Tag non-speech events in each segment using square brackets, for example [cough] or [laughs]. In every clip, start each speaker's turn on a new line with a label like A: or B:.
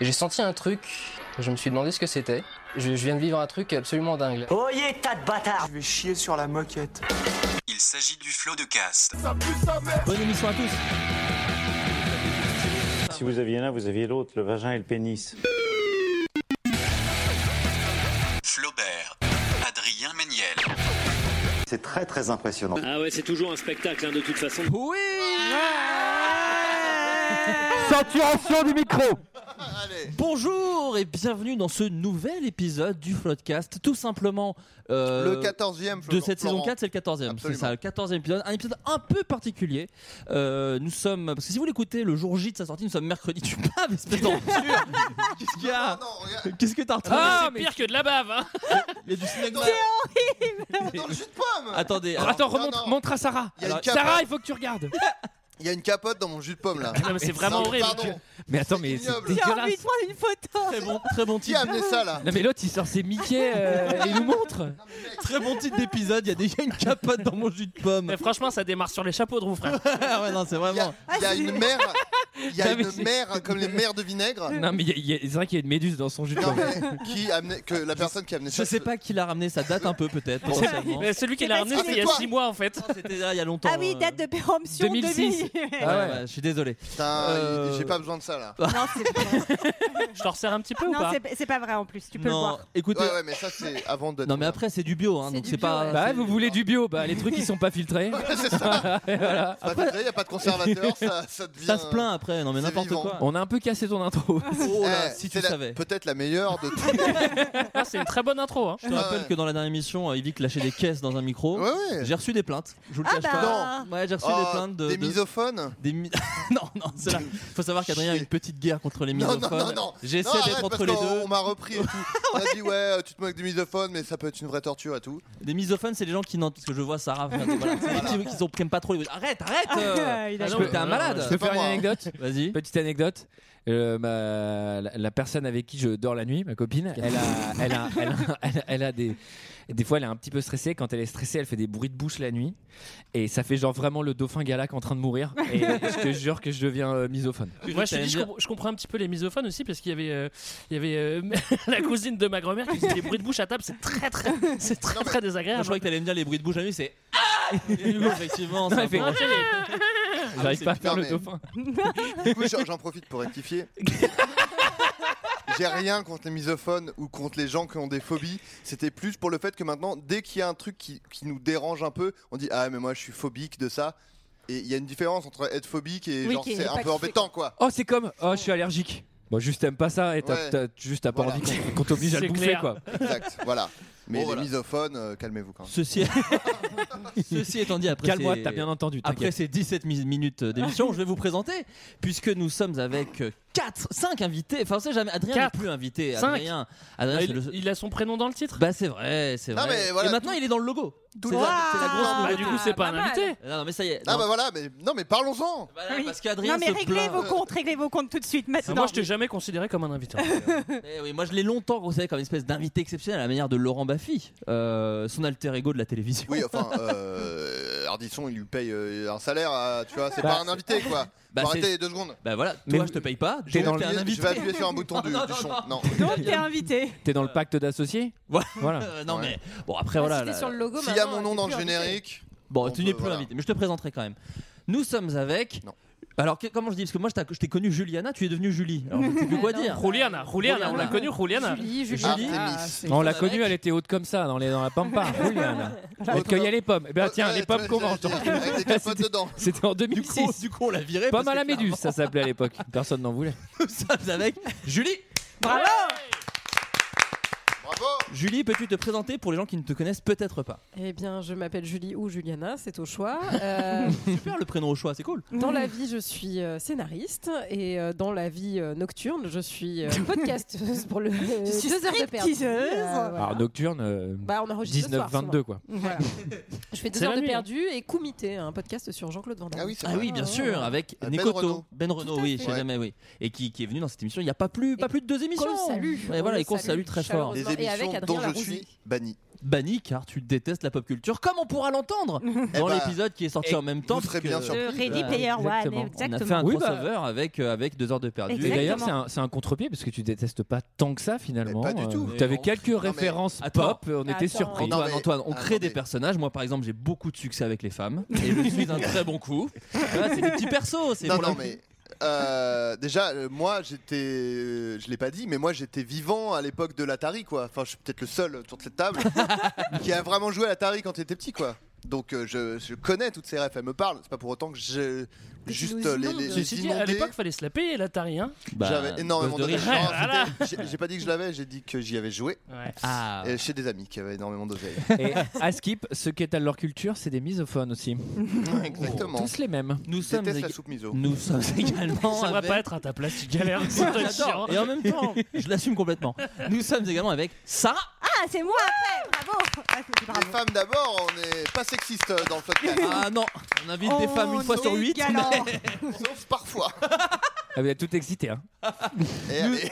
A: J'ai senti un truc, je me suis demandé ce que c'était. Je, je viens de vivre un truc absolument dingue.
B: Oyez, tas de bâtards
C: Je vais chier sur la moquette.
D: Il s'agit du flot de cast.
E: Bonne émission à tous.
F: Si vous aviez l'un, vous aviez l'autre, le vagin et le pénis.
D: Flaubert. Adrien Méniel.
G: C'est très très impressionnant.
H: Ah ouais, c'est toujours un spectacle hein, de toute façon.
E: Oui Saturation du micro Bonjour et bienvenue dans ce nouvel épisode du Floodcast. Tout simplement. euh,
C: Le 14e
E: de cette saison
C: Florent.
E: 4, c'est le 14e. C'est
C: Absolument.
E: ça, le 14e épisode. Un épisode un peu particulier. Euh, nous sommes. Parce que si vous l'écoutez le jour J de sa sortie, nous sommes mercredi. [laughs] Tu baves, espèce d'enculure. [laughs] Qu'est-ce qu'il y a
C: Non, regarde,
E: Qu'est-ce que t'as retrouvé
H: Ah, mais c'est pire que de la bave hein. [laughs]
E: Il y a du snagma.
C: dans le jus de pomme
E: Attendez, alors,
H: Oh, Attends,
C: non,
H: remonte,
C: non.
H: montre à Sarah
C: Il y a une
H: Alors,
C: cape.
H: Sarah, il faut que tu regardes
C: Il y a une capote dans mon jus de pomme là.
H: [laughs] Non mais c'est vraiment
C: Non,
H: horrible
C: Pardon,
H: Mais attends, mais
C: C'est ignoble.
I: [laughs]
H: c'est dégueulasse
E: très bon, très bon
C: qui a
E: titre.
C: amené ça là
H: Non mais l'autre, il sort ses Mickey euh,
C: [laughs]
H: et il nous montre
E: Très bon titre d'épisode. Il y a déjà une capote dans mon jus de pomme.
H: Mais franchement, ça démarre sur les chapeaux de roue, frère
E: [laughs] Ah ouais, non, c'est
C: Il y a,
E: vraiment.
C: il y a une mère, il y a
H: Non, mais
C: une
H: c'est-
C: mère comme les mères de vinaigre.
H: Non mais il y a- il y a- c'est vrai qu'il y a une méduse dans son jus de
C: Non,
H: pomme.
C: mais qui a amené, que la personne qui a amené ça.
E: Je sais pas qui l'a ramené, ça date un peu peut-être. potentiellement.
H: Mais Celui qui l'a ramené,
C: parce
H: c'est
C: que
H: il y a
C: toi-
H: 6 mois en fait
E: C'était là il y a longtemps.
I: Ah oui,
E: euh.
I: date de péremption [laughs]
H: 2006.
I: 2000.
E: Ah ouais, ouais, je suis désolé.
C: Putain,
E: Euh,
C: il- j'ai pas besoin de ça
E: [laughs]
C: là.
I: non,
C: [laughs]
I: c'est pas vrai.
H: Je t'en resserre un petit peu ou
I: Non,
H: pas
I: c'est- c'est pas vrai en plus, tu peux le
E: non,
I: voir.
E: écoutez.
C: Ouais, ouais, mais ça c'est avant de.
E: Non mais après c'est du bio hein,
I: C'est
E: donc
I: du
E: c'est
I: bio,
E: pas
I: ouais.
H: Bah ouais,
E: c'est-
H: vous voulez du bio, bah les trucs ils sont
C: [laughs]
H: pas filtrés
C: c'est
H: [laughs]
C: ça. Pas filtré, il y a pas de conservateur, ça, ça devient.
E: ça se plaint après non mais
C: C'est
E: n'importe
C: vivant.
E: quoi.
H: On a un peu cassé
C: [laughs]
H: ton intro
E: Oh là,
C: Eh,
E: si tu
C: c'est la-
E: savais.
C: Peut-être la meilleure
E: [laughs]
C: de toutes.
H: [laughs] Ah, C'est une très bonne intro hein.
E: Je te rappelle
C: ouais.
E: que dans la dernière émission, euh, Yvick lâchait des caisses dans un micro.
C: Ouais, ouais.
E: J'ai reçu des plaintes. Je vous le
I: Ah
E: cache
I: bah.
E: pas. Ouais, j'ai reçu
C: Oh,
E: des plaintes de
C: des
E: de-
C: misophones.
E: des mi- [laughs] non, non, c'est là. Faut savoir qu'Adrien a
C: Chier.
E: une petite guerre contre les
C: Non,
E: misophones.
C: non, non, non. Non,
E: J'essaie
C: arrête,
E: d'être entre
C: parce
E: les
C: qu'on-
E: deux.
C: On m'a repris et tout.
I: [laughs]
C: On a dit, ouais, euh, tu te moques des misophones, mais ça peut être une vraie torture et tout.
E: Des misophones, c'est les gens qui n'entendent. Parce que je vois Sarah. Voilà,
C: [laughs]
E: c'est des petits qui sont- qui aiment pas trop les. Arrête, arrête
I: [laughs]
E: euh.
I: il a
E: Ah non,
I: joué.
E: mais t'es un
H: Je
E: malade.
H: peux
C: pas
H: faire une
C: moi, hein.
H: anecdote
E: Vas-y.
H: Petite anecdote, euh, ma- la, la personne avec qui je dors la nuit, ma copine, elle a,
E: [laughs]
H: elle a, elle a- elle a- elle a des, des fois elle est un petit peu stressée. Quand elle est stressée, elle fait des bruits de bouche la nuit, et ça fait genre vraiment le dauphin galac en train de mourir.
E: [laughs]
H: Et je te jure que je deviens euh, misophone.
E: Moi, je te dis, je
H: je comprends un petit peu les misophones aussi parce qu'il y avait, euh, il y avait euh, [laughs] la cousine de ma grand-mère qui faisait des bruits de bouche à table. C'est très très, c'est très très
E: Moi, je
H: désagréable.
E: croyais que t'allais me dire les bruits de bouche à nuit, c'est. Ah Et du coup, Effectivement, c'est un peu- Ah,
H: J'arrive pas à faire
C: Non,
H: le
C: mais-
H: dauphin.
E: [laughs]
C: Du coup, j'en j'en profite pour rectifier. J'ai rien contre les misophones ou contre les gens qui ont des phobies. C'était plus pour le fait que maintenant, dès qu'il y a un truc qui, qui nous dérange un peu, on dit Ah, mais moi je suis phobique de ça. Et il y a une différence entre être phobique et
I: Oui,
C: genre
I: qui est
C: c'est un
I: pas
C: peu
I: kiffé,
C: embêtant quoi.
H: Oh, c'est comme, oh, je suis allergique. Bon, juste t'aimes pas ça et t'as
C: Ouais.
H: t'as- juste t'as pas
C: Voilà.
H: envie qu'on- qu'on t'oblige à le
A: C'est
H: bouffer
A: clair.
H: quoi.
C: Exact, voilà. Mais
E: Bon,
C: les
E: voilà.
C: misophones, euh, calmez-vous quand même.
E: Ceci...
C: [laughs]
E: Ceci étant dit, après.
H: Calme-moi,
E: ces-
H: t'as bien entendu.
E: Après
H: t'inquiète.
E: ces 17 mi- minutes euh, d'émission, je vais vous présenter, puisque nous sommes avec 4, 5 invités. Enfin, on sait jamais, Adrien n'est
A: Quatre.
E: plus invité.
A: Cinq.
E: Adrien, Adrien, c'est le-
A: a son prénom dans le titre
E: Bah, c'est vrai, c'est
C: Non,
E: vrai.
C: mais voilà,
E: Et maintenant,
C: tout-
E: il est dans le logo.
C: tout
E: C'est
C: le
E: la,
C: temps.
E: c'est la grosse
I: Ah,
A: Bah
E: nouveauté.
A: du coup, c'est pas un
I: mal.
A: invité.
E: Non, non, mais ça y est.
C: Ah
E: non.
C: bah voilà, mais non, mais parlons-en
E: Voilà,
I: Oui.
E: parce qu'Adrien
I: Non mais
E: se
I: réglez
E: plaint.
I: vos comptes, réglez vos comptes tout de suite maintenant.
A: Moi, je t'ai jamais considéré comme un invité.
E: [laughs] Eh oui, moi je l'ai longtemps considéré comme une espèce d'invité exceptionnel à la manière de Laurent Baffy, euh, son alter ego de la télévision.
C: Oui,
E: [laughs]
C: enfin, euh, Ardisson, il lui paye euh, un salaire, euh, tu vois, c'est
H: Bah,
C: pas un invité, quoi.
E: Bah,
C: Faut
E: c'est-
C: arrêter deux secondes.
E: Bah voilà, toi
H: Mais-
E: je te paye pas,
H: T'es
E: donc
H: dans
E: t'es
H: le-
E: un
C: Je
E: invité.
C: vais appuyer sur un
E: [laughs]
C: bouton du,
E: Non, non,
C: du
E: non,
C: son.
E: non.
C: Non.
I: [laughs] Donc t'es invité.
A: T'es dans le pacte d'associés
E: Voilà.
A: Voilà.
E: Euh, [laughs] non
C: Ouais.
E: mais bon
H: Bah,
E: après voilà. là-
I: le logo,
C: S'il y a mon nom dans le générique,
E: Bon,
C: On
E: tu
C: peut-
E: n'es plus
C: voilà.
E: invité, mais je te présenterai quand même. Nous sommes avec
C: Non.
E: Alors, que- comment je dis Parce que moi, je t'ai- je t'ai connu Juliana, tu es devenue Julie. Alors, je sais plus quoi dire.
B: Juliana, Juliana, on l'a connue, Juliana.
E: Julie,
B: Julie.
H: On l'a connue, elle était haute comme ça, dans, les, dans
C: [laughs]
H: la pampa. Juliana.
C: Ah,
H: Elle cueillait les pommes. Eh ben, tiens, les pommes qu'on mange. Ah,
C: Avec
H: [laughs]
C: des capotes dedans.
H: C'était en 2006. Du coup,
E: on l'a virée.
H: Pomme à la méduse, ça s'appelait à l'époque. Personne n'en voulait.
E: [laughs] Nous sommes avec Julie.
I: Bravo
E: Julie, peux-tu te présenter pour les gens qui ne te connaissent peut-être pas
J: Eh bien, je m'appelle Julie ou Juliana, c'est au choix. Euh,
E: Super le prénom au choix, c'est cool.
J: dans la vie, je suis euh, scénariste et euh, dans la vie euh, nocturne, je
I: [laughs]
J: suis euh, podcasteuse pour le euh,
I: Je suis
J: deux heures de perdu.
I: stripteaseuse.
J: Euh, voilà.
H: Alors, nocturne, euh,
J: Bah, on enregistre le soir,
H: 19-22, quoi.
J: souvent. Voilà. je fais deux
E: C'est la
J: heures de
E: nuit,
J: perdu et comité, un podcast sur Jean-Claude Van Damme.
C: Ah oui,
E: Ah oui, bien sûr, avec
C: Ben
E: Nekoto.
C: Renaud.
E: Ben Renaud, oui, je sais
C: Ouais.
E: jamais, oui. Et qui, qui est venu dans cette émission il n'y a pas plus, pas plus de deux émissions.
J: salue.
E: Et
J: On
E: voilà,
J: le
E: et qu'on
J: salue
E: salue très fort.
J: chaleureusement.
C: Les
J: Et avec
C: émissions
J: Adrien
C: dont je
J: Larousse.
C: suis banni.
E: Banni car tu détestes la pop culture, comme on
J: [laughs]
E: pourra l'entendre
J: Eh
E: dans
C: ben,
E: l'épisode qui est sorti
C: et
E: en même temps.
C: vous serez
E: puisque-
C: bien surpris.
I: De Ready Player One,
E: On a fait
I: exactement.
E: un
H: Oui, bah-
E: crossover avec, euh, avec deux heures de perdu.
H: Et d'ailleurs, c'est un, c'est un contre-pied parce que tu détestes pas tant que ça finalement.
C: Mais pas du tout.
H: Tu avais
E: Non.
H: quelques
C: [laughs]
H: références
E: Attends.
H: pop, on était
J: Attends.
H: surpris.
E: Antoine,
C: mais-
E: Antoine, on crée
C: attendez.
E: des personnages. Moi, par exemple, j'ai beaucoup de succès avec les femmes et je
C: [laughs]
E: suis un très bon coup. Voilà, c'est des petits persos. c'est
C: Non,
E: pour la-
C: non, mais. euh, déjà, euh, moi j'étais. euh, Je l'ai pas dit, mais moi j'étais vivant à l'époque de l'Atari, quoi. Enfin, je suis peut-être le seul autour de cette
E: [laughs]
C: table qui a vraiment joué à l'Atari quand il était petit, quoi. Donc euh, je, je connais toutes ces refs, elles me parlent. C'est pas pour autant que je. Juste euh, les, les, les
B: Ceci dit, à
C: inondés.
B: l'époque, fallait se la payer, l'Atari. Hein
E: Bah,
C: J'avais énormément
E: cause de
C: de,
E: rire.
C: Non,
E: [laughs]
B: Ouais, voilà.
C: c'était- j'ai- J'ai pas dit que je l'avais, j'ai dit que j'y avais joué.
B: ouais.
E: Ah,
C: Et chez des amis qui avaient énormément d'oseille.
H: Et à Skip, ce qu'est à leur culture, c'est des misophones aussi.
C: [laughs] Exactement.
H: Tous les mêmes.
E: nous
C: Je
E: sommes,
C: déteste la
E: ég-
C: soupe miso.
E: nous sommes également.
B: Ça va
E: avec-
B: pas être à ta place, tu galères. Ah,
E: [laughs]
B: c'est pas chiant.
E: J'adore. Et en
B: [laughs]
E: même temps, je l'assume complètement. Nous sommes également avec Sarah.
I: Ah, c'est moi après Bravo Ah, c'est-
C: Les
I: bravo.
C: femmes d'abord, on n'est pas sexiste euh, dans le podcast.
E: Ah non, on invite des
I: Oh,
E: femmes une fois
I: non.
E: sur huit.
I: Galant.
C: [laughs] Sauf
E: [laughs]
C: parfois.
H: Ah, vous êtes tout excité. Hein.
C: Et
I: [laughs]
C: allez,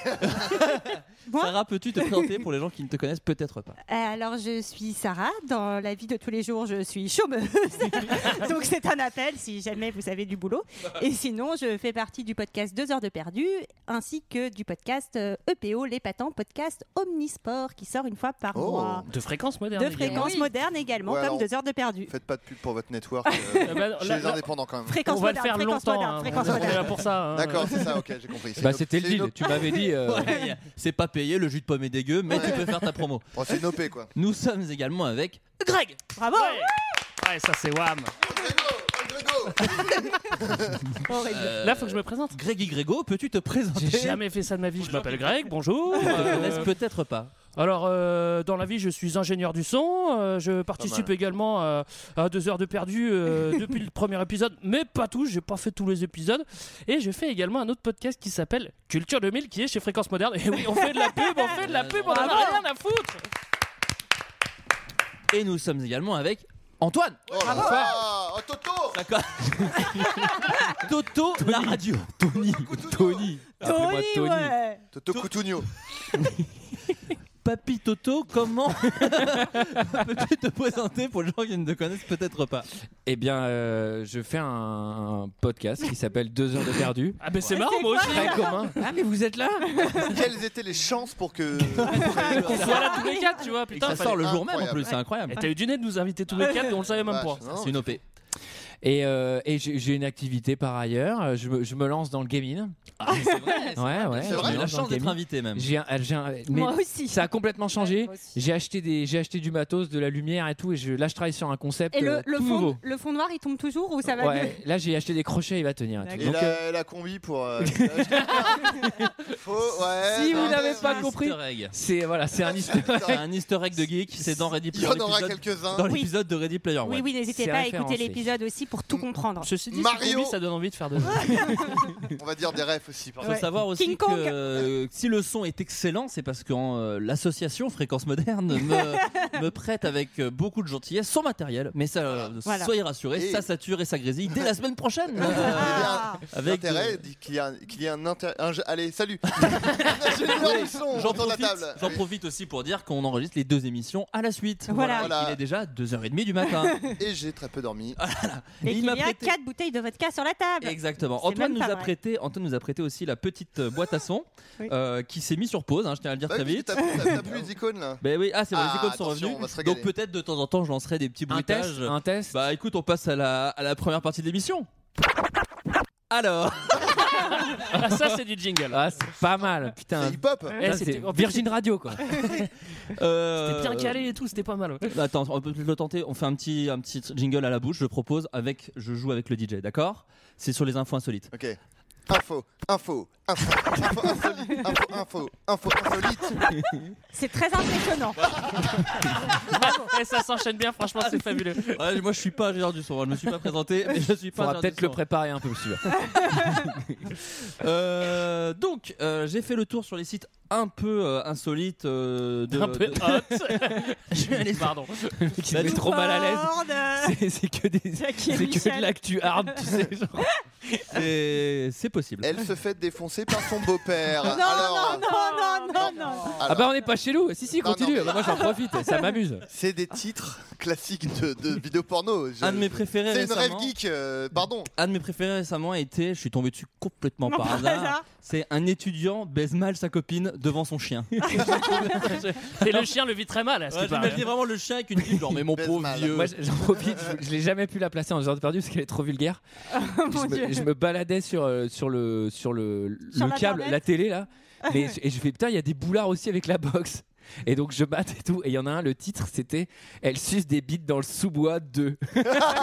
E: Sarah, peux-tu te présenter pour les gens qui ne te connaissent peut-être pas
I: Euh, Alors, je suis Sarah. Dans la vie de tous les jours, je suis
E: [laughs]
I: chômeuse. Donc, c'est un appel si jamais vous avez du boulot. Et sinon, je fais partie du podcast 2 heures de perdu, ainsi que du podcast euh, EPO, l'épatant podcast Omnisport, qui sort une fois par
C: Oh.
I: mois.
B: De fréquence moderne.
I: De
B: les gars.
I: fréquence
J: Oui.
I: moderne également,
C: Ouais,
I: comme
C: alors-
I: 2 heures de perdu.
C: faites pas de pub pour votre network.
B: [laughs]
C: euh,
B: Euh, bah,
C: chez
B: là-
C: les
B: là-
C: indépendants quand même.
I: Fréquence
B: On va le
I: moderne,
B: faire
I: fréquence
B: longtemps.
H: Ah,
I: moderne,
B: hein.
I: Ah, fréquence
B: On est là
I: moderne.
B: pour
E: [laughs]
B: ça. hein.
C: D'accord, c'est ça, ok, j'ai compris. C'est
H: Bah,
C: une-
H: c'était le
C: c'est une
H: deal.
C: op-
H: Tu m'avais dit. euh,
E: Ouais, C'est pas payé, le jus de pomme est dégueu, mais tu peux faire ta promo.
C: Bon, Oh, c'est une OP quoi.
E: Nous sommes également avec Greg.
I: Bravo
B: Ouais. Ouais, ça c'est wham.
E: Euh,
B: Là, faut que je me présente.
E: Grégy Grégo, peux-tu te présenter
B: J'ai jamais fait ça de ma vie. Je m'appelle Greg.
E: [laughs]
B: Bonjour.
E: Ils te
B: Euh,
E: connaissent peut-être pas.
B: Alors, euh, dans la vie, je suis ingénieur du son. euh, je participe également euh, à deux heures de perdu
C: [laughs]
B: euh, depuis le premier épisode, mais pas tous. J'ai pas fait tous les épisodes. Et je fais également un autre podcast qui s'appelle Culture 2000, qui est chez Fréquence Moderne. Et oui, on fait de la pub, on fait de la pub, on en
E: Ah
B: a rien à foutre.
E: Et nous sommes également avec Antoine.
C: Oh là là, oh Toto
E: D'accord. Toto, la radio. Tony. Tony.
H: appelez-moi
I: Tony,
H: Tony.
I: ouais.
C: Toto
E: [laughs]
C: Coutugno.
E: Papy Toto, comment [laughs] peux-tu te [laughs] présenter pour les gens qui ne te connaissent peut-être pas
H: Eh bien, euh, je fais un, un podcast qui s'appelle Deux heures de perdu.
B: Ah, ben c'est marrant, moi aussi.
H: Très commun. Ah, mais vous êtes là
C: [laughs] Quelles étaient les chances pour
I: [laughs]
C: que.
B: Qu'on
E: [laughs]
B: soit là tous les quatre, tu vois.
E: Et
B: Ah, Putain,
E: ça sort
B: fallait-
E: le jour même en
C: Incroyable.
E: plus, c'est incroyable.
B: Et t'as eu du nez de nous inviter tous
E: [laughs]
B: les quatre, et on le savait même
C: Vache,
B: pas.
C: non,
E: C'est une OP.
H: Et, euh, et j'ai j'ai une activité par ailleurs. Je me, je me lance dans le gaming.
E: Ah, c'est vrai.
H: Ouais, ouais.
C: C'est vrai,
E: J'ai
H: je
E: eu la
H: me lance dans
E: chance
H: le
E: d'être
H: gaming.
E: invité même.
H: J'ai un- j'ai un- mais
J: Moi aussi.
H: Ça a complètement changé.
J: Ouais, moi aussi.
H: J'ai acheté des, j'ai acheté du matos, de la lumière et tout, et je, là je travaille sur un concept
I: Et le,
H: euh,
I: le
H: tout nouveau.
I: fond, le fond noir, il tombe toujours ou ça va mieux
H: Ouais, là j'ai acheté des crochets, il va tenir. et tout.
C: Et
H: Donc,
C: la,
H: euh,
C: la combi pour.
H: [laughs]
C: euh, Faut, ouais,
E: Eh
H: si vous
C: non,
H: n'avez
C: mais-
H: pas compris,
E: ben, Easter egg.
H: c'est voilà, c'est un easter.
E: [laughs] C'est un easter egg de geek, c'est dans Ready
C: Il y
E: Player
C: en aura
E: l'épisode-
C: quelques-uns.
E: dans l'épisode de Ready Player
I: Oui,
E: One.
I: oui, n'hésitez
H: C'est
I: pas à
H: référencé.
I: écouter l'épisode aussi pour tout comprendre.
B: Ceci dit,
C: Mario.
B: Mario. ça donne envie de faire de. [laughs]
C: On va dire des refs aussi. par
E: Faut
I: Ouais.
E: savoir aussi
I: King
E: que
I: Kong.
E: euh, si le son est excellent, c'est parce que euh, l'association Fréquence Moderne
I: [laughs]
E: me, me prête avec euh, beaucoup de gentillesse son matériel. Mais ça, euh,
I: Voilà.
E: soyez rassurés,
C: Et-
E: ça sature et ça grésille
C: [laughs]
E: dès la semaine prochaine. euh,
I: Ah.
E: avec
C: L'intérêt
E: euh,
C: dit qu'il y a, qu'il y a un intérêt. Allez,
E: [laughs]
C: salut [laughs] J'ai une heure du son
E: J'en
C: autour de la
E: profite,
C: table.
E: j'en
C: Oui.
E: profite aussi pour dire qu'on enregistre les deux émissions à la suite.
I: Voilà.
C: Voilà.
E: Il est déjà 2h30 du matin.
C: [laughs]
E: Ah
C: Et j'ai très peu dormi.
I: Et qu'il
E: m'a
I: y a
E: prêté-
I: 4 bouteilles de vodka sur la table.
E: Exactement.
I: C'est
E: Antoine
I: même
E: nous,
I: pas
E: a
I: vrai.
E: prêté, Antoine nous a prêté aussi la petite euh, boîte à son
I: Oui.
E: euh, qui s'est mise sur pause, hein, je tiens à le dire
C: Bah oui, parce
E: très
C: que
E: vite.
C: T'as plus- t'as- t'as plus les icônes là.
E: Ben oui, ah c'est vrai,
C: Ah,
E: les écoles sont
C: attention,
E: revenues.
C: on va se régaler.
E: Donc peut-être de temps en temps je lancerai des petits
H: Un test,
E: bruitages.
H: un test.
E: Bah écoute, on passe à la, à la première partie de l'émission. Alors
B: Ah, ça, c'est du jingle.
H: Ah, c'est pas mal, putain.
B: C'est hip-hop. Eh,
H: Ça,
B: c'était- Euh,
H: c'est
B: en plus,
H: Virgin
B: c'est- [laughs]
H: Radio, quoi.
B: C'était bien calé et tout, c'était pas mal. ouais.
E: Euh, Bah, Attends, on peut peut-être le tenter. On fait un petit, un petit jingle à la bouche. Je propose avec, je joue avec le DJ, d'accord C'est sur les infos insolites.
C: Ok. Info, info, info, info, insolite, info, info, info, insolite.
I: C'est très
B: [laughs]
I: impressionnant.
B: Et Bah, eh, ça s'enchaîne bien, franchement, c'est fabuleux.
E: Ouais, moi, je suis pas ingénieur du son. hein, Je me suis pas présenté, mais je suis pas.
H: Faudra
E: ingénieur
H: peut-être
E: du
H: le
E: son.
H: préparer un peu, celui-là.
E: [laughs] Euh, donc, euh, j'ai fait le tour sur les sites un peu euh, insolites. euh, de,
B: Un peu
E: de- [laughs] Bah,
B: hot. [laughs]
E: je vais aller
B: Pardon.
E: Qui me met trop mal à l'aise. C'est- C'est
C: [laughs]
E: que des.
B: [laughs]
I: Jackie et
E: C'est que
I: Michel.
E: de l'actu hard, tu sais. genre. C'est- C'est possible.
C: Elle se fait défoncer par son beau-père.
I: Non,
C: Alors,
I: non, non, non, non, non.
H: Ah bah, on n'est pas chez nous. Si, si, continue. Bah, moi, j'en profite. Ça m'amuse.
C: C'est des titres classiques de, de vidéos porno. Je-
E: [laughs] Un de mes préférés
C: C'est une rêve
E: récemment.
C: geek, euh, pardon.
E: Un de mes préférés récemment a été, je suis tombé dessus complètement
C: Non,
E: par
C: par
E: hasard.
C: hasard.
E: C'est un étudiant baise mal sa copine devant
C: [laughs]
E: son chien.
B: Et le chien le vit très mal, à ce
E: Ouais,
B: qui paraît.
E: J'imaginais vraiment le chien avec une bille, genre, mais mon pauvre vieux.
H: Moi, [laughs] j'en profite. Je, je l'ai jamais pu la placer en genre de perdu parce qu'elle est trop vulgaire. je,
E: Dieu.
H: me, je me baladais sur, euh, sur le, sur le,
E: Sur
H: le câble,
E: l'Internet.
H: la télé là. Mais, et je fais putain, il y a des boulards aussi avec la box. Et donc je batte et tout. Et il y en a un, le titre c'était Elle suce des bites dans le sous-bois 2. [laughs]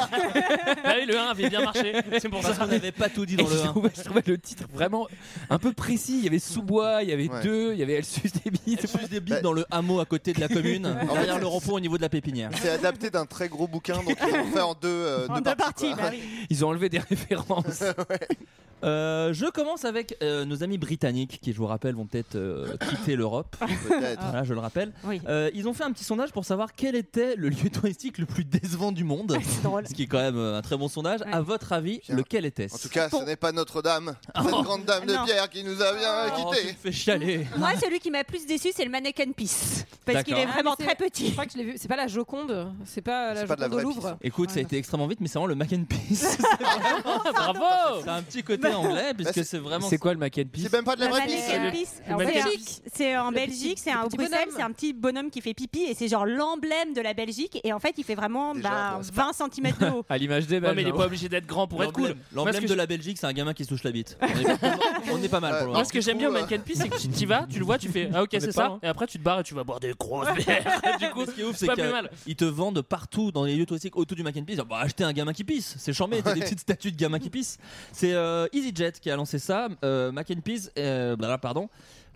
B: Ah oui, le 1 avait bien
E: [laughs]
B: marché. C'est pour
E: Parce
B: ça
E: qu'on n'avait pas tout dit
H: Et
E: dans le
H: je
E: 1.
H: trouvais, je trouvais le titre vraiment un peu précis. Il y avait sous-bois, il y avait
E: Ouais.
H: 2, il y avait Elle suce des bites.
E: Elle suce des bites dans le hameau à côté de la commune,
C: Bah, [laughs] En
E: derrière
C: fait,
E: le rond-point au niveau de la pépinière.
C: C'est adapté d'un très gros bouquin, donc ils l'ont fait en deux, euh, deux parties. quoi.
H: Ils
E: [laughs]
H: ont enlevé
C: [laughs]
H: des références.
E: Euh, je commence avec euh, nos amis britanniques qui, je vous rappelle, vont
C: [coughs]
E: peut-être euh, quitter l'Europe.
C: Ah, Peut-être.
E: Voilà, je le rappelle. Euh, ils ont fait un petit sondage pour savoir quel était le lieu touristique le plus décevant du monde. Ce qui est quand même euh, un très bon sondage. À votre avis, lequel était-ce
C: En tout cas, ce n'est pas
E: [laughs]
C: Notre-Dame, cette grande dame de
I: Non.
C: pierre qui nous a bien
E: Oh, tu
C: quittés.
E: me fais chialer.
I: Moi, celui qui m'a plus déçu, c'est le mannequin Peace. Parce qu'il
E: D'accord.
I: est vraiment
J: Ah, mais
I: très
J: c'est-
I: petit.
J: Je crois que je l'ai vu. C'est pas la Joconde, c'est pas la
E: C'est pas de la
J: Joconde au
E: vraie
J: Louvre.
E: Écoute, ça a été extrêmement vite, mais c'est vraiment le Mac and Peace.
I: Ah,
B: Bravo
E: C'est un petit côté anglais, puisque c'est vraiment.
H: C'est quoi le Mac and Peace
C: C'est même pas de
I: Le mannequin Peace,
E: Le mannequin
I: c'est-
E: Peace.
I: c'est en
J: Le
I: Belgique,
J: petit-
I: c'est
J: le
I: un
J: petit
I: Bruxelles,
J: bonhomme.
I: c'est un petit bonhomme qui fait pipi et c'est genre l'emblème de la Belgique. Et en fait, il fait vraiment bah, 20 cm de
E: [laughs]
I: haut.
H: À l'image des
B: Ouais, mais il est
E: Belges,
B: pas
E: hein.
B: obligé d'être grand pour être cool.
E: L'emblème-
B: Moi, ce
E: L'emblème
B: que
E: de la Belgique, c'est un gamin qui se touche la bite. On est pas- On est
B: Euh,
E: pas mal pour le
B: Moi,
E: moment.
B: ce que j'aime bien au Mannequin Peace, c'est que tu y vas, tu le vois, tu fais Ah, ok,
E: On est
B: c'est
E: pas
B: ça.
E: loin.
B: Et après, tu te barres et tu vas boire des grosses [laughs] bières. du coup,
E: Ce qui est ouf, c'est
B: pas plus mal.
E: qu'ils te vendent partout dans les lieux touristiques autour du Mac and Peace. Bah, achetez un gamin qui pisse, c'est charmé, t'as des
B: Ouais.
E: petites statues de gamins qui pissent. C'est euh, EasyJet qui a lancé ça. Euh, Mac and Peace, euh, blablabla, pardon.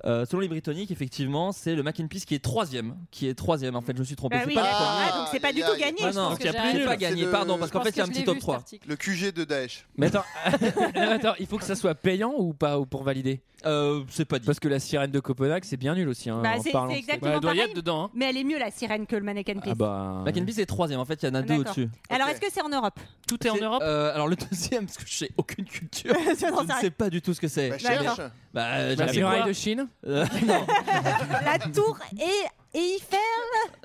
E: Euh, selon les Britanniques, effectivement, c'est le Mac and Peace qui est troisième. Qui est troisième, en fait, je me suis trompé.
I: Bah
E: C'est
I: oui,
E: pas le
I: d'accord.
E: premier.
I: Ah, donc c'est pas du tout gagné.
E: Ouais,
I: je
E: non,
I: pense que
E: c'est
I: j'ai-
E: pas gagné,
C: C'est le-
E: pardon, parce
C: Je
E: qu'en
C: pense
E: fait, il y a
C: que
E: un
C: je
E: petit
C: l'ai
E: top
C: vu, cet Euh,
E: 3.
C: Le QG de Daesh.
H: Mais attends, non, mais attends, il faut que ça soit payant ou pas ou pour valider
E: Euh, C'est pas dit.
H: Parce que la sirène de Copenhague, c'est bien nul aussi. Hein,
I: Bah,
H: en
I: c'est
H: parlant.
I: c'est exactement pareil.
B: dedans.
I: Mais elle est mieux la sirène que le mannequin Peace.
H: Ah bah.
E: Mac and Peace est troisième, en fait, il y en a deux
I: Ah, D'accord.
E: au-dessus.
I: Alors, est-ce que c'est en Europe
B: Tout est en Europe
E: euh, Alors, le deuxième, parce que je sais aucune culture.
I: Je
E: je
I: n'en sais
E: ne
I: rien.
E: sais pas du tout ce que c'est.
I: Bah, cherche.
E: Bah, euh,
H: La
E: j'avais-
H: muraille de Chine
E: Euh, Non.
I: La tour et, et Eiffel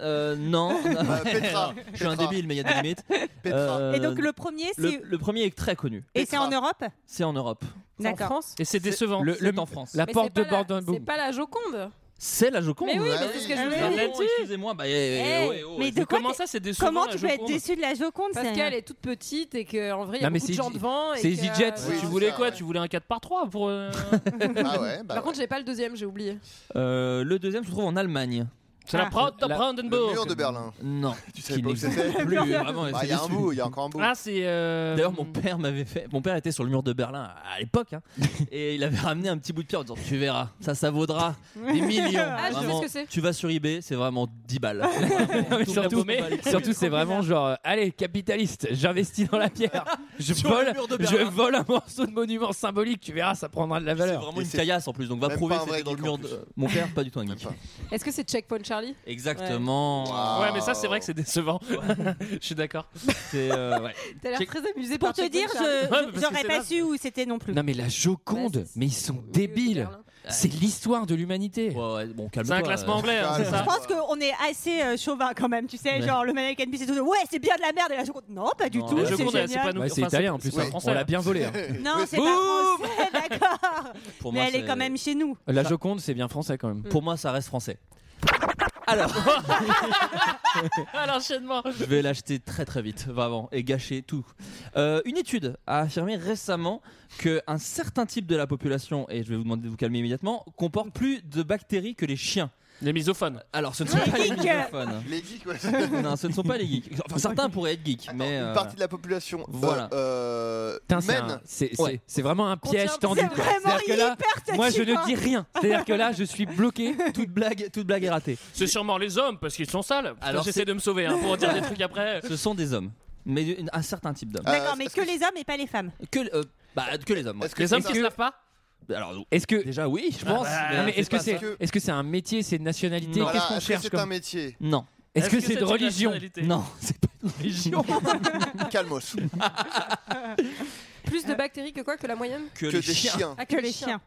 E: Euh, non. [laughs]
C: Bah, Petra.
E: Je suis un
C: Petra.
E: débile, mais il y a des limites. Euh,
I: Et donc, le premier, c'est-
E: Le, le premier est très connu.
I: Et c'est en Europe
E: C'est en Europe.
I: D'accord.
J: France
B: Et c'est décevant.
E: Le, le en France.
H: La
J: Mais
H: porte
J: c'est
H: de
J: pas la-
H: Bordenbourg.
J: C'est pas la Joconde.
E: C'est la Joconde.
J: Mais oui,
E: ouais.
C: Bah
J: mais c'est ce que je voulais
E: Pardon,
J: dire.
E: Excusez-moi. Bah, eh, eh,
I: Eh,
E: ouais, ouais.
I: mais de quoi
B: Ah comment
I: t'es-
B: ça, c'est décevant,
I: Comment
B: la
I: tu peux être
B: Joconde
I: déçu de la Joconde
J: Parce
I: c'est-
J: qu'elle est toute petite et qu'en vrai, il y a
B: Non,
J: beaucoup
B: mais
J: de
B: c'est
J: gens
B: EasyJet.
J: devant. et
B: C'est
J: que- euh,
B: EasyJet.
J: Oui,
I: euh,
B: tu
J: c'est
B: voulais
J: ça,
B: quoi
J: ouais.
B: Tu voulais un 4 par 3 pour. euh,
C: Ah ouais, bah
J: Par contre, j'ai pas le deuxième, j'ai oublié.
E: Euh, le deuxième se trouve en Allemagne.
B: C'est la Ah. Pra- de Brandenburg.
C: Le mur de Berlin.
E: Non.
C: [laughs] Tu
E: sais
C: pas où c'était
E: plus. euh, Vraiment,
C: Bah,
E: c'est
C: il y a un
E: déçu.
C: bout, il y a encore un bout.
B: Ah, c'est. euh,
E: D'ailleurs, mon père m'avait fait. Mon père était sur le mur de Berlin à l'époque,
H: [laughs]
E: hein, et il avait ramené un petit bout de pierre en disant Tu verras, ça, ça vaudra des millions.
J: Ah, je sais
E: Vraiment,
J: ce que c'est.
E: Tu vas sur eBay, c'est vraiment 10
H: [laughs]
E: balles.
H: Non, mais
E: Tout
H: surtout,
E: paumé.
H: surtout, c'est vraiment genre, euh, allez, capitaliste, j'investis dans
E: [laughs]
H: la pierre, je
E: Sur le
H: vole,
E: mur de
H: je
E: Berlin.
H: vole un morceau de monument symbolique, tu verras, ça prendra de la valeur.
E: C'est vraiment une caillasse en plus, donc va
H: Même
E: prouver
H: pas
E: que
H: un vrai
E: c'était dans le
H: geek,
E: mur
H: en
E: de. Mon père, pas du tout un geek.
J: Est-ce que c'est Checkpoint Charlie
E: Exactement.
B: Ouais, mais ça, c'est vrai que c'est décevant. [laughs] Je suis d'accord.
E: C'est. euh,
I: [laughs]
E: ouais.
J: T'as l'air très amusé
I: Pour te dire, je- je- j'aurais pas
B: là.
I: su où c'était non plus.
H: Non mais la Joconde, mais ils sont débiles. C'est l'histoire de l'humanité.
E: bon, euh,
B: C'est un classement anglais,
C: Ah,
B: hein, c'est
I: Je
B: ça
I: pense qu'on est assez euh, chauvin quand même, tu sais,
H: Ouais.
I: genre le mannequin Peace et tout. Ouais, c'est bien de la merde et la Joconde. Non, pas du
H: Non,
I: tout.
H: la
I: c'est
H: Joconde,
I: génial.
H: c'est pas nous- Ouais, c'est enfin, italien, c'est- en plus, c'est hein. français. On l'a bien [laughs] volé, hein.
I: Non,
H: Ouais,
I: c'est
H: boum.
I: pas français, [laughs] d'accord.
E: Pour
I: Mais
E: moi,
I: elle est
E: c'est-
I: quand même chez nous.
H: La Joconde, c'est bien français quand même.
E: Pour moi, ça reste français. Alors,
B: [laughs] à l'enchaînement.
E: je vais l'acheter très très vite, vraiment, et gâcher tout. Euh, une étude a affirmé récemment que un certain type de la population, et je vais vous demander de vous calmer immédiatement, comporte plus de bactéries que les chiens.
B: Les misophones.
E: Alors, ce ne sont
C: Les
E: pas les
C: geeks.
E: misophones.
C: Les geeks, ouais.
E: Non, ce ne sont pas les geeks. Enfin, certains pourraient être geeks, mais.
C: Une
E: euh,
C: partie de la population euh,
E: voilà.
C: euh,
H: Putain, c'est
C: humaine
H: un- C'est c'est-
E: Ouais.
H: c'est vraiment un piège
E: Contient-
H: tendu.
E: c'est
H: quoi.
E: vraiment
H: C'est-à-dire que là,
E: hyper hein.
H: moi je
E: tatillon.
H: ne dis rien. C'est-à-dire que là, je suis bloqué.
E: Toute blague, toute blague est ratée.
B: C'est sûrement les hommes parce qu'ils sont sales. Alors
E: Alors,
B: j'essaie
E: c'est-
B: de me sauver hein, pour dire des trucs après.
E: Ce sont des hommes, mais une- un certain type
C: Euh,
E: d'hommes.
I: D'accord, mais que les hommes et pas les femmes.
E: Que, euh, bah, que les hommes. ouais.
C: Est-ce que Les hommes c'est qui se un-
H: lavent
B: pas
E: Alors,
H: Est-ce que
E: déjà oui, je pense.
H: Ah,
E: mais
H: mais Est-ce que
E: pas
H: c'est
E: ça.
H: est-ce que c'est un métier, c'est une nationalité
E: Non.
H: Qu'est-ce
C: Voilà,
H: qu'on
C: est-ce que
H: cherche
C: c'est
H: comme-
C: un métier
E: Non.
H: Est-ce que c'est de
B: une
H: religion
B: nationalité
H: [laughs]
E: Non, c'est pas une religion.
C: [laughs] Calmos.
J: Plus de bactéries que quoi Que la moyenne
E: Que,
C: Que
E: les
C: des
E: chiens.
C: chiens.
J: Ah,
I: Que les chiens.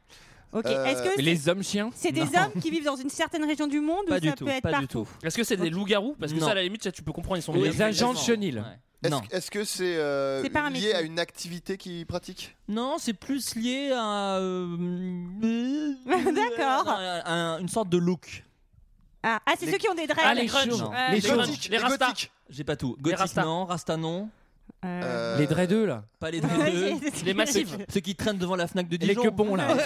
I: Ok,
C: Euh,
I: est-ce que c'est-
H: Les hommes chiens
I: c'est des
E: Non.
I: hommes qui vivent dans une certaine région du monde ou
E: Pas
I: ça
E: du tout,
I: peut être
E: pas du
I: partout
E: tout.
B: Est-ce que c'est des loups-garous Parce que
E: Non.
B: ça, à la limite, ça, tu peux comprendre, ils sont bien
H: Les
B: faits.
H: agents de chenil.
E: Ouais.
C: Est-ce
E: Non.
C: est-ce que c'est euh,
I: C'est pas un métier.
C: lié à une activité qu'ils pratiquent
E: Non, c'est plus lié à. euh,
I: [laughs] D'accord.
E: à- à- à une sorte de look.
I: Ah, ah, c'est
C: Les-
I: ceux qui ont des dreads.
B: Ah, les
E: grunge.
B: grunge
E: Non.
B: Ouais, Les
E: Les
B: grunge.
C: gothiques, les
B: Les rastas
C: gothiques.
E: J'ai pas tout.
B: Les
E: Gothic
B: Rasta.
E: non, Rasta non,
I: Euh,
C: Euh,
H: Les dreadeux là.
E: pas les
I: ouais,
E: deux.
I: c'est- c'est-
B: Les massifs
E: Ceux qui traînent devant la Fnac de
H: Les
E: Dijon.
H: que bons là. Ouais.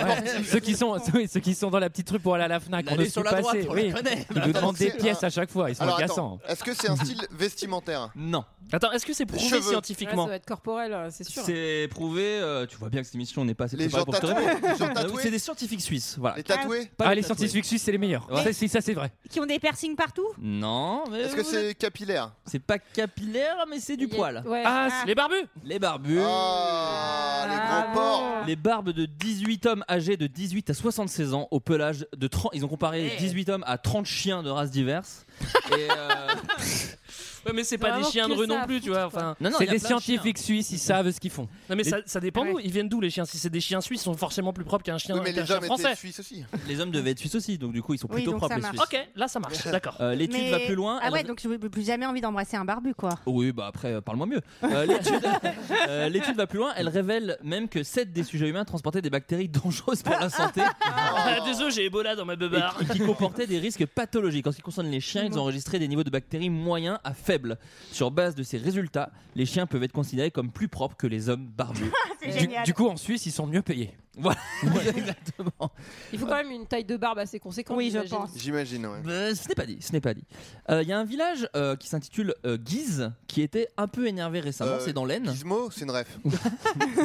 H: ceux qui sont oui, ceux qui sont dans la petite rue pour aller à la Fnac,
E: La
H: on ne
E: allée sur
H: sait
E: la
I: Oh,
H: pas
E: droite,
H: assez,
E: on
H: oui.
E: la connaît.
H: Ils nous
C: Attends,
H: demandent des
C: c'est
H: pièces
C: un-
H: à chaque fois, ils sont
C: Alors
H: agaçants.
C: attends, est-ce que c'est un
H: [laughs]
C: style vestimentaire
E: Non.
B: Attends, est-ce que c'est prouvé
C: Cheveux.
J: Ah, ça
B: scientifiquement
J: doit être corporel, euh, c'est sûr.
E: C'est prouvé. euh, tu vois bien que cette émission n'est pas assez
C: Les
E: préparée
C: gens
E: pour te
C: tatoués
E: répondre.
C: Les gens
E: Ah oui,
C: tatoués
E: C'est des scientifiques suisses. Voilà.
C: Les tatoués
E: Pas
H: ah, les
E: tatoués.
H: scientifiques suisses, c'est les meilleurs.
E: Ouais.
H: Ça, si, ça, c'est vrai.
I: Qui ont des piercings partout
E: Non. mais
C: Est-ce que
E: vous-
C: c'est capillaire
E: C'est pas capillaire, mais c'est du
J: Il y a-
E: poil.
J: Ouais.
B: Ah,
I: Ah.
B: c'est les barbus
E: Les barbus.
C: Ah, les
J: Ah,
C: gros porcs
E: Les barbes de 18 hommes âgés de 18 à 76 ans au pelage de 30. Ils ont comparé 18 hommes à 30 chiens de races diverses. Et euh,
B: Ouais, mais c'est pas des
J: vraiment
B: chiens de
J: que
B: rue
J: ça
B: non
J: à
B: plus, tu vois. Enfin,
E: Non, non,
H: C'est
E: il y a
H: des
E: plein de
H: scientifiques suisses, ils savent ce qu'ils font.
B: non, mais
E: Les-
B: ça, ça dépend
I: Ouais.
B: d'où. Ils viennent d'où les chiens Si c'est des chiens suisses, ils sont forcément plus propres qu'un chien,
C: Oui, mais
B: qu'un
C: les
B: chien
C: hommes étaient
B: français. [laughs]
C: suisses aussi.
E: chiens. Les hommes devaient être suisses aussi, donc du coup ils sont
I: Oui,
E: plutôt
I: donc
E: propres
I: ça
E: les
I: marche.
E: Suisses.
B: Ok, là ça marche, d'accord.
E: Euh, L'étude
I: Mais-
E: va plus loin.
I: Ah
E: elle
I: ouais,
E: va-
I: donc j'ai plus jamais envie d'embrasser un barbu, quoi.
E: Oui, bah après, euh, parle-moi mieux. Euh, [laughs] L'étude euh, l'étude va plus loin. Elle révèle même que 7 des sujets humains transportaient des bactéries dangereuses pour la santé
B: [laughs] Ah, Désolé, j'ai Ebola dans ma
E: et
B: beubare.
E: qui- qui comportaient des risques pathologiques. En ce qui concerne les chiens, ils ont enregistré des niveaux de bactéries moyens à faibles. Sur base de ces résultats, les chiens peuvent être considérés comme plus propres que les hommes
J: [laughs]
E: barbus.
J: Ah,
I: C'est
H: Du, du coup, en Suisse, ils sont mieux payés.
E: Voilà, exactement.
J: Il faut quand même une taille de barbe assez conséquente.
I: Oui, je
J: j'imagine.
I: pense.
C: J'imagine, ouais.
E: Euh, ce n'est pas dit, ce n'est pas dit. Euh, Il y a un village euh, qui s'intitule euh, Guise qui était un peu énervé récemment,
C: Euh,
E: c'est dans l'Aisne.
C: Gizmo, c'est une ref.
E: [laughs]
C: [laughs]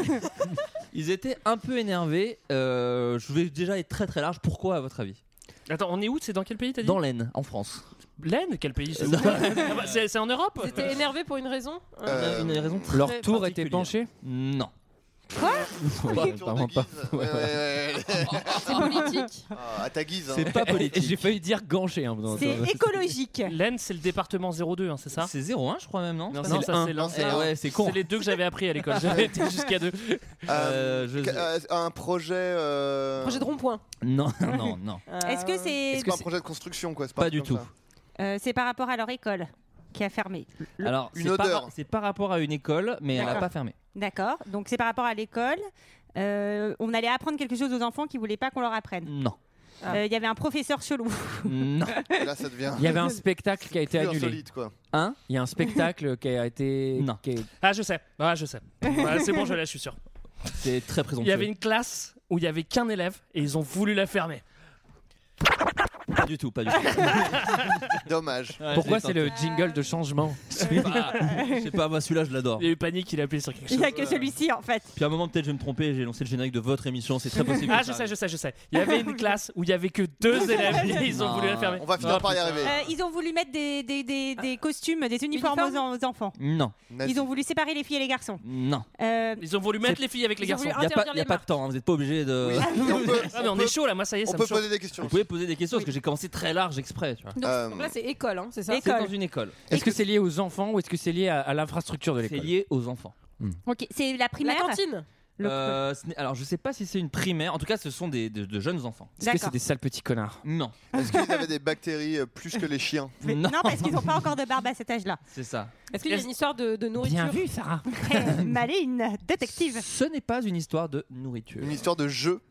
E: Ils étaient un peu énervés. euh, je vais déjà être très très large. Pourquoi à votre avis
B: Attends, on est où C'est dans quel pays t'as dit
E: Dans l'Aisne, en France.
B: l'Aisne Quel pays
E: [laughs]
B: c'est
E: Non.
B: [laughs] Ah bah, C'est c'est en Europe
J: Ils étaient énervés pour une raison
C: Euh,
E: Une raison très
H: Leur tour était
E: particulière.
H: penchée
C: [laughs]
E: Non.
H: Ouais,
C: Tour de
H: Apparemment pas.
C: Guise. Ouais, ouais, ouais.
J: C'est politique.
C: Ah, À ta guise. hein.
E: C'est
H: [laughs]
E: pas
H: Et J'ai
E: politique.
H: failli dire ganché. Hein, dans-
I: C'est
B: [laughs]
H: dans-
I: écologique.
B: L'Aisne, c'est le département 02, hein, c'est ça
E: C'est 01 je crois même non
B: Non,
E: pas
B: c'est-
E: ça
B: ça, c'est
E: Un.
B: l'un,
C: c'est
E: Eh
C: l'un.
E: ouais, c'est con.
B: C'est les deux que j'avais appris à l'école. J'avais été jusqu'à deux.
C: [laughs] Euh,
E: Euh, je-
C: qu- euh, Un projet. euh,
J: Projet de rond-point.
E: Non, non, non.
I: [laughs] Est-ce que c'est
C: C'est pas un projet de construction, quoi. c'est
E: Pas
C: un
E: du
C: truc comme
E: tout.
C: ça.
I: euh, c'est par rapport à leur école qui a fermé
E: Alors,
C: Une
E: c'est par-
C: odeur.
E: C'est par rapport à une école, mais elle n'a
I: D'accord.
E: pas fermé.
I: D'accord. Donc c'est par rapport à l'école. Euh, on allait apprendre quelque chose aux enfants qui voulaient pas qu'on leur apprenne.
E: Non.
I: Euh, Il y avait un professeur chelou.
E: Non.
C: Et Là, ça devient.
H: Il y
C: [laughs]
H: avait un spectacle qui a été
C: plus
H: annulé.
C: insolite, quoi.
E: Hein
H: Il y a un spectacle qui a été.
E: [laughs] Non.
H: qui est-
B: Ah, je sais. Ah, je sais.
E: [laughs]
B: Ah, c'est bon, je l'ai, je suis sûr.
E: C'est très
B: Il
E: présomptueux.
B: y avait une classe où il y avait qu'un élève et ils ont voulu la fermer.
E: Pas du tout, pas du tout.
C: Dommage.
H: Pourquoi c'est le jingle de changement
E: [laughs] Bah, je sais pas, moi celui-là je l'adore.
B: Il y a eu panique, il a appuyé sur quelque
I: [laughs] Il
B: chose.
I: n'y a que celui-ci en fait.
E: Puis à un moment peut-être je vais me tromper, j'ai lancé le générique de votre émission, c'est très possible.
B: [laughs] Ah, je sais, je sais, je sais. Il y avait une classe où il y avait que deux élèves et ils ont
E: Non.
B: voulu la fermer.
C: On va finir
B: Oh,
C: par y
B: putain.
E: Ah,
C: arriver.
I: Euh, ils ont voulu mettre des, des- des- des costumes, des uniformes aux, en- aux enfants.
E: Non,
C: Nazi.
I: Ils ont voulu séparer les filles et les garçons.
E: non.
I: Euh,
B: Ils ont voulu mettre les filles avec les
J: Ils ont
B: garçons.
J: voulu
E: Il n'y a, pas,
J: Interdire
E: y a
J: les
E: pas de temps, hein, vous n'êtes pas obligé de. [laughs]
C: Oui, et on peut-
B: Ah, mais on est chaud là, moi ça y est,
C: On
B: ça me
C: peut
B: chauffe.
C: poser des
E: Vous
C: questions.
E: pouvez poser des questions parce que j'ai commencé très large exprès. Tu vois.
J: Donc,
C: Euh,
J: donc là, c'est école, hein, c'est ça
E: C'est
I: École.
E: dans une école.
H: Est-ce que c'est lié aux enfants ou est-ce que c'est lié à, à l'infrastructure de
E: C'est
H: l'école
E: lié aux enfants.
I: ok, c'est la
J: La
I: primaire.
J: cantine.
I: Le-
E: Euh, ce n'est- alors je sais pas si c'est une primaire. En tout cas, ce sont des de, de jeunes enfants.
H: Est-ce que
I: D'accord.
H: c'est des sales petits connards
E: Non,
C: Est-ce qu'ils avaient des bactéries euh, plus que les chiens
I: Mais-
E: Non.
I: Non, parce qu'ils n'ont pas encore de barbe à cet âge-là.
E: [laughs] c'est ça.
J: Est-ce qu'il y a
B: Est-ce-
J: une histoire de, de nourriture
H: Bien vu, Sarah.
I: [coughs] Très Maline, détective.
E: Ce n'est pas une histoire de nourriture.
C: Une histoire de jeu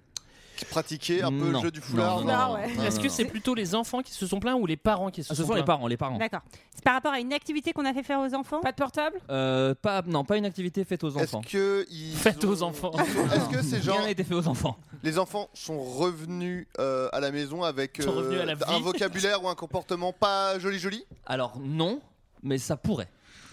C: pratiquer un peu
E: Non.
C: le jeu du foulard
E: Non,
I: Ah
E: non, non, non, non,
B: Est-ce que
E: non.
B: c'est plutôt les enfants qui se sont plaints ou les parents qui se
E: Ah,
B: sont
E: ce sont les
B: plaints
E: parents, les parents.
I: D'accord. C'est par rapport à une activité qu'on a fait faire aux enfants Pas de portable
E: Euh, pas, non, pas une activité faite aux enfants.
C: que
B: Faites aux enfants.
C: Est-ce que ces gens.
E: Rien n'a été fait aux enfants.
C: Les enfants sont revenus euh, à la maison avec euh,
E: Sont revenus à la vie.
C: un vocabulaire ou un comportement pas joli joli
E: Alors non, mais ça pourrait. Ah.
J: Ah.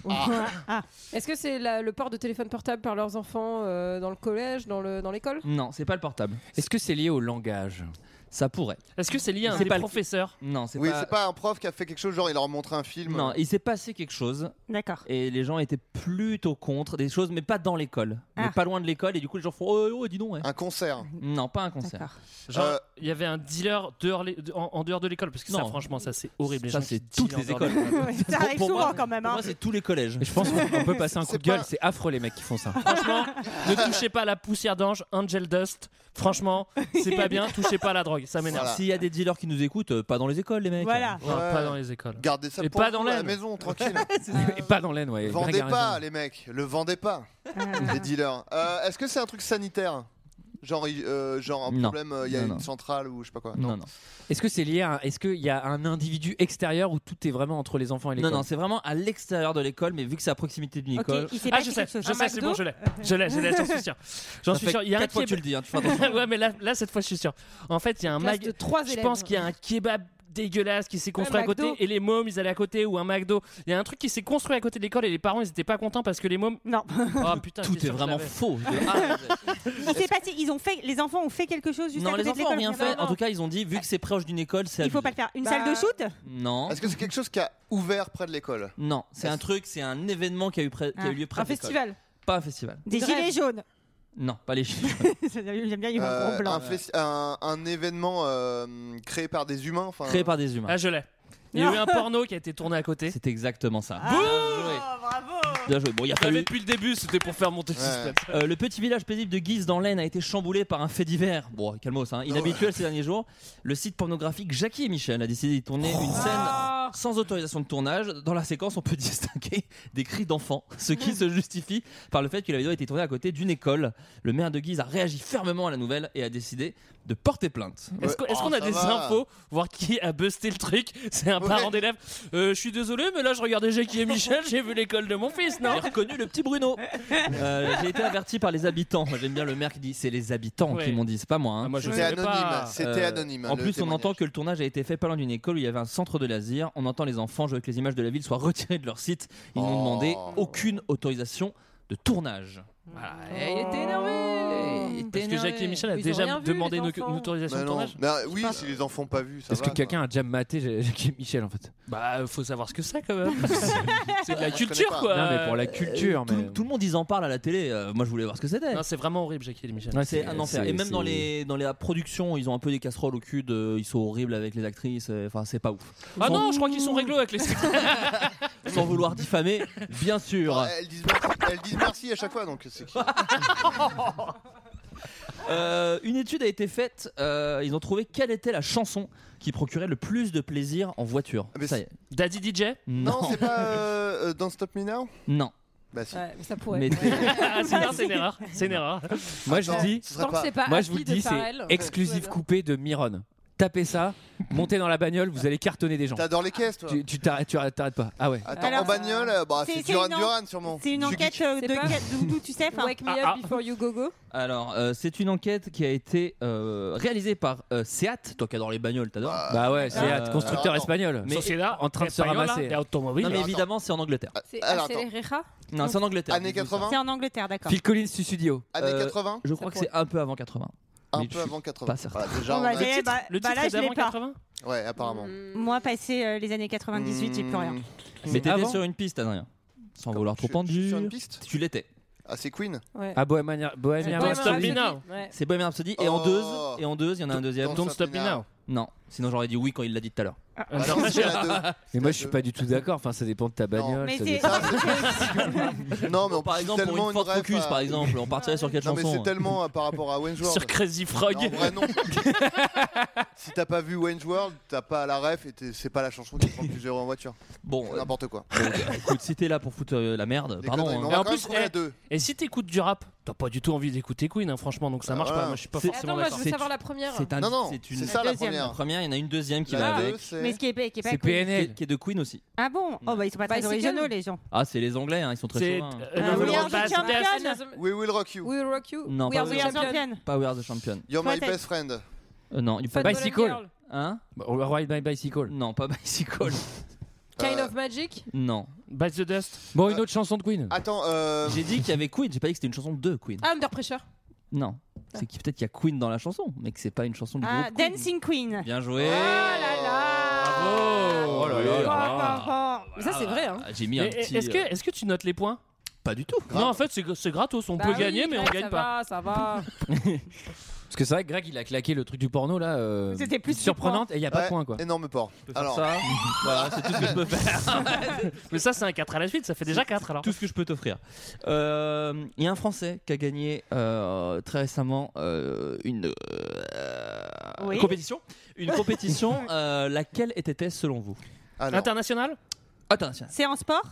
C: Ah.
J: Est-ce que c'est la- le port de téléphone portable par leurs enfants euh, dans le collège, dans le- dans l'école
E: Non, c'est pas le portable.
H: Est-ce que c'est lié au langage
E: Ça pourrait.
B: Est-ce que c'est lié à un
E: C'est
B: des
E: pas le-
B: professeurs
E: Non, c'est
C: Oui,
E: pas.
C: c'est pas un prof qui a fait quelque chose, genre il leur montre un film.
E: Non, il s'est passé quelque chose.
I: D'accord.
E: Et les gens étaient plutôt contre des choses, mais pas dans l'école, mais
B: Ah.
E: pas loin de l'école. Et du coup, les gens font
B: euh,
E: oh, oh, dis donc. ouais.
C: Un concert.
I: Mhm.
E: Non, pas un
I: Ah.
E: concert.
B: Mm. Genre, il y avait un dealer dehors les- en, en dehors de l'école parce que ça,
E: Euh, Non.
B: franchement, ça c'est horrible. gens
E: Ça,
B: qui
E: c'est toutes
B: dealent
E: les
B: en dehors de
E: écoles.
B: l'école.
I: Ça arrive
E: Pour moi-
I: souvent quand même. hein.
E: Pour moi, c'est tous les collèges.
H: Je pense qu'on peut passer un coup de gueule, c'est affreux les mecs qui font ça.
B: Franchement, ne touchez pas à la poussière d'ange, Angel Dust. Franchement, c'est pas bien. Touchez pas à la drogue, ça m'énerve.
E: S'il y a des dealers qui nous écoutent, euh, pas dans les écoles, les mecs.
B: Voilà.
E: hein.
B: Ouais, pas dans les écoles.
C: Gardez ça
B: Et
C: pour
B: pas
C: vous
B: dans
C: à la
B: l'aine.
C: maison, tranquille.
H: Et pas dans l'aine, ouais.
C: vendez
H: Greg a
C: pas,
H: raison.
C: les mecs, le vendez pas,
E: Ah.
C: les dealers. Euh, Est-ce que c'est un truc sanitaire Genre, il- euh, genre un
H: Non.
C: problème, euh, il y a
H: Non,
C: une
H: non.
C: centrale ou je sais pas quoi.
E: Non, non.
H: Est-ce que c'est lié à. Est-ce qu'il y a un individu extérieur où tout est vraiment entre les enfants et
E: Non,
H: l'école
E: non, c'est vraiment à l'extérieur de l'école, mais vu que c'est à proximité d'une école.
B: ah, je sais, je sais, c'est bon, je l'ai. Je l'ai, je l'ai, j'en suis sûr.
E: [laughs]
B: J'en
E: Ça
B: suis
E: fait
B: sûr. Il y a un
E: quatre fois que tu
B: kebab-
E: le
B: [laughs]
E: dis, hein, tu fais attention.
B: ouais, mais là, là, cette fois, je suis sûr. En fait, il y a un
J: Classe
B: mag.
J: de trois
B: je
J: élèves.
B: pense qu'il y a un kebab dégueulasse qui s'est construit à
J: McDo.
B: côté et les mômes ils allaient à côté ou un McDo il y a un truc qui s'est construit à côté de l'école et les parents ils étaient pas contents parce que
J: [laughs]
B: les mômes
I: non
B: oh putain
E: Tout
B: j'étais sûr
E: est
B: que je
E: vraiment
B: l'avais. [laughs]
E: faux. Ah.
I: Il s'est passé, ils ont fait, les enfants ont fait quelque chose juste à
E: non,
I: côté
E: les
I: de
E: enfants
I: l'école.
E: ont rien fait. En tout cas, ils ont dit, vu que c'est proche d'une école, c'est.
I: il faut pas le faire. Une salle de shoot
E: Non.
C: Bah, Est-ce que c'est quelque chose qui a ouvert près de l'école
E: Non, c'est un truc, c'est un événement qui a eu, près- qui a eu lieu près
I: Ah. Un
E: de l'école.
I: festival.
E: Pas un festival.
I: Des gilets jaunes. [laughs]
E: Non, pas les gilets.
I: J'aime bien, il y a eu un
C: Euh,
I: gros blanc.
C: un, fes- un- un événement euh, créé par des humains. enfin-
E: Créé par des humains.
B: ah je l'ai il
I: [laughs]
B: y a eu un porno qui a été tourné à côté
E: c'est exactement ça.
I: Ah. bravo
E: Bien joué. Bon, il y a
B: Je l'avais
E: fallu.
B: depuis le début c'était pour faire monter le suspense
E: Euh, le petit village paisible de Guise dans l'Aisne a été chamboulé par un fait divers, bon, calmos, hein, inhabituel ces derniers jours. Le site pornographique Jackie et Michel a décidé d'y tourner une
B: Oh.
E: scène sans autorisation de tournage. Dans la séquence, on peut [laughs] distinguer des cris d'enfants, ce qui se justifie par le fait que la vidéo a été tournée à côté d'une école. Le maire de Guise a réagi fermement à la nouvelle et a décidé de porter plainte.
B: Est-ce qu'on est-ce qu'on a
C: Oh, ça
B: des
C: va.
B: infos Voir qui a busté le truc C'est un parent d'élève. Euh, je suis désolé, mais là je regardais Jackie et Michel, j'ai vu l'école de mon fils, non
E: J'ai reconnu le petit Bruno. Euh,
J: [laughs]
E: J'ai été averti par les habitants. Moi, J'aime bien le maire qui dit c'est les habitants
B: Ouais.
E: qui m'ont dit, c'est pas moi. hein.
B: Ah, Moi je
C: C'était
B: savais
C: anonyme.
B: pas.
C: C'était
E: Euh,
C: anonyme.
E: En
C: le
E: plus, on
C: témoignage.
E: entend que le tournage a été fait pas loin d'une école où il y avait un centre de loisirs. On entend les enfants jouer avec les images de la ville soient retirés de leur site.
C: Oh.
E: Ils n'ont demandé aucune autorisation de tournage.
C: Ah,
E: Voilà. Et il était énervé. Il était
B: Parce que
E: énervé.
B: Jackie et Michel a
J: Ils ont
B: déjà
J: rien vu,
B: demandé
J: les
B: une,
J: enfants.
B: une autorisation
C: Mais
B: de
C: non.
B: tournage
C: Bah oui, si les enfants ont pas vu, ça
H: Est-ce
C: va,
H: que quelqu'un a déjà maté J'ai- Jackie et Michel en fait
C: Ah
B: Bah faut savoir ce que c'est quand même. c'est de la
C: Je
B: culture
C: connais pas.
B: quoi.
H: Non, mais pour la culture,
E: Euh, tout,
H: mais.
E: tout le monde, ils en parlent à la télé. Euh, moi, je voulais voir ce que c'était.
B: Non, c'est vraiment horrible Jackie et Michel.
H: Ouais,
E: C'est un enfer.
H: c'est-
E: Et même dans
H: c'est-
E: les, dans les productions, ils ont un peu des casseroles au cul. De, ils sont horribles avec les actrices. euh, Enfin, c'est pas ouf.
B: Ah
E: Sans-
B: non, je crois qu'ils sont réglo avec les [laughs] Ah,
E: Sans vouloir diffamer, bien sûr.
C: Ah, elles, disent merci, elles disent merci à chaque fois, donc c'est qui
E: Euh, une étude a été faite. euh, ils ont trouvé quelle était la chanson qui procurait le plus de plaisir en voiture.
C: Ah, mais
E: Ça
C: c'est-
E: y est.
B: Daddy DJ
C: Non,
E: non,
C: c'est pas euh, euh, Don't Stop Me Now
E: non.
C: Bah si.
J: Ouais, mais ça pourrait.
E: Mais-
B: Ah, c'est une- c'est une
E: [laughs]
B: erreur. C'est une erreur.
H: Moi je
C: Attends,
H: dis,
C: ce
J: Tant
C: serait
J: que
C: pas.
J: c'est pas
H: moi je vous
J: Happy de
H: dis, c'est
J: Pharrell, tout
H: exclusif
J: va bien.
H: coupé de Miron. Tapez ça, montez dans la bagnole, vous allez cartonner des gens.
C: T'adores les caisses, toi
H: Tu tu t'arrêtes tu arrêtes- t'arrêtes pas. Ah ouais.
C: Attends,
I: Alors,
C: en bagnole, euh, bah,
I: c'est-
C: c'est
I: c'est
C: Duran
I: une en-
C: Duran sûrement.
I: C'est une
C: Du
I: enquête
C: geek.
I: euh,
J: C'est
I: de
J: pas-
I: quel- d'où d'où tu sais. enfin,
J: Wake me
B: Ah,
J: up
B: ah.
J: before you go go.
E: Alors, euh, c'est une enquête qui a été euh, réalisée par euh, Seat. Toi qui adores les bagnoles, t'adores.
H: Bah ouais, c'est
E: Euh,
H: un constructeur
C: Ah. alors,
H: espagnol.
E: Mais-
B: c'est là
H: en train de se ramasser.
B: Et automobile.
E: non, mais
C: attends.
E: évidemment, c'est en Angleterre.
I: Ah,
J: C'est
C: Alors, Ah, attends.
J: Accelereja.
E: Non, c'est en Angleterre.
C: Années
E: Dites-vous ça.
C: 80
I: C'est en Angleterre, d'accord.
H: Phil Collins du studio.
C: Années
E: Euh,
C: 80
E: Je crois que c'est un peu avant 80.
C: Un
E: mais
C: peu
E: je suis
C: avant 80.
E: pas certain.
C: Voilà, déjà,
I: Bon,
C: on
I: bah,
C: a-
I: eh, bah,
B: Le
I: bah,
B: titre
I: là,
B: est
I: je l'ai
B: d'avant
I: pas.
B: 80
C: Ouais, apparemment.
I: Moi, passé euh, les années 98, j'ai plus rien.
C: Hmm. Mmh.
E: Mais t'étais
H: avant
E: sur une piste, Adrien. Sans
C: Comme-
E: vouloir
C: je-
E: trop
C: je suis Sur
E: pendu.
C: une piste
E: Tu l'étais.
C: Ah, c'est Queen
J: Ouais.
H: Ah Bohemian Bohemian
J: Ouais,
B: Don't
J: ouais,
B: Stop
J: ouais,
H: Rhapsody.
B: Me Now.
J: ouais.
E: C'est Bohemian Rhapsody. Et en
C: Oh.
E: deux, et en deux, il y en a un deuxième.
C: Don't
B: Don't Stop Me Now.
E: Non, sinon j'aurais dit oui quand il l'a dit tout à l'heure.
C: Ah, non, c'est
E: [laughs]
C: la
H: Mais moi je suis pas du tout d'accord. Enfin ça dépend de ta bagnole.
I: Mais
H: ça
I: c'est-
H: dépend-
E: [laughs]
H: [laughs]
C: deux. Non, mais on
E: Par
C: pousse
E: exemple, pour
C: tellement
E: une Ford
C: ref
E: Focus,
C: à-
E: par exemple, on partirait sur hein. quelle
C: Non, mais
E: chanson
C: c'est tellement euh, par rapport à Wayne's World.
B: Sur Crazy Frog.
C: Non, en vrai, non. si t'as pas vu Wayne's World, t'as pas la ref et t'es- c'est pas la chanson qui prend plus zéro en voiture.
E: Bon, euh,
C: N'importe quoi.
E: écoute, si t'es là pour foutre euh, la merde,
C: Des
E: pardon.
C: conneries, mais
E: hein.
C: on
B: Et
C: va
B: en
C: quand
B: plus,
C: même trouver la
B: eh,
C: deux.
B: Et si t'écoutes du rap t'as pas du tout envie d'écouter Queen, hein, franchement, donc ça marche pas. Moi, je suis pas
J: C'est-
B: forcément
J: Attends, moi, je
B: d'accord.
J: veux savoir la première.
E: Ah, C'est un-
J: Non, non,
E: c'est une-
J: c'est ça, La la deuxième. première.
E: La première, il y en a une deuxième qui
J: La
E: va
J: deux,
E: avec.
J: c'est- Mais ce qui est pas- qui est pas
E: C'est
J: Queen.
E: Qui, qui est de Queen aussi.
I: Ah bon Oh, bah ils sont pas très
J: Bicycle.
I: originaux, les gens.
E: Ah, c'est les Anglais, hein, ils sont très
B: C'est-
E: chauds. hein.
B: euh, Ah, We Are the
I: Champion.
C: We will rock you.
J: We will rock you.
E: Non,
J: We
E: pas
J: are the champion.
E: Pas We Are the Champion.
C: You're my
J: Peut-être.
C: best friend.
E: Euh, non, il faut
J: Fat Bicycle. Golden Girl.
E: Hein
H: Ride my bicycle.
E: Non, pas bicycle.
J: Kind of Magic.
E: non.
B: Bite the Dust.
H: Bon, une autre chanson de Queen.
C: Euh, Attends, euh,
E: J'ai dit qu'il y avait Queen, j'ai pas dit que c'était une chanson de Queen.
J: Ah, Under Pressure.
E: Non. C'est qu'il- peut-être qu'il y a Queen dans la chanson, mais que c'est pas une chanson du
I: Ah,
E: groupe.
I: Dancing Queen.
E: Bien
J: Oh
E: joué.
B: Bravo.
E: Oh là là là.
J: Mais ça, c'est vrai. Hein.
E: Ah, J'ai mis un
B: Et- et-
E: petit.
B: Est-ce que,
E: euh,
B: est-ce que tu notes les points
E: Pas du tout.
B: Non, en fait, c'est c'est gratos. On
J: Bah
B: peut
J: oui,
B: gagner, mais on
J: Greg,
B: gagne
J: ça
B: pas.
J: va, ça va.
H: Parce que c'est vrai que Greg il a claqué le truc du porno là. euh,
J: C'était plus du
H: surprenante
J: porno.
H: et il y a pas
C: Ouais,
H: de point quoi.
C: Énorme port.
E: faire ça.
H: [laughs]
E: voilà, c'est tout ce que je peux faire.
B: [laughs] Mais ça, c'est un 4 à la suite. Ça fait déjà 4 alors.
E: tout ce que je peux t'offrir. Euh, Il y a un Français qui a gagné euh, très récemment euh, une euh,
I: Oui.
E: compétition.
I: [laughs]
E: Une compétition, euh, laquelle était-elle selon vous
C: Alors,
B: International
E: International.
I: C'est en sport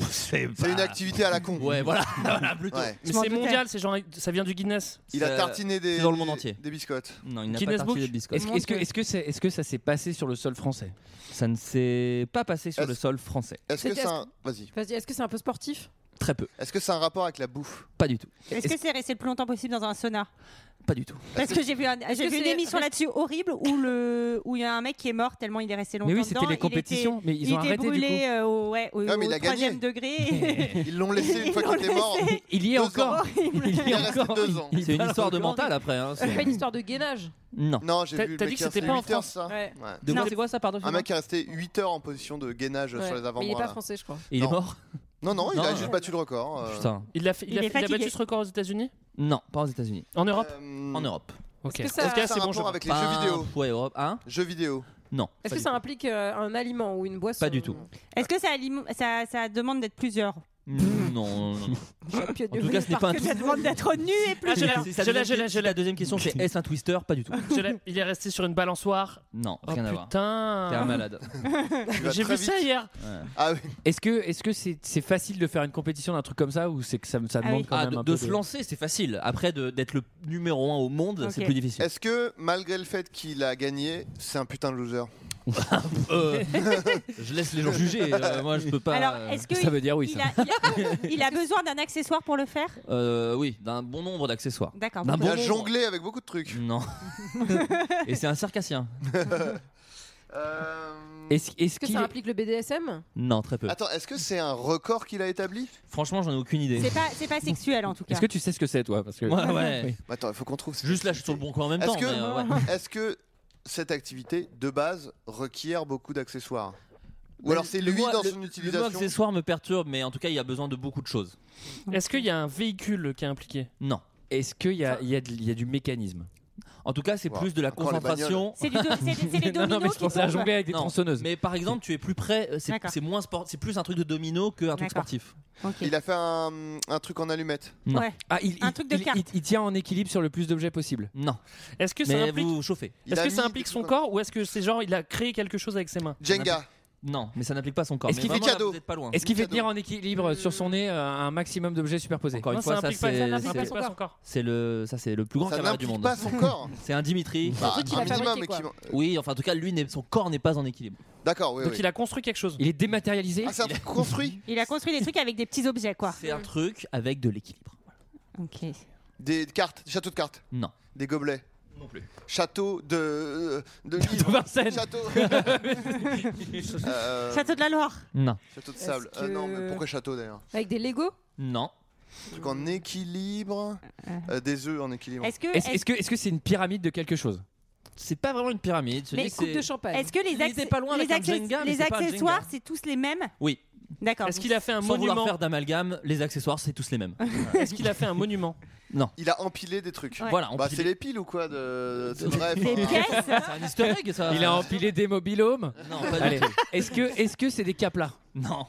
E: C'est
C: c'est
B: Bah.
C: une activité à la con.
E: Ouais,
B: [laughs]
E: voilà, [laughs] voilà plutôt.
C: Ouais.
B: Mais
I: Je m'en
B: c'est
I: doutais.
B: mondial. C'est genre, ça vient du Guinness. Euh,
C: Il a
E: C'est-
C: tartiné des.
E: c'est dans le monde entier.
C: Des biscottes.
E: Non, il n'a pas
B: Guinness
E: tartiné
B: Book.
E: de biscottes.
H: Est-ce que, est-ce que, est-ce que c'est- est-ce que ça s'est passé sur le sol français
E: Ça ne s'est pas passé sur
C: Est-ce-
E: le sol français.
C: Est-ce que
J: C'était-
C: c'est un. Vas-y.
J: Vas-y, est-ce que c'est un peu sportif
E: Très peu.
C: Est-ce que c'est un rapport avec la bouffe
E: Pas du tout.
I: Est-ce que c'est resté le plus longtemps possible dans un sauna
E: Pas du tout.
I: Parce que j'ai vu, un- j'ai
J: que
I: vu une
J: c'est-
I: émission là-dessus horrible où le où il y a un mec qui est mort tellement il est resté longtemps.
H: oui, c'était
I: dedans, il
H: les
I: était-
H: compétitions, mais ils
I: il
H: ont
I: était
H: arrêté, du
I: brûlé
H: coup.
I: euh, au, ouais, au,
C: Ouais, mais
I: au
C: il a gagné.
I: troisième
H: [laughs]
I: degré. [laughs]
C: Ils l'ont laissé une fois
I: Ils
C: qu'il était
I: l'ont
C: mort.
I: laissé.
H: Il y est
C: Deux
H: encore.
C: ans.
I: Horrible.
H: Il y
C: Il
H: est
C: est resté
H: encore.
C: deux ans.
H: il- il
E: C'est une
H: parle
E: histoire de
H: encore.
E: mental après. hein,
J: C'est
E: c'est-
J: pas une histoire de gainage.
E: Non.
C: Non, j'ai
B: T'as-
C: vu le
B: t'as
C: mec
B: dit que
C: qui restait
B: c'était pas en
C: 8 heures,
B: France.
C: ça.
J: Ouais.
C: Ouais.
E: De
I: Non,
E: quoi, c'est quoi ça, pardon
C: Un mec qui est resté 8 heures en position de gainage
J: Ouais.
C: sur les
J: Mais il est
C: avant-bras.
J: pas
C: là.
J: français, je crois.
E: Il est
C: Non.
E: mort
C: Non, non, il a
E: Non.
C: juste battu le record. euh.
E: Putain.
B: Il a fait- il
I: Il
B: a
I: est
B: fait- il a
I: fatigué.
B: battu ce record
I: [laughs]
B: aux États-Unis
E: Non, pas aux États-Unis.
B: En Europe
C: Euh,
E: En Europe.
B: Ok.
J: Est-ce que ça-
B: Ok,
C: Est-ce que
B: c'est
C: ça a un
B: bon. je
C: rapport
B: vois.
C: avec les jeux
E: Ben,
C: vidéo
E: Ouais, Europe. Hein
C: Jeux vidéo.
E: Non.
J: Est-ce
E: pas
J: que
E: du
J: ça
E: tout.
J: implique euh, un aliment ou une boisson
E: Pas du tout.
I: Est-ce que ça, alime- ça, ça demande d'être plusieurs
E: Non, non, non. En tout cas, ce n'est pas un
I: Que ça demande d'être nu
H: [laughs]
I: et plus.
B: Ah, je l'ai,
E: Si
B: je l'ai, je l'ai, je
E: La deuxième question, c'est est-ce un twister Pas du tout.
B: Je l'ai. Il est resté sur
I: [laughs]
B: une balançoire.
E: Non,
B: Oh
E: rien à voir. T'es un
B: putain.
H: [laughs]
E: malade.
C: Tu vas
B: J'ai
C: très
B: vu ça
C: vite.
B: hier.
C: Ah oui.
H: Est-ce que est-ce que c'est c'est facile de faire une compétition d'un truc comme ça ou c'est que ça, ça
I: Ah
H: demande
I: oui.
H: quand
E: Ah,
H: même
E: de,
H: un
E: de
H: peu
E: se lancer, c'est facile. Après, de- d'être le numéro un au monde, c'est
I: Ok.
E: plus difficile.
C: Est-ce que malgré le fait qu'il a gagné, c'est un putain de loser
E: [laughs]
J: [laughs]
E: Euh, je laisse les gens juger. euh, moi, je peux pas.
I: Alors, est-ce
H: Ça
I: qu'il
H: veut dire oui.
I: il
H: ça.
I: a, il a- [laughs] il a besoin d'un accessoire pour le faire
E: Euh, oui, d'un bon nombre d'accessoires.
I: D'accord.
E: D'un
C: Il a
E: Bon.
C: jonglé avec beaucoup de trucs. Hmm.
E: Non. Et c'est un circassien.
C: Euh,
H: Est-ce est-ce
J: Est-ce que
H: qu'il
J: ça implique le BDSM
E: Non, très peu.
C: Attends, est-ce que c'est un record qu'il a établi
E: Franchement, j'en ai aucune idée.
I: C'est pas, c'est pas sexuel en tout cas.
H: est-ce que tu sais ce que c'est toi parce que
E: Ouais, ouais.
H: Oui.
C: Attends, il faut qu'on trouve. cette
E: Juste là, je suis sur le bon coin en même
C: Est-ce
E: temps.
C: que-
E: mais, euh, ouais.
C: [laughs] Est-ce que cette activité de base requiert beaucoup d'accessoires Ou alors c'est
E: Le
C: lui
E: mot-
C: dans
E: le-
C: son
E: Le mot
C: utilisation
E: accessoire me perturbe, mais en tout cas, il y a besoin de beaucoup de choses.
B: Est-ce qu'il y a un
E: [laughs]
B: véhicule qui est impliqué
E: Non.
H: Est-ce qu'il y a il y a de- il y a du mécanisme
E: En tout cas, c'est
C: Wow.
E: plus de la
C: Encore les
E: concentration.
I: C'est du do- c'est- c'est les
H: [laughs] Non,
I: dominos
H: non, mais je
I: qui
H: pensais à
I: tombent.
H: jongler avec des
E: Non,
H: tronçonneuses.
E: Mais par exemple, tu es plus près. euh, C'est
I: D'accord.
E: c'est moins sport. C'est plus un truc de domino qu'un truc
I: D'accord.
E: sportif.
I: Ok.
C: Il a fait un, un truc en allumette.
E: Non.
I: Ouais.
H: Ah, il,
I: Un
H: il-
I: truc de
H: il-
I: carte.
H: il- il tient en équilibre sur le plus d'objets possible.
E: Non.
B: Est-ce que ça
E: Mais
B: implique
E: vous vous chauffez.
C: Il
B: Est-ce
C: a
B: que
C: mis
B: ça
C: des
B: implique
C: trucs
B: son
C: en-
B: corps ou est-ce que c'est genre il a créé quelque chose avec ses mains
C: Jenga.
E: Non, mais ça n'applique pas son corps.
H: Est-ce
E: Mais
H: qu'il
C: fait
E: vraiment, là,
C: cadeau
E: Vous êtes pas loin.
H: Est-ce qu'il fait
C: Cadeau.
H: tenir en équilibre sur son nez euh, un maximum d'objets superposés
E: Encore une
B: Non,
E: fois,
B: ça
E: ça
B: n'implique pas, ça
E: c'est
B: n'implique pas
E: c'est-
B: son corps.
E: c'est le ça c'est le plus grand
C: Ça
E: camarade du
C: n'implique
E: monde.
C: pas son corps.
E: [laughs] C'est un Dimitri.
C: Bah,
J: truc qu'il
C: un
J: a fabriqué,
C: minimum
J: quoi.
C: équivalent.
E: Oui, enfin en tout cas, lui n'est- son corps n'est pas en équilibre.
C: D'accord, oui,
B: Donc
C: oui.
B: il a construit quelque chose.
H: Il est dématérialisé
C: Ah, c'est un truc construit
I: Il a construit des trucs avec des petits objets quoi.
E: C'est un truc avec de l'équilibre.
I: Ok.
C: Des cartes, des châteaux de cartes,
E: Non.
C: des gobelets.
E: Non plus.
C: Château de. euh, de
H: de
C: livres.
H: Vincennes.
C: Château.
E: [laughs]
C: Euh,
I: Château de la Loire.
E: Non.
C: château de
J: Est-ce
C: sable. Euh, non, mais
J: que-
C: pourquoi château d'ailleurs
J: Avec des Lego
E: Non.
C: Un truc en équilibre. euh, des œufs en équilibre.
I: Est-ce que,
H: Est-ce
I: est-ce-
H: est-ce que est-ce que c'est une pyramide de quelque chose
E: C'est pas vraiment une pyramide. je
I: Mais
E: dis que
J: Coupe
E: c'est-
J: de champagne.
I: est-ce que les,
E: Il
I: acc-
E: était pas loin
I: les,
E: avec un
I: access-
E: Jenga, mais
I: les
E: c'est pas un
I: accessoires,
E: Jenga.
I: c'est tous les mêmes
E: Oui.
I: D'accord.
B: Est-ce qu'il a fait un
E: Sans vouloir
B: monument
E: faire d'amalgame, les accessoires c'est tous
J: [laughs]
E: les mêmes.
B: Est-ce qu'il a fait un monument
C: Il a empilé des trucs.
I: Ouais.
E: Voilà. on
C: Bah,
E: pile-
C: c'est les piles ou quoi de... de- Bref.
I: Des
C: hein.
I: pièces
E: C'est un easter egg ça.
H: Il a empilé des mobilhomes
E: Non, pas du
H: Allez,
E: tout.
H: est-ce que est-ce que c'est des caplas
E: Non.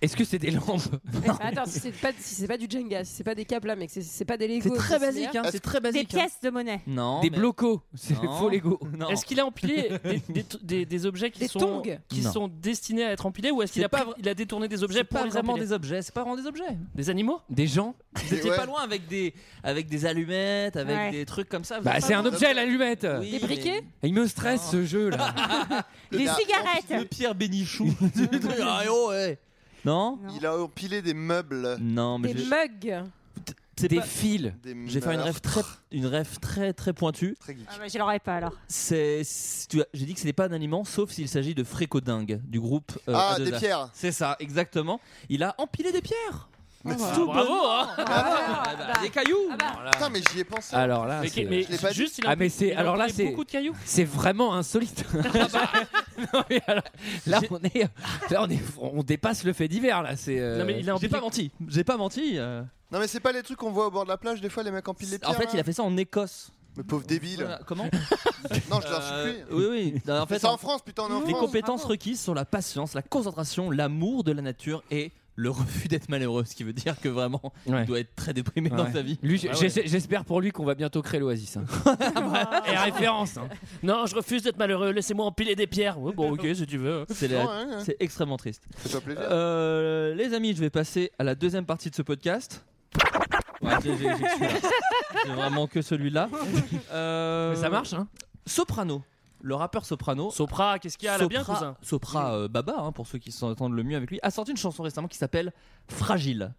H: Est-ce que c'est des lampes
J: Ah, Attends, si c'est pas, si c'est pas du Jenga, si c'est pas des câbles là, mais que c'est- c'est pas des Lego.
H: C'est très
J: c'est
H: basique,
J: similaire.
H: hein, c'est très basique,
I: Des pièces de monnaie.
E: Non.
B: [laughs]
H: Des blocos, c'est
E: Non.
H: faux Lego.
E: [laughs] Non.
B: Est-ce qu'il a [laughs] empilé des, des, des- des objets qui,
E: Des
B: sont,
E: tongs.
B: qui
E: Non.
B: sont destinés à être empilés ou est-ce qu'il
E: C'est
B: a, pas,
E: pas vra-
B: il a détourné des objets pour
E: pas
B: les
E: vraiment
B: empiler
E: des objets, c'est pas vraiment des objets.
B: Des animaux
H: Des gens
E: C'était pas loin avec des, avec des allumettes, avec
H: Ouais.
E: des trucs comme ça. vous
H: Bah,
E: êtes
H: c'est
E: pas
H: un
E: loin.
H: objet l'allumette.
E: Oui, Des briquets
H: Il me stresse ce jeu là.
B: Ah,
C: Le gars-
E: Le Pierre Bénichou. Ah, eh oh, eh. Non
C: Il a empilé des meubles.
E: Non, mais
J: Des
E: je-
J: mugs.
E: C'est
H: Des
E: pas-
H: fils.
C: Des
E: Je vais faire une rêve
C: meurtres.
E: très, une rêve très, très pointue.
I: Ah bah, je l'aurais pas alors.
E: C'est, c'est- tu as- j'ai dit que ce n'est pas un aliment, sauf s'il s'agit de frécodingue du groupe. euh,
C: Ah,
E: A2A.
C: des pierres.
E: C'est ça, exactement. Il a empilé des pierres.
H: Oh,
B: Tout bravo hein.
C: Ah, bah,
E: Des cailloux.
H: bah.
C: Putain, mais j'y ai pensé.
H: Alors là,
B: Mais,
H: c'est-
B: qui- mais
C: Je l'ai pas dit.
B: juste il a
H: ah mais
B: empilé-
H: c'est
B: il a
H: alors là
B: empilé
H: c'est
B: beaucoup de cailloux.
H: c'est
B: [laughs]
H: vraiment insolite. [laughs] Non, mais alors, là on
E: [laughs]
H: est là on est on dépasse le fait divers là c'est. euh,
E: euh, Non, mais il a empilé- J'ai pas menti. J'ai pas menti. euh.
C: Non, mais c'est pas les trucs qu'on voit au bord de la plage, des fois, les mecs empilent les pierres.
E: En fait,
C: là.
E: il a fait ça en Écosse.
C: Mais pauvre débile.
E: Voilà,
C: [laughs]
E: Comment
C: Non, je leur
E: Euh,
C: supplie.
E: Oui, oui. Non, En fait,
C: c'est en France, putain, on est en
E: Les
C: France.
E: compétences requises sont la patience, la concentration, l'amour de la nature et le refus d'être malheureux, ce qui veut dire que vraiment,
H: Ouais.
E: il doit être très déprimé
H: ouais.
E: dans sa vie.
H: Lui,
E: Ah ouais.
H: j'essa- j'espère pour lui qu'on va bientôt créer
B: [laughs]
H: l'Oasis. hein.
B: Et référence. hein. Ah, [laughs] Non, je refuse d'être malheureux. Laissez-moi empiler des pierres. Ouais, bon, ok, si tu veux. Hein,
E: C'est la-
B: Ouais, ouais, ouais.
E: c'est extrêmement triste.
C: Fais-toi plaisir.
E: Euh, les amis, je vais passer à la deuxième partie de ce podcast. Ouais, j'ai- j'ai- j'ai que celui-là. J'ai vraiment que celui-là. Euh,
B: [laughs] Mais ça marche, hein.
E: Soprano. Le rappeur Soprano.
B: Sopra, qu'est-ce qu'il y a Elle a bien,
E: Sopra-
B: cousin
E: Sopra euh, Baba, hein, pour ceux qui s'entendent le mieux avec lui, a sorti une chanson récemment qui s'appelle Fragile.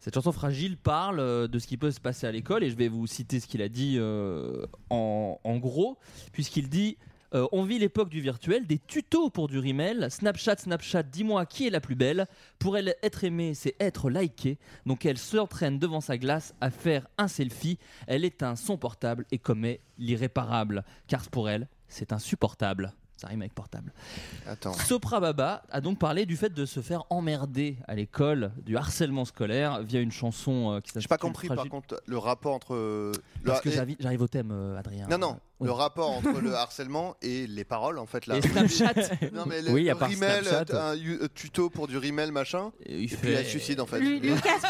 E: Cette chanson Fragile parle euh, de ce qui peut se passer à l'école et je vais vous citer ce qu'il a dit euh, en, en gros, puisqu'il dit euh, On vit l'époque du virtuel, des tutos pour du rimel, Snapchat, Snapchat, dis-moi qui est la plus belle. Pour elle, être aimée, c'est être likée. Donc elle s'entraîne devant sa glace à faire un selfie. Elle éteint son portable et commet l'irréparable, car pour elle, c'est insupportable. Ça rime avec portable.
C: Attends.
E: Sopra Baba a donc parlé du fait de se faire emmerder à l'école, du harcèlement scolaire via une chanson euh, qui s'appelle.
C: J'ai pas compris, par contre, le rapport entre. euh, le-
E: Parce que
C: et-
E: j'arrive j'arrive au thème, euh, Adrien.
C: Non, non,
E: Oui.
C: le rapport entre le harcèlement et les paroles, en fait, là.
E: Et Snapchat.
C: [laughs] Non, mais le,
H: Oui,
C: le
H: à part
C: rimel,
H: Snapchat.
C: un yu- euh, tuto pour du rimel, machin.
E: Et, il
C: puis
E: fait-
C: la suicide, en fait. [laughs]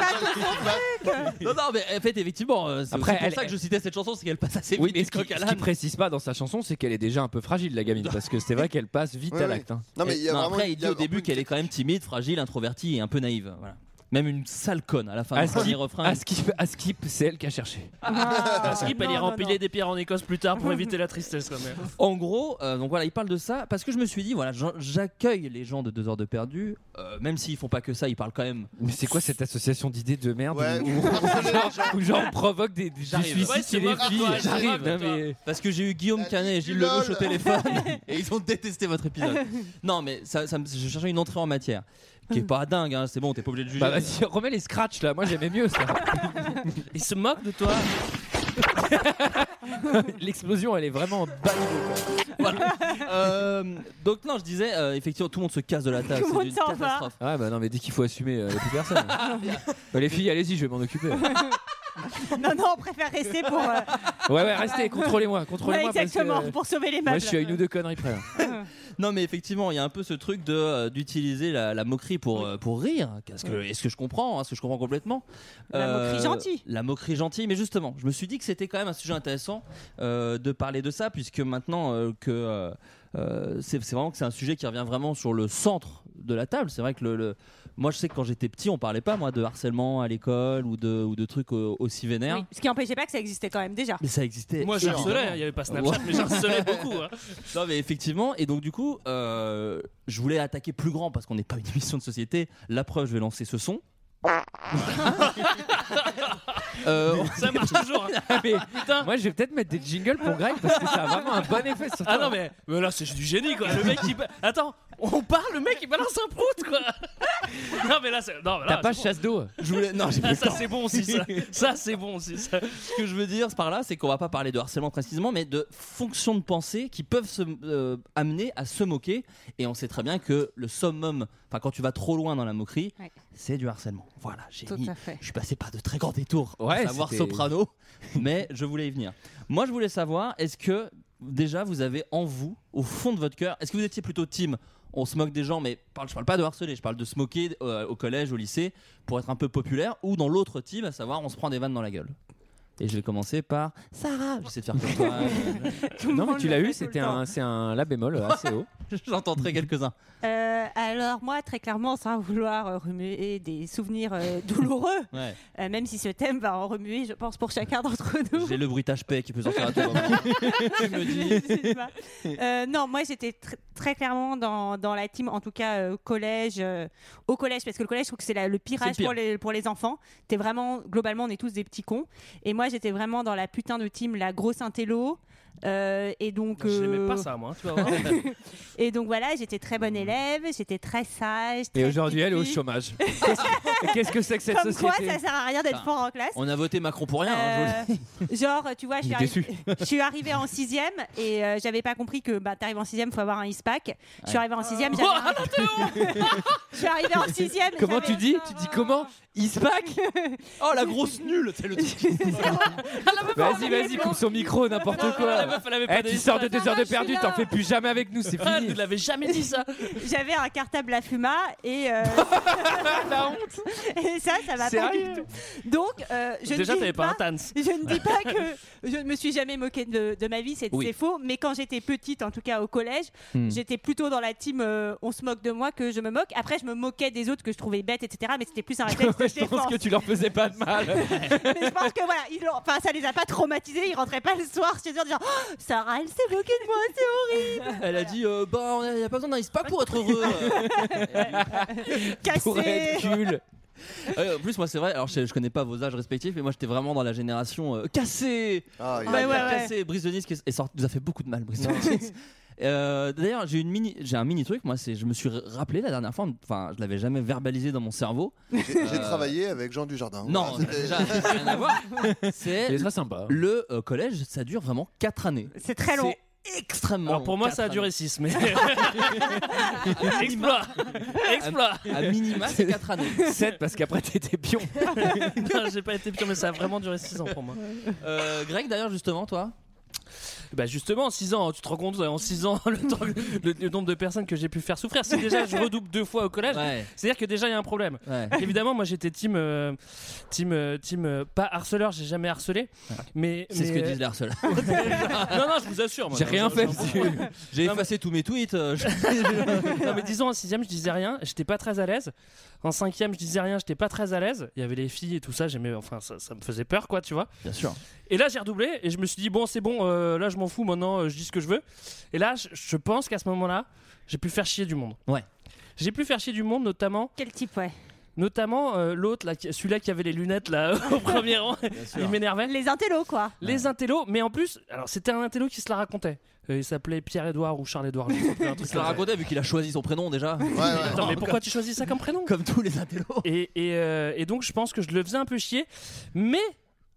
E: Non, non, mais en fait, effectivement, euh, c'est
H: Après,
E: aussi pour
H: elle-
E: ça que je citais cette chanson, c'est qu'elle passe assez
H: Oui,
E: vite
H: mais
E: des
H: ce qui-
E: coques à
H: ce qu'il
E: l'âne.
H: précise pas dans sa chanson, c'est qu'elle est déjà un peu fragile, la gamine, parce que c'est vrai qu'elle passe vite
C: Ouais,
H: à
C: ouais.
H: l'acte. hein.
C: Non, mais il y a
E: Et- non,
C: vraiment-
E: après,
C: il
E: il
C: y
E: dit
C: a
E: au
C: vraiment
E: début
C: une
E: qu'elle est quand même timide, fragile, introvertie et un peu naïve. Voilà. Même une sale conne à la fin
H: À
E: du premier
H: skip,
E: refrain.
H: à skip, à skip, c'est elle qui a cherché.
B: Ah, Skip, elle
I: non,
B: ira
I: non,
B: empiler des pierres en Écosse plus tard pour éviter la tristesse quand même.
E: En gros, euh, donc voilà, il parle de ça parce que je me suis dit, voilà, j'en- j'accueille les gens de 2 heures de perdu, euh, même s'ils font pas que ça, ils parlent quand même.
H: Mais c'est quoi cette association d'idées de merde
C: Ouais,
H: où,
C: harceler les gens.
H: où- où genre on provoque des, des
E: J'arrive.
H: suicides
B: Ouais,
H: chez
B: c'est
H: les
B: moche,
H: filles
B: toi, c'est
H: J'arrive.
B: moche,
H: Non,
B: toi.
H: mais-
E: Parce que j'ai eu Guillaume
C: La
E: Canet et
C: vie
E: Gilles
C: du
E: Lelouch au
C: lol.
E: téléphone et ils ont détesté votre épisode. non, mais ça, ça me- je cherchais une entrée en matière qui est pas dingue, hein, c'est bon, t'es pas obligé de juger.
H: Bah vas-y, remets les scratchs là. Moi j'aimais mieux [laughs] ça.
B: Il se moque de toi.
H: [laughs] L'explosion, elle est vraiment balancée.
E: [laughs] Voilà. Euh, donc, non, je disais, euh, effectivement, tout le monde se casse de la table,
I: Tout le monde
E: c'est une
I: s'en va.
E: catastrophe.
H: Ah bah non, mais dès qu'il faut assumer, euh, y a plus
E: [laughs]
H: personne. Bah, les filles, allez-y, je vais m'en occuper.
I: [laughs] Non, non, on préfère rester pour. euh,
H: Ouais, ouais, restez, contrôlez-moi,
I: ouais,
H: contrôlez-moi. parce que,
I: exactement,
H: euh,
I: pour sauver les meubles. Ah.
H: Moi je suis à une ou deux conneries près. hein. là.
E: [laughs] Non mais effectivement, il y a un peu ce truc de euh, d'utiliser la, la moquerie pour euh, pour rire. Est-ce que est-ce que je comprends hein, Est-ce que je comprends complètement Euh,
I: La moquerie gentille.
E: La moquerie gentille. Mais justement, je me suis dit que c'était quand même un sujet intéressant euh, de parler de ça, puisque maintenant euh, que euh, euh, c'est c'est vraiment que c'est un sujet qui revient vraiment sur le centre de la table. C'est vrai que le, le- moi je sais que quand j'étais petit, on parlait pas moi de harcèlement à l'école ou de ou de trucs euh, aussi vénères.
I: Oui, Ce qui empêchait pas que ça existait quand même déjà.
E: Mais ça existait.
B: Moi
E: évidemment.
B: j'harcelais, hein, il y avait pas Snapchat, mais
E: [laughs]
B: j'harcelais beaucoup. hein.
E: Non mais effectivement, et donc du coup, euh, je voulais attaquer plus grand parce qu'on n'est pas une émission de société. La preuve, je vais lancer ce
B: [laughs]
E: son. Euh,
B: Oh, Ça
H: [laughs]
B: marche toujours. hein.
H: Mais
B: Putain.
H: moi je vais peut-être mettre des jingles pour Greg parce que ça a vraiment un bon effet sur toi.
B: Ah non mais, mais là c'est du génie quoi. Le mec il ba- attends, on parle, le mec il balance un prout quoi. [laughs] Non mais là c'est non mais là,
H: T'as pas
B: c'est
H: chasse d'eau.
E: je voulais... Non, j'ai
B: bon.
E: plus
B: Ah, ça
E: le temps.
B: c'est bon aussi
E: [laughs]
B: ça. Ça c'est bon aussi ça.
E: Ce que je veux dire par là, c'est qu'on va pas parler de harcèlement précisément, mais de fonctions de pensée qui peuvent se euh, amener à se moquer. Et on sait très bien que le summum, enfin quand tu vas trop loin dans la moquerie,
I: Ouais.
E: c'est du harcèlement. Voilà, j'ai
I: Tout
E: mis-
I: à fait.
E: Je suis passé par Ah, de très grands détours,
H: Ouais,
E: à savoir
H: c'était- [laughs]
E: Soprano, mais je voulais y venir. Moi, je voulais savoir, est-ce que déjà vous avez en vous, au fond de votre cœur, est-ce que vous étiez plutôt team on se moque des gens, mais parle, je parle pas de harceler, je parle de se moquer euh, au collège, au lycée, pour être un peu populaire, ou dans l'autre team, à savoir on se prend des vannes dans la gueule. Et je vais commencer par [laughs] Sarah. J'essaie de faire comme toi.
H: non, mais tu l'as eu, c'était un, c'est un la [laughs] bémol assez haut.
E: J'entendrai quelques-uns.
I: Euh, alors moi, très clairement, sans vouloir euh, remuer des souvenirs euh, douloureux,
E: Ouais.
I: euh, même si ce thème va en remuer, je pense, pour chacun d'entre nous.
E: J'ai le bruitage paix qui peut sortir à tout moment.
I: [laughs]
E: tu me dis.
I: Euh, non, moi j'étais tr- très clairement dans, dans la team, en tout cas euh, collège, euh, au collège, parce que le collège, je trouve que c'est la- le pire
J: C'est le
I: âge
J: pire.
I: pour les, pour les enfants. T'es vraiment, globalement, on est tous des petits cons. Et moi j'étais vraiment dans la putain de team, la grosse intello. euh, et donc.
B: Je n'aimais
I: euh,
B: pas ça, moi. hein, tu
E: [laughs]
B: vas voir.
I: et donc voilà, j'étais très bonne élève, j'étais très sage.
H: Et aujourd'hui, elle est au [laughs] chômage. Qu'est-ce que c'est que cette
I: Comme quoi,
H: société
I: ça sert à rien d'être
E: Putain.
I: fort en classe.
E: On a voté Macron pour rien. hein, je vous le dis.
I: Euh, genre, tu vois, je suis,
E: Il est
I: arri-
E: déçu.
I: [laughs] je suis arrivée en sixième et euh, j'avais pas compris que bah, t'arrives en sixième, faut avoir un ISPAC. Je suis
H: Ouais.
I: arrivée en sixième,
E: Oh,
I: j'avais.
E: [laughs]
I: un- Euh, [laughs]
E: Ah,
I: je suis arrivée en sixième.
H: Comment
I: j'avais-
H: tu dis Tu dis comment
I: [laughs]
H: Ispac
E: Oh la grosse nulle, c'est le truc. Ah,
H: Vas-y, vas-y, coupe son micro, n'importe quoi.
B: meuf, elle avait
H: Eh,
B: pas
H: tu
B: dit
H: sors
B: ça.
H: de deux heures de
I: je suis
H: perdu,
I: là.
H: t'en fais plus jamais avec nous, c'est
B: Ah,
H: fini.
B: vous l'avez jamais dit ça.
I: [laughs] J'avais un cartable à fuma et.
B: [laughs]
I: euh, [laughs] et ça, ça va pas du
B: Sérieux
I: tout. Donc, euh, je
B: Déjà,
I: ne dis
B: t'avais pas
I: pas.
B: un TANS.
I: je ne dis pas
H: [laughs]
I: que je ne me suis jamais moquée de, de ma vie, c'est
B: Oui.
I: c'est faux, mais quand j'étais petite, en tout cas au collège,
H: Hmm.
I: j'étais plutôt dans la team euh, on se moque de moi que je me moque. Après, je me moquais des autres que je trouvais bêtes, etc. Mais c'était plus un réflexe de
H: Je pense
I: défense.
H: que tu leur faisais pas de mal.
I: [laughs] Mais je pense que voilà, ils l'ont- enfin, ça les a pas traumatisés, ils rentraient pas le soir chez eux en disant Oh, Sarah, elle s'est moquée de moi, c'est horrible
E: [laughs] Elle a dit euh, bah on a, y a pas besoin d'un ISPAC pour être heureux.
H: Pour
I: [laughs]
H: être
I: Cassé
H: cul.
E: Ouais, Euh, en plus moi c'est vrai, alors je, je connais pas vos âges respectifs, mais moi j'étais vraiment dans la génération euh, cassée.
C: Ah, il
I: Ouais, ouais, ouais.
E: cassée. Brice de Nice qui est- est sorti- nous a fait beaucoup de mal. [laughs] Brice de Nice. Euh, D'ailleurs j'ai une mini, j'ai un mini truc. Moi c'est, je me suis rappelé la dernière fois. Enfin je l'avais jamais verbalisé dans mon cerveau.
C: [laughs] J'ai j'ai
E: Euh,
C: travaillé avec Jean Dujardin.
E: Non,
C: Voilà, c'était-
E: déjà rien à voir.
H: Il
E: [laughs]
H: est
E: C'est
H: très sympa. hein.
E: le euh, collège, ça dure vraiment 4 années.
I: C'est très long.
E: C'est extrêmement.
B: Alors pour moi,
E: long,
B: ça a
E: quatre
B: duré
E: années.
B: 6,
E: [laughs]
B: mais. [laughs] Exploit Exploit
E: Ah, À minima c'est
B: [laughs]
E: 4
H: [laughs]
E: années.
H: 7 parce qu'après t'étais pion.
B: Non, j'ai pas été pire, mais ça a vraiment duré 6 ans pour moi.
E: Euh, Greg d'ailleurs justement toi.
B: Bah justement, en 6 ans, tu te rends compte, en 6 ans, [laughs] le, temps- le- le nombre de personnes que j'ai pu faire souffrir. Si déjà je redouble deux fois au collège,
E: Ouais.
B: c'est-à-dire que déjà il y a un problème.
E: Ouais.
B: Évidemment, moi j'étais team, euh, team, euh, team, euh, pas harceleur, j'ai jamais harcelé. Mais
E: C'est ce que
B: mais, euh,
E: disent les harceleurs.
B: [laughs] Non, non, je vous assure. moi.
H: J'ai rien
B: Je-
H: fait,
B: je-
H: monsieur.
E: J'ai effacé tous mes tweets. euh,
B: [laughs]
E: je-
B: Non, mais disons, en 6 je disais rien, j'étais pas très à l'aise. En 5 je disais rien, j'étais pas très à l'aise. Il y avait les filles et tout ça, j'aimais, enfin, ça, ça me faisait peur, quoi, tu vois.
E: Bien sûr.
B: Et là, j'ai redoublé et je me suis dit, bon, c'est bon, euh, là, je m'en fous, maintenant, euh, je dis ce que je veux. Et là, je, je pense qu'à ce moment-là, j'ai pu faire chier du monde.
E: Ouais.
B: J'ai pu faire chier du monde, notamment,
I: Quel type, ouais.
B: notamment euh, l'autre, là, qui- celui-là qui avait les lunettes, là, [laughs] au premier rang. Il m'énervait.
I: Les intellos, quoi.
B: Les intellos, mais en plus, alors c'était un intello qui se la racontait. Euh, il s'appelait Pierre-Édouard ou Charles-Édouard. je sais plus, un truc
E: Il se la
B: comme ça.
E: racontait vu qu'il a choisi son prénom déjà.
C: Ouais, ouais.
B: Attends, mais pourquoi tu choisis ça comme prénom
E: Comme tous les intellos.
B: et, et, euh, et donc je pense que je le faisais un peu chier mais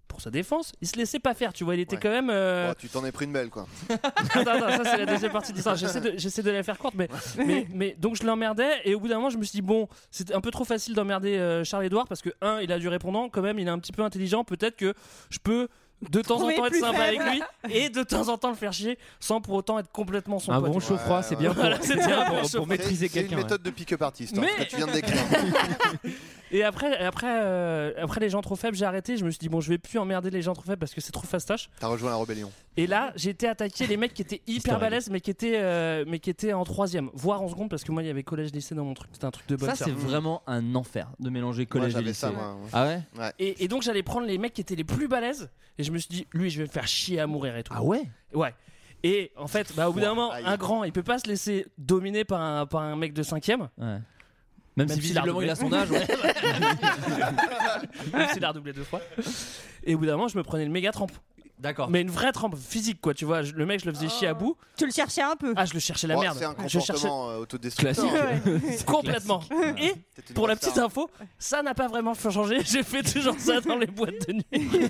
B: pour sa défense il se laissait pas faire tu vois il était
C: Ouais.
B: quand même euh,
C: Oh, tu t'en es pris une belle quoi.
B: [laughs] attends, attends, ça c'est la deuxième partie de l'histoire j'essaie de, j'essaie de la faire courte mais, mais, mais donc je l'emmerdais et au bout d'un moment je me suis dit bon c'était un peu trop facile d'emmerder Charles-Édouard parce que un il a du répondant quand même il est un petit peu intelligent peut-être que je peux de temps en
I: Trouver
B: temps être
I: plus
B: sympa avec
I: faible.
B: lui et de temps en temps le faire chier sans pour autant être complètement son
H: Un
B: pote
H: bon
B: tu vois.
H: chaud froid, c'est bien pour,
B: Voilà, c'était un bon
H: pour-
B: chaud
H: pour
B: froid.
H: maîtriser
C: C'est- C'est
H: quelqu'un.
C: une méthode de pick-up artiste. hein,
B: Mais-
C: ce que tu viens de décrire.
B: et après après euh, après les gens trop faibles j'ai arrêté je me suis dit bon je vais plus emmerder les gens trop faibles parce que c'est trop fastoche
C: T'as rejoint la rébellion.
B: Et là, j'ai été attaqué les mecs qui étaient hyper
H: Historique.
B: balèzes, mais qui étaient, euh, mais qui étaient en troisième, voire en seconde, parce que moi, il y avait collège lycée dans mon truc. C'était un truc de bonne
E: Ça c'est
B: sœur.
E: vraiment un enfer de mélanger collège
C: moi,
E: et
C: j'avais
E: lycée.
C: ça, moi. hein. ouais.
E: Ah ouais
B: Et, et donc, j'allais prendre les mecs qui étaient les plus balèzes, et je me suis dit, lui, je vais me faire chier à mourir et tout.
E: Ah ouais
B: Ouais. Et en fait, bah, au bout d'un
C: Ouah,
B: moment,
C: aïe.
B: un grand, il peut pas se laisser dominer par un, par un mec de cinquième.
E: Ouais. Même, si
B: s'il a
E: visiblement il a son
B: redoublé.
E: âge, ouais.
B: [laughs] Même s'il a redoublé deux fois. Et au bout d'un moment, je me prenais une méga trempe.
E: D'accord.
B: Mais une vraie trempe physique, quoi. Tu vois, je- le mec, je le faisais chier à bout.
I: Tu le cherchais un peu.
B: Ah, je le cherchais la
C: Oh,
B: merde.
C: Ah. C'est un
B: je cherchais
C: comportement euh, autodestructeur. [laughs]
B: [laughs] complètement. Et
C: T'es une
B: Pour la
C: rockstar.
B: petite info, ça n'a pas vraiment changé. J'ai fait toujours ça dans les boîtes
I: [laughs]
B: de nuit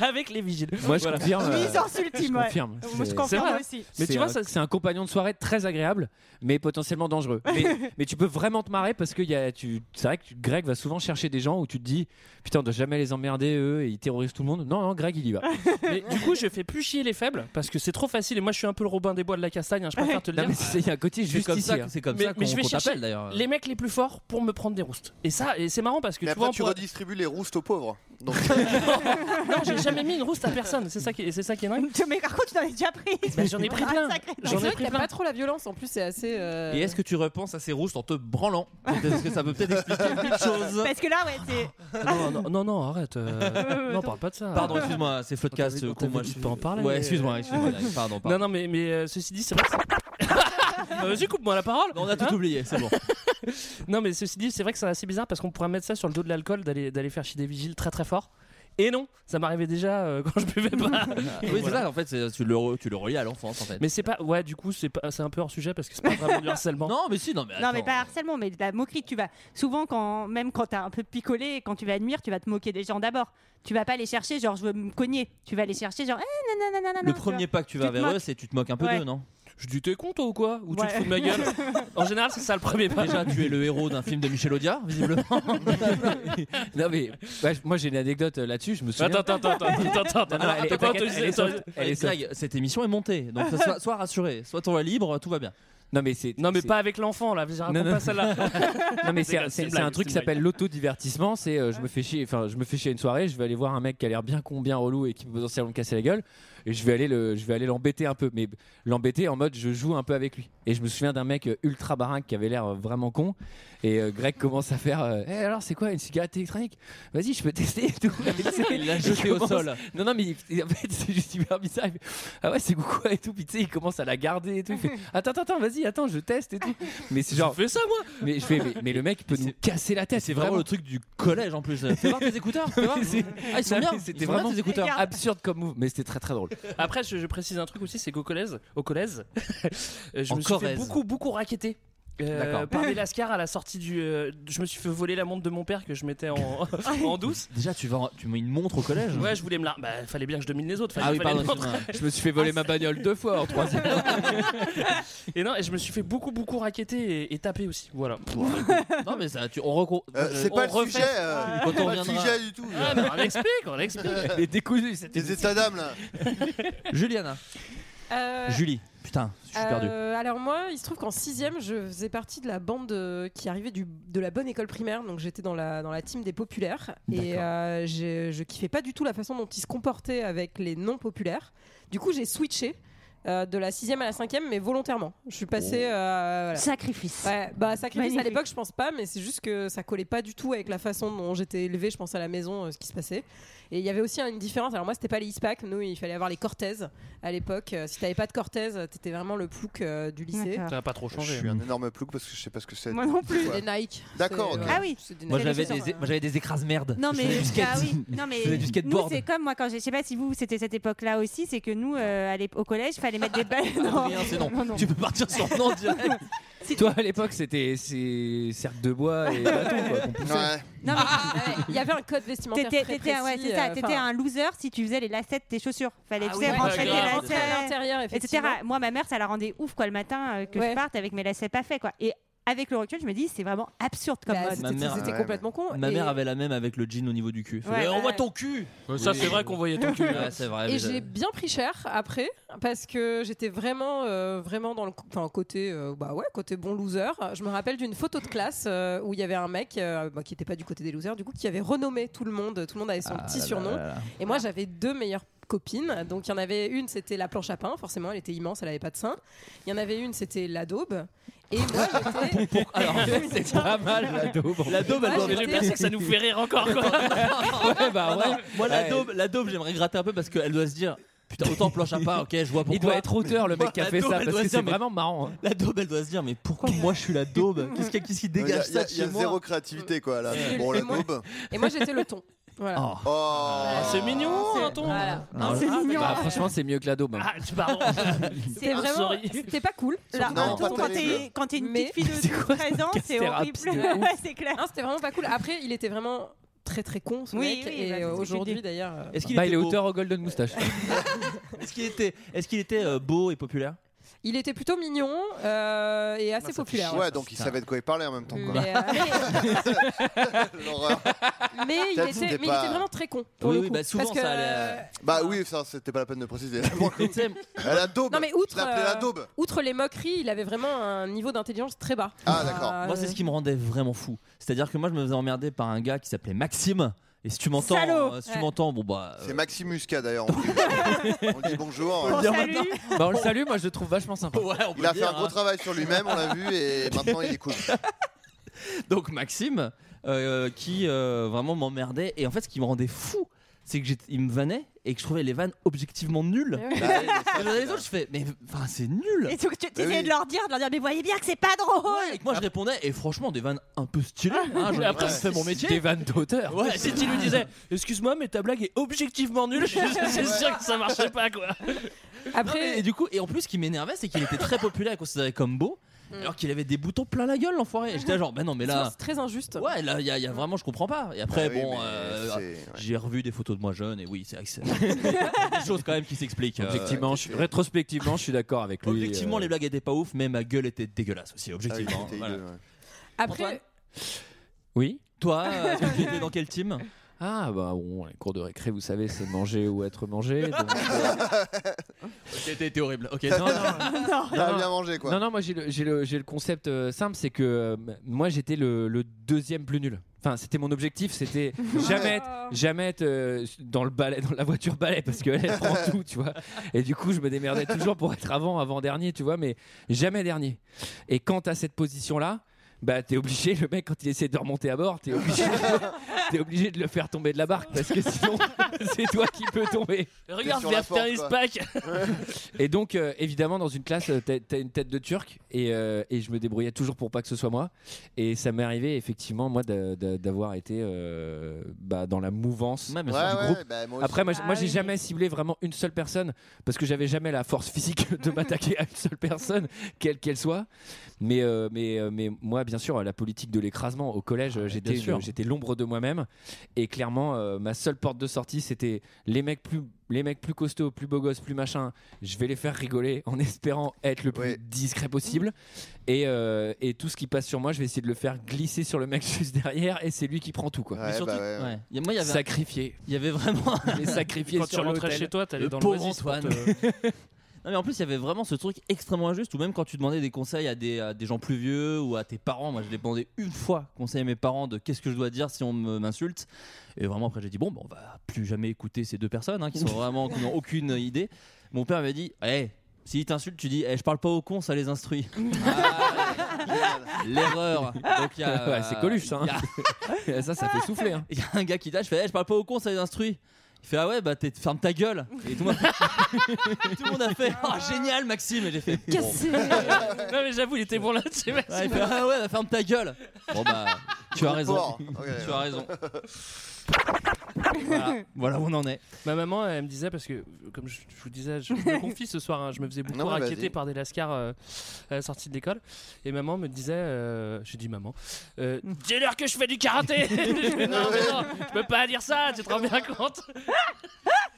B: avec les vigiles.
H: Moi, je
B: Voilà.
H: confirme. euh,
I: Mise en ultime,
H: je
I: ouais.
H: confirme.
I: Moi, je
H: C'est- hein.
B: C'est
I: confirme
B: vrai.
I: aussi.
B: Mais tu
H: C'est
B: vois,
H: un-
B: ça-
H: c'est un compagnon de soirée très agréable, mais potentiellement dangereux.
I: [laughs]
H: Mais, mais tu peux vraiment te marrer parce que y a- tu- c'est vrai que tu- Greg va souvent chercher des gens où tu te dis Putain, on doit jamais les emmerder, eux, et ils terrorisent tout le monde. Non, non, Greg, il y va.
B: Mais du coup, je fais plus chier les faibles [laughs] parce que c'est trop facile et moi je suis un peu le Robin des Bois de la Castagne, hein, je préfère te le
H: Non,
B: dire.
H: mais c'est- il y a un côté
B: C'est comme
H: justicier,
B: ça-
H: hein. C'est comme
B: mais-
H: ça
B: mais je
H: qu'on-
B: vais
H: qu'on
B: chercher
H: t'appelle, d'ailleurs.
B: Les mecs les plus forts pour me prendre des roustes. Et ça, et c'est marrant parce que
C: Mais
B: tu vois,
C: après, tu
B: pour-
C: redistribues les roustes aux pauvres. Donc,
B: [laughs] non, j'ai jamais mis une rouste à personne. C'est ça qui, est- c'est ça qui est dingue.
I: [laughs] Mais par contre, tu en as déjà pris. Ah,
B: Bah, j'en ai pris plein.
J: C'est
B: J'en ai
J: vrai
B: pris
J: qu'il n'y a
B: plein.
J: pas trop la violence, en plus, c'est assez. euh,
E: Et est-ce que tu repenses à ces roustes en te branlant [laughs] Parce que ça peut peut-être expliquer mille [laughs] choses.
I: Parce que là, ouais, c'est.
B: Non, non, non, non, arrête. euh, non, parle pas de ça.
E: Pardon, excuse-moi, c'est Floodcast. euh, con, moi, je peux en
B: parler.
E: Ouais, excuse-moi, excuse-moi. Larry, Pardon, pardon.
B: Non, non, mais, mais euh, ceci dit, c'est vrai que c'est- [laughs] Euh, Vas-y, coupe-moi la parole.
E: on a tout oublié, c'est bon.
B: non, mais ceci dit, c'est vrai que c'est assez bizarre parce qu'on pourrait mettre ça sur le dos de l'alcool, d'aller d'aller faire chier des vigiles très très fort. Et non, ça m'arrivait déjà euh, [laughs] quand je buvais
E: [laughs]
B: pas. Et
E: [laughs] Oui, c'est
B: voilà.
E: ça, en fait, c'est- tu le, re- tu le relis à l'enfance, en fait.
B: Mais c'est pas, ouais, du coup, c'est pas, c'est un peu hors sujet parce que c'est pas vraiment du harcèlement.
E: [laughs] Non, mais si, non, mais.
I: Non, mais pas harcèlement, mais de la moquerie. Tu vas souvent, quand même quand t'as un peu picolé, quand tu vas admirer, tu vas te moquer des gens d'abord. Tu vas pas les chercher, genre je veux me cogner. Tu vas les chercher, genre eh, nanana, nanana,
E: Le
I: tu
E: premier
I: vois.
E: pas que tu vas
I: te
E: vers eux,
I: moques.
E: c'est tu te moques un peu
I: Ouais.
E: d'eux, non
B: Je dis t'es con toi ou quoi Ou
I: Ouais.
B: tu te fous de ma
I: [laughs]
B: gueule En général, c'est ça le premier pas.
E: Déjà, tu es le héros d'un film de Michel Audiard, visiblement.
H: Non, mais bah, je- moi j'ai une anecdote euh, là-dessus, je me souviens.
B: Attends, attends, attends, attends, attends, attends.
H: Non, non, elle est-
B: T'as pas
H: elle est-
B: autorisé-
H: elle est soft,
B: autorisé-
H: elle est soft.
E: Greg, cette émission est montée,
B: [laughs]
E: donc sois, sois rassuré, sois toi libre, tout va bien.
H: Non, mais c'est.
B: Non mais
H: c'est-
B: pas avec l'enfant là, je raconte
H: Non, non.
B: pas celle-là.
H: Non mais
B: C'est
H: c'est
B: une blague,
H: c'est-
B: c'est une
H: c'est un
B: blague,
H: truc qui
B: c'est une blague.
H: s'appelle l'autodivertissement. C'est euh, je me fais chier, enfin je me fais chier à une soirée, je vais aller voir un mec qui a l'air bien con, bien relou et qui peut potentiellement me casser la gueule, et je vais aller le, je vais aller l'embêter un peu, mais l'embêter en mode je joue un peu avec lui. Et je me souviens d'un mec euh, ultra baraque qui avait l'air euh, vraiment con, et euh, Greg commence à faire, euh, Eh, alors c'est quoi une cigarette électronique Vas-y, je peux tester et tout. Et tu sais,
E: [laughs] Il l'a jeté
H: il
E: au sol.
H: Non non mais il- il- en fait [laughs] c'est juste hyper bizarre. Il fait, ah ouais c'est quoi et tout. Puis tu sais il commence à la garder et tout. Il fait, attends attends attends, vas-y attends je teste et tout. Mais c'est genre
B: fais ça moi.
H: mais je fais mais, mais le mec peut nous casser la tête.
E: C'est vraiment le truc du collège en plus. Fais voir tes écouteurs, fais voir.
H: [laughs] C'est-
E: Ah, ils sont
H: Non,
E: bien,
H: mais
E: ils
H: C'était
E: sont bien,
H: vraiment
E: tes écouteurs.
H: absurde comme move, mais c'était très très drôle.
B: Après, je, je précise un truc aussi, c'est qu'au collège, au collège, [laughs] euh, je
H: En
B: me suis fait
H: Corrèze.
B: beaucoup, beaucoup raqueter. euh,
H: D'accord.
E: [laughs]
B: par des lascars à la sortie du. euh, je me suis fait voler la montre de mon père que je mettais en, [laughs] en douce.
E: Déjà, tu vas, tu mets une montre au collège.
B: Ouais, je voulais me la. Bah, fallait bien que je domine les autres. fallait-
E: Ah oui,
B: fallait
E: pardon.
B: me montrer.
E: excuse-moi. Ah,
H: Je me suis fait voler ma bagnole deux fois en trois ans.
B: Et non, et je me suis fait beaucoup, beaucoup raqueter et, et taper aussi. Voilà.
E: [laughs] Non mais ça, tu, on reco-
C: euh,
E: euh,
C: c'est
E: on
C: pas le
E: refait-
C: sujet. euh,
E: [laughs] Quand
C: c'est
E: on
C: pas le
E: reviendra.
C: sujet du tout.
B: Ah, mais on l'explique, on l'explique.
C: [laughs]
H: Les décousus, c'était.
C: Tes états d'âme
I: [laughs]
C: là.
E: Juliana,
J: Euh,
E: Julie, putain, je suis perdu.
J: Euh, alors moi, il se trouve qu'en sixième, je faisais partie de la bande euh, qui arrivait du- de la bonne école primaire, donc j'étais dans la, dans la team des populaires, et
H: D'accord.
J: euh, j'ai- je kiffais pas du tout la façon dont ils se comportaient avec les non populaires. Du coup, j'ai switché euh, de la sixième à la cinquième, mais volontairement. Je suis passée...
E: Oh.
J: euh, voilà.
I: Sacrifice.
E: [laughs]
J: Ouais, bah sacrifice
I: Magnifique.
J: à l'époque, je pense pas, mais c'est juste que ça collait pas du tout avec la façon dont j'étais élevée, je pense à la maison, euh, ce qui se passait. Et il y avait aussi une différence. Alors moi, c'était pas les ISPAC, nous, il fallait avoir les Cortez à l'époque. Euh, si t'avais pas de Cortez, t'étais vraiment le plouc euh, du lycée.
I: D'accord.
B: Ça a pas trop
C: Je
B: changé.
C: suis un énorme plouc parce que je sais pas ce que c'est.
I: Moi non plus.
C: Ouais.
J: Des Nike.
C: D'accord,
J: C'est-
C: ok.
J: ouais,
I: Ah oui.
J: c'est des
E: Moi
J: Nike.
E: j'avais
I: c'est
E: des,
I: sûr,
E: moi, j'avais des écrases merdes.
I: Non
E: Je
I: mais,
E: faisais du skate.
I: ah oui. non, mais
E: faisais du skateboard.
I: nous c'est comme moi quand j'ai- je sais pas si vous c'était cette époque là aussi c'est que nous euh, à l'ép- au collège fallait
E: [laughs]
I: mettre des balles
E: Adrien, c'est non. Tu peux partir sur non direct.
H: [laughs] Toi à l'époque c'était c'est cercle de bois et bâton quoi. qu'on poussait.
C: [laughs] Ouais.
I: Non, mais
J: Ah, Ouais, Il y avait un code vestimentaire
I: t'étais
J: très
I: t'étais un- ouais,
J: précis,
I: c'est ça,
J: euh,
I: t'étais
J: enfin,
I: un loser si tu faisais les lacets de tes chaussures fallait
J: ah
I: tu
J: oui,
I: sais,
J: ouais,
I: rentrer
J: ouais,
I: tes
J: grave.
B: lacets,
J: Rentrer à l'intérieur,
I: etc.
J: effectivement.
I: Moi, ma mère, ça la rendait ouf quoi le matin euh, que
J: Ouais.
I: je parte avec mes lacets pas faits quoi. Et avec le recul, je me dis c'est vraiment absurde comme
J: Bah,
I: mode.
E: Ma
J: C'était
E: mère-
J: c'était
C: ouais,
J: complètement con.
E: Ma
J: Et-
E: mère avait la même avec le jean au niveau du cul. Elle faisait,
I: Ouais,
E: Eh, on
I: ouais,
E: voit
J: [laughs]
I: ouais.
E: ton cul.
B: Ça,
E: Oui.
B: c'est vrai qu'on voyait ton cul.
E: [laughs]
B: hein.
E: Ouais, c'est vrai. mais
J: Et
E: je-
J: j'ai bien pris cher après parce que j'étais vraiment, euh, vraiment dans le co- enfin, côté, euh, bah ouais, côté bon loser. Je me rappelle d'une photo de classe euh, où il y avait un mec euh, bah, qui n'était pas du côté des losers, du coup, qui avait renommé tout le monde. Tout le monde avait son
E: Ah
J: petit
E: là là
J: surnom.
E: là là.
J: Et moi, j'avais deux meilleures copines. Donc, il y en avait une, c'était la planche à pain. Forcément, elle était immense, elle avait pas de sein. Il y en avait une, c'était la daube. Et moi,
E: [laughs]
J: j'étais.
E: Alors en fait,
B: [laughs]
E: c'est pas mal la daube. La daube, elle
J: Ah,
E: doit
J: j'ai
B: Mais le pire, c'est que ça nous fait rire encore quoi.
H: Ouais bah ouais.
E: Moi, la
H: Ouais.
E: daube, la daube, j'aimerais gratter un peu parce qu'elle doit se dire Putain, autant planche à pas, ok, je vois pourquoi.
H: Il doit être auteur le mec qui a
E: La
H: fait
E: daube,
H: ça
E: elle
H: parce
E: doit
H: que
E: se dire,
H: c'est
E: mais-
H: vraiment marrant. hein.
E: La daube, elle doit se dire Mais pourquoi moi je suis la
H: [laughs]
E: daube Qu'est-ce qu'il y a- qu'est-ce qui
C: Il y
E: dégage
C: a- il y
E: ça
C: a,
E: de
C: il y a
E: chez moi
C: zéro créativité quoi là. Bon la
J: Et moi-
C: daube.
J: Et moi, j'étais le ton. Voilà.
E: Oh.
C: Oh.
B: Ah, c'est mignon, un ton.
J: Voilà. Ah,
H: Non,
I: c'est
E: Ah,
H: bah,
I: mignon.
H: bah, franchement c'est mieux que la daube. hein.
B: Ah, pardon.
J: C'était
B: Ah,
J: vraiment.
B: sorry.
J: C'était pas cool.
I: Là,
C: Non,
I: un
C: pas
I: ton, quand
C: terrible.
I: t'es quand t'es une
J: Mais-
I: petite fille de 13 ans, c'est
H: thérapie,
I: horrible.
J: [laughs]
H: c'est de ouf.
I: Ouais, c'est clair.
J: Non, c'était vraiment pas cool. Après, il était vraiment très très con ce mec.
I: Oui, oui, bah,
J: et
I: c'est
J: euh,
I: ce que je
J: aujourd'hui
I: dis.
J: d'ailleurs. euh,
E: Est-ce qu'il
H: Bah,
E: était
H: il est
E: beau [laughs]
H: auteur au Golden Moustache. [laughs]
E: Est-ce qu'il était, est-ce qu'il était euh, beau et populaire
J: Il était plutôt mignon euh, et assez populaire.
C: Ouais, donc il savait de quoi il parlait en même temps. quoi.
J: Mais,
H: Ah,
J: euh,
C: L'horreur.
J: mais il,
C: T'as
J: était,
C: dit, t'es
J: mais il
C: pas-
J: était vraiment très con. Pour le coup. Parce que, euh,
C: Bah oui, ça c'était pas la peine de préciser. Pour le coup. Elle a daube.
J: Non mais outre,
C: Je l'appelais la
J: euh,
C: daube.
J: outre les moqueries, il avait vraiment un niveau d'intelligence très bas.
C: Ah,
J: Euh,
E: Moi, c'est ce qui me rendait vraiment fou. C'est-à-dire que moi, je me faisais emmerder par un gars qui s'appelait Maxime. Et si tu m'entends,
J: Salaud
E: euh, si tu
J: Ouais.
E: m'entends, bon bah.
C: C'est Maxime Muscat d'ailleurs. On dit- on dit bonjour.
E: On le dit en même temps.
H: Bah, on le salue, moi je le trouve vachement sympa.
C: hein. Il a fait
I: hein.
C: un gros travail sur lui-même, on l'a vu,
I: [laughs]
C: et maintenant il est cool.
E: Donc Maxime, euh, qui euh, vraiment m'emmerdait, et en fait ce qui me rendait fou, c'est que j'étais- il me vannait et que je trouvais les vannes objectivement nulles.
I: Eh oui. Bah oui,
E: Et dans les autres, je fais, mais enfin c'est nul.
I: Et donc tu tu essayais de leur dire, de leur dire, mais voyez bien que c'est pas drôle.
E: Ah, Et que moi je répondais, et franchement des vannes un peu stylées. hein, je-
B: Et Ah, après,
E: ouais.
B: je fais mon métier.
H: Des vannes d'auteur.
B: Ouais, si tu lui disais, [laughs] excuse-moi, mais ta blague est objectivement nulle, [laughs] je suis sûr que ça marchait pas, quoi.
E: Après, et du coup, et en plus, ce qui m'énervait, c'est qu'il était très populaire et considéré comme beau. Alors qu'il avait des boutons plein la gueule, l'enfoiré. Et J'étais là genre, bah non, mais là.
J: Mm. C'est très injuste.
E: Ouais, là, il y, a- il y a vraiment, je comprends pas. Et après,
J: Bah oui,
E: bon,
J: mais
E: euh,
J: c'est- ouais.
E: j'ai revu des photos de moi jeune, et oui, c'est vrai que c'est. [laughs] des choses quand même qui s'expliquent. euh,
H: Objectivement, je suis- rétrospectivement, je suis
E: [laughs]
H: d'accord avec lui.
E: Objectivement,
H: euh,
E: les blagues étaient pas ouf,
J: Ah
E: mais ma gueule était dégueulasse aussi, objectivement.
H: Ah oui,
E: Voilà.
J: Après,
H: Oui.
E: Toi, euh, est-ce que tu étais dans quel team
H: Ah bah bon, les cours de récré, vous savez, c'est manger ou être mangé. donc, euh,
E: Ok, t'es t'es horrible.
C: [laughs]
E: Ok,
H: non, non.
C: T'as bien mangé quoi.
H: Non, non, moi j'ai le, j'ai le- j'ai le concept euh, simple, c'est que euh, moi j'étais le, le deuxième plus nul. Enfin, c'était mon objectif, c'était jamais être, jamais être euh, dans le balai, dans la voiture balai, parce qu'elle elle prend tout, tu vois. Et du coup, je me démerdais toujours pour être avant, avant dernier, tu vois, mais jamais dernier. Et quant à cette position-là, bah t'es obligé, le mec quand il essaie de remonter à bord, t'es obligé, de- t'es obligé de le faire tomber de la barque, parce que sinon [laughs] c'est toi qui peux tomber.
B: Et Regarde, The After is back. [laughs]
H: [laughs] Et donc, euh, évidemment, dans une classe, euh, t'as t'as une tête de turc et, euh, et je me débrouillais toujours pour pas que ce soit moi. Et ça m'est arrivé, effectivement, moi, d'a- d'a- d'avoir été euh, bah, dans la mouvance
E: Ouais,
H: du
E: bien sûr. Ouais, ouais,
H: groupe.
E: bah, moi aussi.
H: Après, moi, j-
E: Ah
H: moi, j'ai
E: oui.
H: jamais ciblé vraiment une seule personne parce que j'avais jamais la force physique [laughs] de m'attaquer à une seule personne, quelle qu'elle soit. Mais, euh, mais, euh, mais moi, bien sûr, la politique de l'écrasement au
E: Ah,
H: collège, euh, j'étais
E: bien sûr.
H: une- j'étais l'ombre de moi-même. Et clairement, euh, ma seule porte de sortie, c'était les mecs plus les mecs plus costauds, plus beaux gosses, plus machin. Je vais les faire rigoler en [laughs] espérant être le plus discret possible. Et, euh, et tout ce qui passe sur moi, je vais essayer de le faire glisser sur le mec [laughs] juste derrière. Et c'est lui qui prend tout quoi.
E: Mais surtout- bah ouais. Il y a- moi, il y avait un-
H: sacrifié.
E: Il y avait vraiment.
H: [laughs] Mais sacrifié
B: Quand tu
H: sur
B: rentrais
H: l'autel.
B: chez toi, t'allais
E: Le
B: dans le
E: pauvre
B: Oasis pour
E: Antoine.
B: te-
H: [laughs]
E: Non mais en plus il y avait vraiment ce truc extrêmement injuste ou même quand tu demandais des conseils à des, à des gens plus vieux ou à tes parents, moi je l'ai demandé une fois conseil à mes parents de qu'est-ce que je dois dire si on me- m'insulte et vraiment après j'ai dit bon bah, on va plus jamais écouter ces deux personnes hein, qui sont vraiment qui n'ont aucune idée. Mon père m'avait dit hey, s'ils t'insultent tu dis hey, je parle pas aux cons ça les instruit. Ah, L'erreur. Donc il y a
H: [laughs] Ouais, c'est Coluche, ça, hein.
E: il y
H: [laughs]
E: a-
H: Ça, ça fait souffler. hein.
E: Il y a un gars qui lâche, je fais, Eh, je parle pas aux cons, ça les instruit. Il fait, ah ouais, bah t'es- ferme ta gueule. Et tout le monde, tout le monde a fait, [laughs] ah génial Maxime. Et j'ai fait, Bon.
B: Non, mais j'avoue, il était bon là-dessus, merci.
E: Ouais, il fait, ah ouais, bah, ferme ta gueule. Bon bah, tu as raison.
B: Fort.
E: Tu
C: [laughs]
E: as raison.
B: Voilà.
E: Voilà où on en est.
B: Ma maman, elle me disait, parce que, comme je, je vous disais, je, je
E: [laughs]
B: me confie ce soir, hein, je me faisais beaucoup
C: Non, mais vas-y.
B: inquiéter par des lascars euh, à la sortie de l'école. Et maman me disait, euh, j'ai dit maman,
E: [laughs]
B: euh, dis-leur que je fais du karaté Je fais, Non, mais non, je peux pas dire ça, tu te rends bien
E: [laughs]
B: compte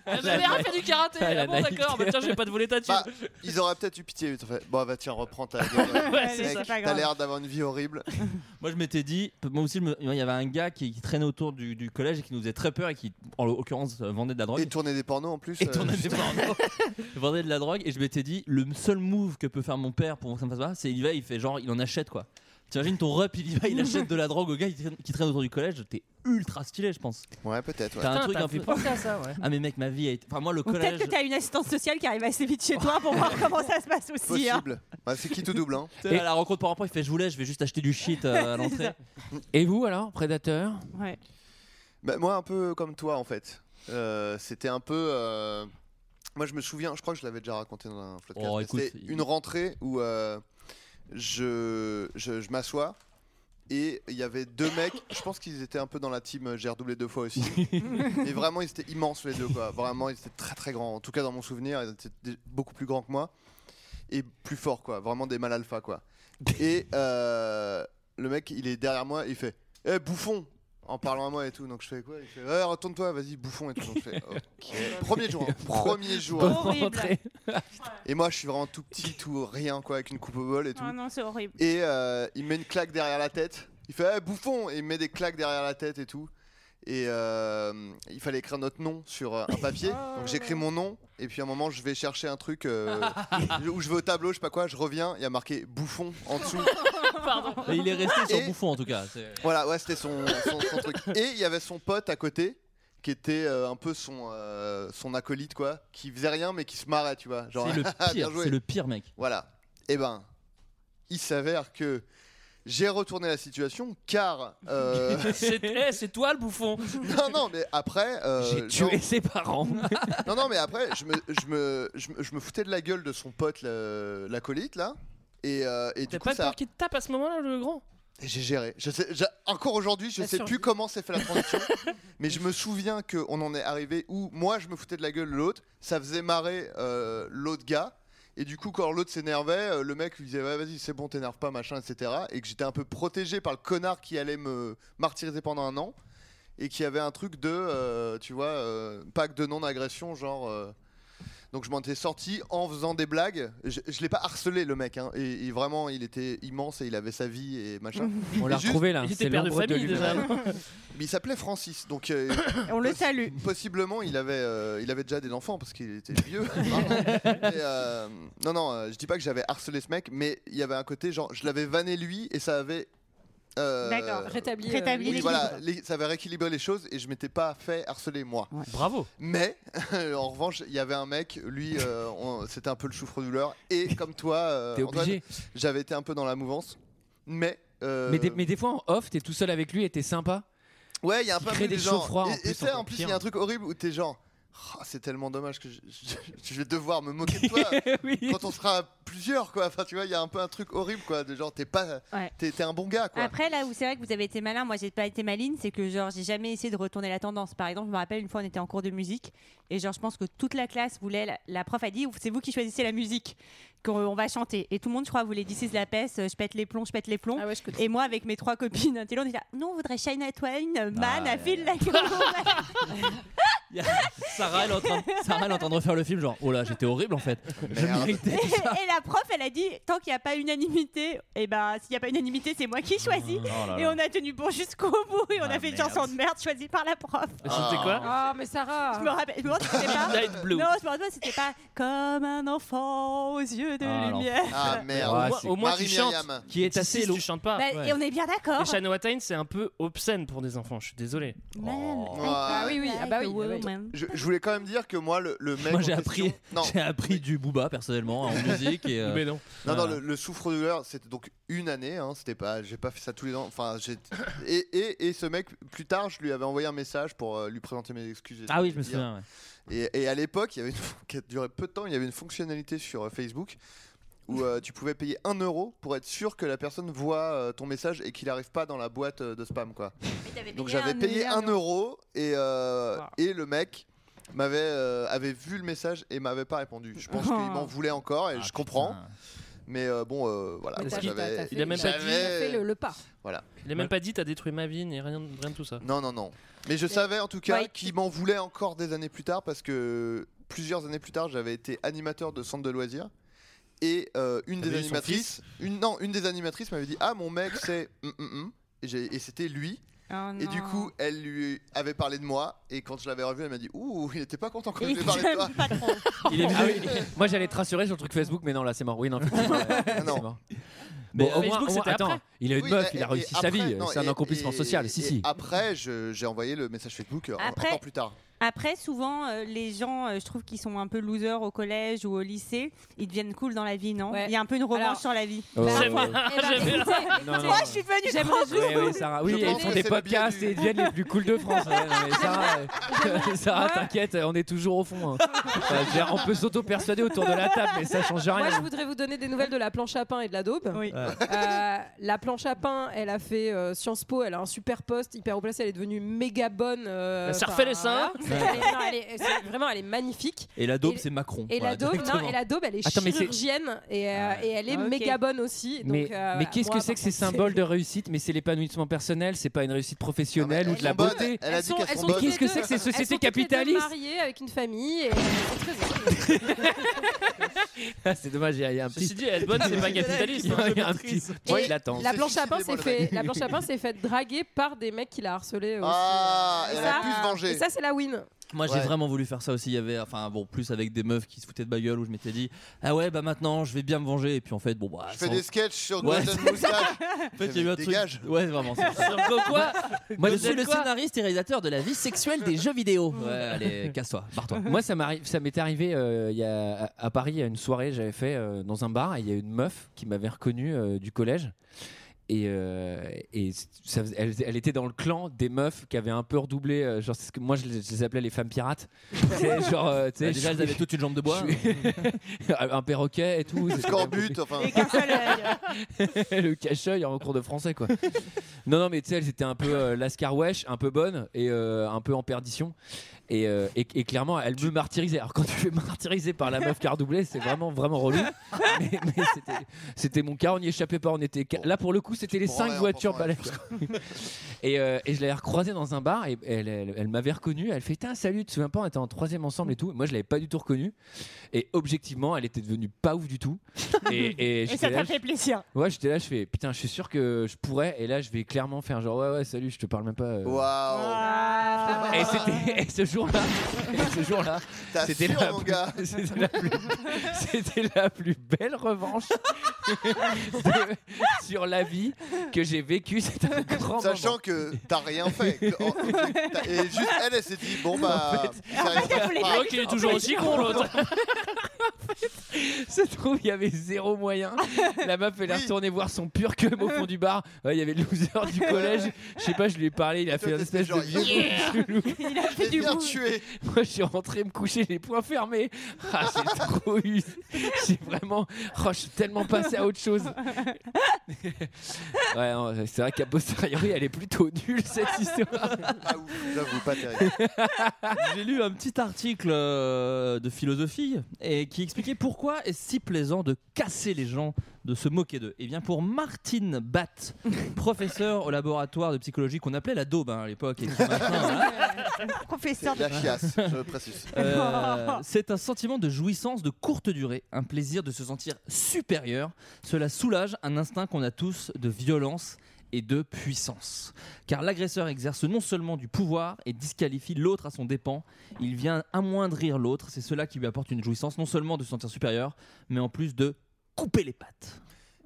B: Elle m'a bien fait du karaté
C: Ah, la
B: Ah bon,
C: naïveté.
B: d'accord, bah tiens, je vais pas te voler ta thune
C: Bah, ils auraient peut-être eu pitié. ils auraient fait, bon, bah tiens, reprends ta gueule.
B: Ouais, c'est
C: Mec,
B: ça, pas
C: T'as
B: grave.
C: l'air d'avoir une vie horrible.
E: Moi je m'étais dit, moi aussi je me- il y avait un gars qui, qui traînait autour du, du collège et qui nous faisait très peur et qui en l'occurrence euh, vendait de la drogue.
C: Et tourner des pornos en plus.
E: Et
C: euh, [laughs]
E: tournait des pornos. vendait de la drogue et je m'étais dit le seul move que peut faire mon père pour que ça me fasse pas, c'est il va il fait genre il en achète quoi. T'imagines ton rep il y va il achète de la drogue au gars qui traîne, qui traîne autour du collège t'es ultra stylé je pense.
C: Ouais peut-être.
E: T'as un
I: Putain,
E: truc
I: t'as
E: un
I: fait
E: peu
I: penser à ça, ouais.
E: Ah mais mec ma vie a été... enfin moi le
I: Ou
E: collège.
I: peut-être que t'as hein. une assistante sociale qui arrive assez vite chez toi pour
E: [laughs]
I: voir comment ça se passe aussi. hein.
C: Possible. Bah, c'est qui tout double hein.
E: Tu sais, à la rencontre par rapport il fait je voulais je vais juste acheter du
I: [laughs]
E: shit euh, à l'entrée.
H: Et vous alors, prédateur
C: Bah, moi, un peu comme toi, en fait. Euh, c'était un peu. euh, Moi, je me souviens, je crois que je l'avais déjà raconté dans un podcast.
E: Oh,
C: mais
E: écoute,
C: c'était
E: il-
C: une rentrée où euh, je, je, je m'assois et il y avait deux mecs. Je pense qu'ils étaient un peu dans la team. euh, J'ai redoublé deux fois aussi. Mais vraiment, ils étaient immenses les deux, quoi. Vraiment, ils étaient très très grands. En tout cas, dans mon souvenir, ils étaient dé- beaucoup plus grands que moi et plus forts, quoi. Vraiment des mal alpha, quoi. Et euh, le mec, il est derrière moi, il fait. Eh bouffon en parlant à moi et tout. Donc je fais quoi Il fait ouais, retourne-toi, vas-y, bouffon et tout. Donc, je fais, ok. Premier jour, hein, premier jour.
I: Horrible. Entrée.
C: Et moi, je suis vraiment tout petit, tout rien, quoi, avec une coupe au bol et tout.
I: Oh non, c'est horrible.
C: Et euh, il met une claque derrière la tête. Il fait Eh, bouffon et il met des claques derrière la tête et tout. Et euh, il fallait écrire notre nom sur euh, un
I: [laughs]
C: papier. Donc j'écris mon nom et puis à un moment je vais chercher un truc
I: [laughs]
C: euh, où je vais au tableau, je sais pas quoi, je reviens, il y a marqué bouffon en
I: [laughs]
C: dessous.
E: [laughs] Et il est resté sur
C: Et-
E: Bouffon en tout cas. c'est-
C: Voilà, ouais, c'était son, son- son truc. Et il y avait son pote à côté qui était euh, un peu son, euh, son acolyte, quoi, qui faisait rien mais qui se marrait, tu vois. Genre,
E: C'est le
C: ah,
E: pire,
C: [laughs] bien joué.
E: c'est le pire mec.
C: Voilà. Et ben, il s'avère que j'ai retourné la situation car.
E: [laughs]
C: euh,
B: [laughs] C'est eh, c'est toi le bouffon
C: [laughs] Non, non, mais après. euh,
H: J'ai tué ses parents.
C: [laughs] non, non, mais après, je me, je, me, je, me, je me foutais de la gueule de son pote, le- l'acolyte, là. Et, euh, et du
B: T'as
C: coup,
B: pas
C: ça.
B: peur qu'il te tape à ce moment-là, le grand
C: Et J'ai géré. Je sais- j'ai- encore aujourd'hui, je
B: La
C: sais
B: survie.
C: plus comment s'est fait la transition, mais je me souviens qu'on en est arrivé où moi je me foutais de la gueule de l'autre, ça faisait marrer euh, l'autre gars, et du coup quand l'autre s'énervait, euh, le mec lui disait Ouais, vas-y c'est bon t'énerve pas machin etc. Et que j'étais un peu protégé par le connard qui allait me martyriser pendant un an et qui avait un truc de euh, tu vois euh, pacte de non-agression genre. euh, donc je m'en étais sorti en faisant des blagues. Je, je l'ai pas harcelé le mec, hein. et, et vraiment il était immense et il avait sa vie et
H: [laughs]
C: machin.
H: On l'a
C: Et juste-
H: retrouvé, là. Il était C'est père de l'ombre de famille,
B: déjà,
H: lui-même. [laughs]
C: Mais il s'appelait Francis, donc euh,
I: [coughs] On le salue.
C: Possiblement il avait, euh, il avait déjà des enfants parce qu'il était
I: [laughs]
C: vieux. Et, euh, non non, euh, je dis pas que j'avais harcelé ce mec, mais il y avait un côté genre je l'avais vanné lui et ça avait euh,
J: D'accord, rétabli, euh, Rétabli
C: oui,
J: l'équilibre.
C: voilà, les- ça avait rééquilibré les choses et je m'étais pas fait harceler moi.
B: Bravo.
C: Mais [laughs] en revanche, il y avait un mec, lui, euh, on- c'était un peu le souffre-douleur. Et comme toi, euh,
H: T'es
C: Antoine,
H: obligé.
C: j'avais été un peu dans la mouvance. Mais. euh,
H: Mais, des, mais des fois en off, t'es tout seul avec lui et t'es sympa.
C: Ouais, il y a un peu un
H: crée
C: truc
H: des
C: du genre-
H: chauds froids.
C: Et-
H: en
C: Et
H: plus,
C: tu sais, en
H: encore
C: plus,
H: pire.
C: il y a un truc horrible où t'es genre. Ah, c'est tellement dommage que je, je- je vais devoir me moquer de toi quand on sera plusieurs quoi. Enfin tu vois, il y a un peu un truc horrible quoi, de genre t'es pas,
I: Ouais.
C: t'es t'es un bon gars quoi.
I: Après, là où c'est vrai que vous avez été malin, moi j'ai pas été maline, c'est que genre j'ai jamais essayé de retourner la tendance. Par exemple, je me rappelle une fois on était en cours de musique et genre je pense que toute la classe voulait, la, la prof a dit c'est vous qui choisissez la musique qu'on on va chanter. Et tout le monde, je crois, voulait This is la peste, euh, je pète les plombs, je pète les plombs. et moi avec mes trois copines, un télo, on était là, non, on voudrait Shania Twain, euh, Man,
E: Ah,
I: I feel like a woman.
E: [laughs] Sarah, elle est en train de, Sarah, elle est en train de refaire le film, genre, oh là, j'étais horrible en fait. Je [laughs] méritais.
I: et la prof, elle a dit tant qu'il n'y a pas unanimité, et ben s'il n'y a pas unanimité, c'est moi qui choisis.
E: Oh là
I: et
E: là.
I: on a tenu bon jusqu'au bout et on
E: Ah,
I: a fait une
E: merde.
I: chanson de merde choisie par la prof.
E: c'était quoi
I: Ah mais Sarah. Je me rappelle. Je me demande si c'était pas.
E: Light Blue.
I: Non, je me demande si c'était pas comme un enfant aux yeux de
B: Ah,
I: lumière.
C: Ah merde.
B: Au moins-
C: c'est-
B: au moins
C: Marie
B: tu chantes.
C: Myriam.
B: Qui est assez lourd. Tu chantes pas.
I: Bah, Et on est bien d'accord.
B: Les Shania Twain, c'est un peu obscène pour des enfants. Je suis désolé.
I: Man, I
C: Ah,
I: feel
J: oui, oui,
I: like
J: ah bah
I: a
J: oui, ah bah oui.
I: woman.
C: Je, je voulais quand même dire que moi le, le mec.
E: Moi
C: en
E: j'ai
C: question-
E: appris,
C: Non.
E: j'ai appris du Booba
C: [laughs]
E: personnellement en musique.
B: [laughs]
E: Et, euh,
B: Mais non.
C: Non, non,
E: voilà.
C: le, le souffre-douleur, c'était donc une année, hein, c'était pas, j'ai pas fait ça tous les ans. Enfin, j'ai- et, et, et ce mec, plus tard, je lui avais envoyé un message pour euh, lui présenter mes excuses. et
E: Ah
C: tout, lui
E: oui, je me
C: dire.
E: souviens. ouais.
C: Et, et à l'époque, il y avait une, [laughs] qui a duré peu de temps, il y avait une fonctionnalité sur euh, Facebook où euh, tu pouvais payer 1 euro pour être sûr que la personne voit euh, ton message et qu'il n'arrive pas dans la boîte euh, de spam, quoi. Donc j'avais payé 1 euro et, euh, et le mec m'avait euh, avait vu le message et m'avait pas répondu. Je pense qu'il
B: [laughs]
C: m'en voulait encore et
B: Ah,
C: je comprends. Mais euh, bon, euh, voilà.
J: Mais t'as-
C: j'avais-
J: t'as fait-
B: Il a même pas
J: t'as fait le,
C: j'avais-
J: le pas.
C: Voilà.
B: Il a même pas dit t'as détruit ma vie ni rien, rien de tout ça.
C: Non, non,
B: [laughs]
C: non. Mais je savais en tout cas
I: Ouais.
C: qu'il m'en voulait encore des années plus tard parce que plusieurs années plus tard, j'avais été animateur de centre de loisirs et euh, une des
B: T'avais eu son
C: animatrices, une, non, une des animatrices m'avait dit ah mon mec c'est [laughs] hum, hum, hum. et, j'ai- et c'était lui.
I: Oh
C: Et du
I: non.
C: coup, elle lui avait parlé de moi et quand je l'avais revu, elle m'a dit ouh, il était pas content quand je
I: Il
C: lui ai parlé de toi.
I: t'aime pas trop.
H: Il est
C: Ah
H: venu- Ah [laughs]
B: [laughs]
H: Moi j'allais te rassurer sur le truc Facebook, mais non, là c'est mort. Oui, [laughs] non, effectivement, euh, c'est
C: Ah non.
H: mort.
E: Mais
H: Bon, au moins-
B: Facebook,
H: au moins-
B: c'était
H: attends,
B: après.
H: il a une
C: Oui,
H: meuf,
C: et-
H: il a
C: et
H: réussi
C: après-
H: sa vie.
C: non,
H: C'est un
C: et-
H: accomplissement
C: et-
H: social, si,
C: et
H: si.
C: Après, je- j'ai envoyé le message Facebook euh,
I: Après-
C: encore plus tard.
I: Après, souvent, euh, les gens, euh, je trouve qu'ils sont un peu losers au collège ou au lycée. Ils deviennent cool dans la vie, non
J: Ouais.
I: Il y a un peu une revanche
J: Alors-
I: sur la vie.
H: Oh.
J: Bah,
B: J'aime bien.
J: eh ben,
B: J'aime bien.
J: écoutez,
H: [laughs] Non, non.
I: Moi, je suis venue
J: J'aimerais juste,
H: Oui, oui, Sarah. Oui,
C: Je
H: et ils
C: pense
H: font
C: que
H: des
C: c'est le biais
H: podcasts
C: du-
H: et ils deviennent les plus cools de France. Ouais, non, mais Sarah, euh, [laughs] Sarah,
J: Moi-
H: t'inquiète, on est toujours au fond. hein. Enfin, je veux dire, on peut s'auto-persuader autour de la table, mais ça change
J: moi, je
H: rien.
J: voudrais vous donner des nouvelles de la planche à pain et de la daube.
I: Oui.
J: Euh, la planche à pain, elle a fait euh, Sciences Po, elle a un super poste, hyper haut placé, elle est devenue méga bonne. euh,
B: Elle s'est
J: enfin,
B: refait les seins.
J: voilà.
I: [laughs]
J: Elle est- non, elle est- c'est- vraiment, elle est magnifique.
E: Et la daube, c'est Macron.
J: Et la
E: Voilà,
J: daube, non,
E: directement.
J: et la daube, elle est
H: bah, Attends, mais c'est-
J: chirurgienne et, euh, et elle est
H: Ah, ok.
J: méga bonne aussi. Donc,
H: mais
J: euh,
H: mais qu'est-ce
J: moi, par
H: que c'est que ces
J: contre, c'est-
H: symboles de réussite Mais c'est l'épanouissement personnel, c'est pas une réussite professionnelle ou de la
J: sont bonnes.
H: beauté.
J: Elles sont- elles sont
H: Mais
J: toutes
H: qu'est-ce
J: les
H: que c'est
J: deux-
H: que ces
J: elles sont
H: sociétés
J: toutes les deux
H: capitalistes
J: mariées avec une famille et
H: [laughs] Ah, C'est dommage, il y a- il y a un petit.
B: Ceci dit, être bonne, c'est pas capitaliste, hein,
H: [laughs] Il y a un petit. point
J: Et
H: de latence.
J: La planche à pain s'est fait, la planche à pain s'est faite draguer par des mecs qui l'a harcelée. Aussi.
C: Ah,
J: Et
C: elle
J: ça-
C: a pu se venger.
J: Et ça, c'est la win.
E: Moi j'ai
C: Ouais.
E: vraiment voulu faire ça aussi. Il y avait, enfin bon, plus avec des meufs qui se foutaient de ma gueule où je m'étais dit ah ouais bah maintenant je vais bien me venger et puis en fait bon bah.
C: Je fais
E: sans-
C: des sketchs sur
E: Ouais.
C: Golden Moustache.
E: [laughs] En fait, il y a eu un truc-
C: Dégage.
E: Ouais vraiment.
C: [laughs]
E: c'est-
B: Sur quoi
E: Moi je
B: Vous
E: suis
B: êtes
E: le
B: quoi
E: scénariste et réalisateur de la vie sexuelle des jeux vidéo.
C: [laughs]
E: Ouais allez casse-toi, barre-toi. [laughs]
H: Moi, ça m'arrive, ça m'est arrivé euh, il y a, à- à Paris, il y a une soirée, j'avais fait euh, dans un bar, et il y a une meuf qui m'avait reconnu euh, du collège. Et, euh, et ça faisait- elle, elle était dans le clan des meufs qui avaient un peu redoublé. euh, genre, c'est ce que moi, je les, je les appelais les
E: [laughs]
H: femmes pirates. C'est genre, euh, tu
E: Bah,
H: sais,
E: déjà
H: je
E: elles
H: suis-
E: avaient toute une jambe de bois.
H: je suis- [laughs] un perroquet et tout. c'était quand même
C: Scorbut,
H: compliqué.
C: enfin.
H: [laughs] le cache-œil en cours de français quoi. non non mais tu sais elle était un peu euh, Lascar Wesh, un peu bonne et euh, un peu en perdition et, euh, et- et clairement elle me martyrisait. Alors quand tu fais martyriser par la meuf car doublée c'est vraiment vraiment relou. mais mais c'était- c'était mon cas on n'y échappait pas on était ca- là pour le coup c'était les
C: prends
H: cinq
C: rien,
H: voitures
C: on prend rien.
H: balèzes. [laughs] et, euh, et je l'avais recroisée dans un bar et elle, elle- elle m'avait reconnu elle fait tiens salut tu te souviens pas on était en troisième ensemble et tout. Moi je l'avais pas du tout reconnue et objectivement elle était devenue pas ouf du tout. Et, et
I: Et
H: j'étais
I: ça
H: là,
I: t'a fait plaisir.
H: Ouais, j'étais là, je fais putain, je suis sûr que je pourrais. Et là, je vais clairement faire genre ouais, ouais, salut, je te parle même pas. euh.
C: Waouh.
I: Ah.
C: Ah.
H: Et c'était [laughs] et ce jour-là, et ce jour-là,
C: T'as
H: c'était
C: sûr,
H: la,
C: mon
H: plus-
C: gars.
H: [laughs] c'était la plus, c'était la plus belle revanche [laughs] de- sur la vie que j'ai vécue. C'était un grand
C: Sachant
H: moment.
C: que t'as rien fait. Que-
I: [laughs]
C: en- t'as- Et juste elle, elle s'est dit bon bah. c'est rien.
I: elle voulait
B: Ah, ok, il est toujours aussi con l'autre.
H: [laughs] Ça se trouve, il y avait zéro moyen. La meuf, elle est
C: Oui.
H: retournée voir son pur cum au fond du bar. Ouais, il y avait le loser du collège. Je sais pas, je lui ai parlé. Il a
C: Toi,
H: fait un
C: t'étais
H: espèce de
C: genre,
H: vieux
C: Yeah
H: chelou.
I: [laughs] Il a fait
C: J'ai
I: du
C: bien
I: bout.
C: tué.
H: Moi, je suis rentré me coucher les poings fermés. Ah, j'ai trop [laughs] eu. J'ai vraiment. Oh, je suis tellement passé à
C: [laughs]
H: autre chose. ouais,
E: hein,
H: non, c'est vrai qu'à posteriori, elle est plutôt nulle cette histoire.
C: Ah, ouf, J'avoue pas terrible.
E: J'ai lu un petit article euh, de philosophie et qui expliquait pourquoi est si plaisant de casser les gens, de se moquer d'eux. Et bien pour Martine
C: [laughs]
E: Batt, professeur au laboratoire de psychologie qu'on appelait la daube hein, à l'époque, et qui maintenant, voilà,
I: Professeur Oh. de
C: La chiasse, je
I: [laughs]
C: précise.
E: euh, c'est un sentiment de jouissance de courte durée, un plaisir de se sentir supérieur. Cela soulage un instinct qu'on a tous de violence et de puissance. Car l'agresseur exerce non seulement du pouvoir et disqualifie l'autre à son dépens, il vient amoindrir l'autre, c'est cela qui lui apporte une jouissance, non seulement de se sentir supérieur, mais en plus de couper les pattes.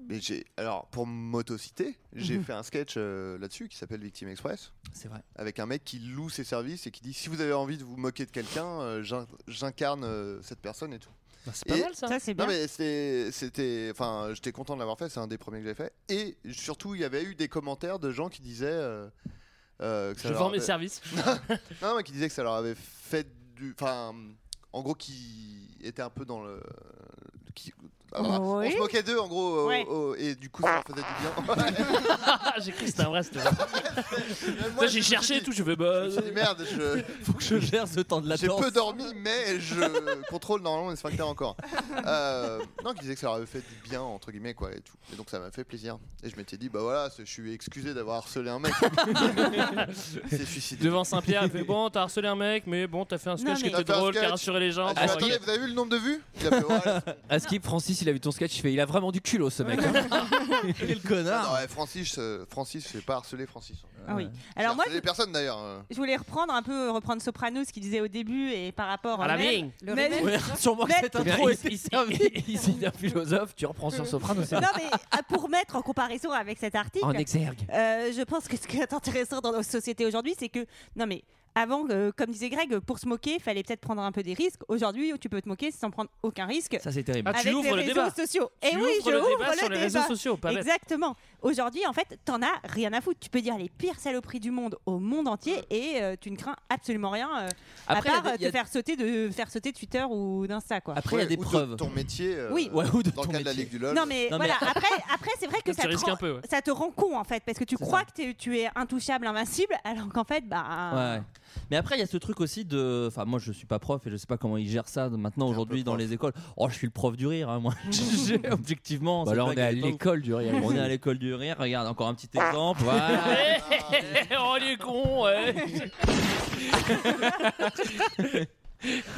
C: Mais j'ai alors pour m'autociter,
B: Mhm.
C: j'ai fait un sketch euh, là-dessus qui s'appelle Victime Express
E: C'est vrai.
C: avec un mec qui loue ses services et qui dit si vous avez envie de vous moquer de quelqu'un, euh, j'in- j'incarne euh, cette personne et tout.
B: Bah, C'est pas
C: Et-
B: mal ça.
I: Ça, c'est
C: Non
I: bien.
C: mais c'était c'était enfin j'étais content de l'avoir fait, c'est un des premiers que j'ai fait et surtout il y avait eu des commentaires de gens qui disaient euh, euh, que ça
B: Je
C: leur
B: vends mes
C: avait-
B: services.
C: [laughs] non, mais qui disait que ça leur avait fait du. Enfin, en gros, qui était un peu dans le. Qui... Ah, voilà.
I: Oui.
C: On se moquait d'eux, en gros, euh,
I: Ouais.
C: euh, et du coup, ça leur faisait du bien.
B: Ah, [laughs] j'ai cru que c'était un vrai. c'était vrai.
C: Même moi, je
B: Ça,
C: me
B: J'ai
C: suis
B: cherché et
C: dit-
B: tout, je vais.
C: Je
B: Bah,
C: me suis dit, merde, je-
B: [laughs]
E: Faut que je gère ce temps de
C: j'ai
E: latence.
C: peu dormi, mais je [laughs] contrôle normalement mes sphincters
B: [laughs]
C: encore. Euh, non, qui disait que ça leur avait fait du bien, entre guillemets, quoi, et tout. Et donc, ça m'a fait plaisir. Et je m'étais dit, bah voilà, c'est- je suis excusé d'avoir harcelé un mec. [laughs]
B: [laughs]
C: c'est suicidé.
B: devant Saint-Pierre, elle fait bon, t'as harcelé un mec, mais bon, t'as fait un sketch
I: Non,
B: qui
I: mais-
C: T'as
B: était
C: fait un
B: drôle, qui a
C: sketch.
B: rassuré les gens.
C: Ah,
B: Bon,
C: tu- attendez,
B: ok.
C: vous avez vu le nombre de vues Il a fait, ouais,
H: À Ah, Skip, Francis, il a vu ton sketch. Il fait Il a vraiment du culot,
C: [laughs]
H: ce mec. hein.
E: Quel
C: Ah
E: connard
C: non, ouais, Francis, euh, Francis, je vais pas harceler Francis. Euh,
I: Ah oui. Alors moi,
C: les personnes d'ailleurs. euh.
I: je voulais reprendre un peu, reprendre Sopranos, ce qu'il disait au début et par rapport
B: À la
I: même-
B: vigne.
J: Le
I: Mais-
J: remake.
E: Ah, Ouais, [laughs] Sûrement que
I: Mais-
E: cette
H: Eh bien,
E: intro
H: il-
E: était
H: il-
E: servie.
H: il- il signe un philosophe, tu reprends sur Soprano. c'est-
I: Mm. Non mais à- pour mettre en comparaison avec cet article,
H: En exergue.
I: euh, je pense que ce qui est intéressant dans nos sociétés aujourd'hui, c'est que non mais avant, euh, comme disait Greg, pour se moquer, il fallait peut-être prendre un peu des risques. Aujourd'hui, tu peux te moquer sans prendre aucun risque
E: Ça, c'est terrible.
B: Ah, tu
I: avec les
B: ouvres le
I: réseaux
B: débat.
I: sociaux.
B: Tu
I: et oui,
B: ouvres
I: je
B: le
I: ouvre
B: débat
I: le
B: sur les
I: débat.
B: réseaux sociaux, pas bête.
I: Exactement. Aujourd'hui, en fait, t'en as rien à foutre. Tu peux dire les pires saloperies du monde au monde entier
B: Mm.
I: et euh, tu ne crains absolument rien. euh,
E: Après, il y
I: à part
E: a des-
I: euh,
E: il y a-
I: te faire sauter de faire sauter de Twitter ou d'Insta quoi.
E: Après, il y a
C: Ouais,
E: des
C: ou de
E: preuves.
C: ton métier. euh,
I: Oui.
E: Ouais, ou de
C: dans
E: ton
C: le cas de la
E: métier.
C: Ligue du LOL.
I: Non mais
E: Non,
C: [laughs]
E: mais-
I: voilà, après, après c'est vrai que
B: Tu
I: ça te,
B: risques
I: rend,
B: un peu, ouais.
I: ça te rend con en fait, parce que tu
E: C'est
I: crois
E: ça.
I: que t'es- tu es intouchable, invincible, alors qu'en fait, bah...
E: Ouais. Mais après, il y a ce truc aussi de. Enfin, moi, je suis pas prof et je sais pas comment ils gèrent ça maintenant aujourd'hui dans les écoles. Oh, je suis le prof du rire, hein,
H: [laughs]
E: moi. J'ai- Objectivement.
H: Bah
E: c'est
H: là, on
E: pas
H: est à
E: que-
H: l'école du rire. Ah.
E: On est à l'école du rire. Regarde, encore un petit exemple. Voilà.
B: [laughs] oh, il est
C: [laughs]
B: con, ouais.
H: [laughs]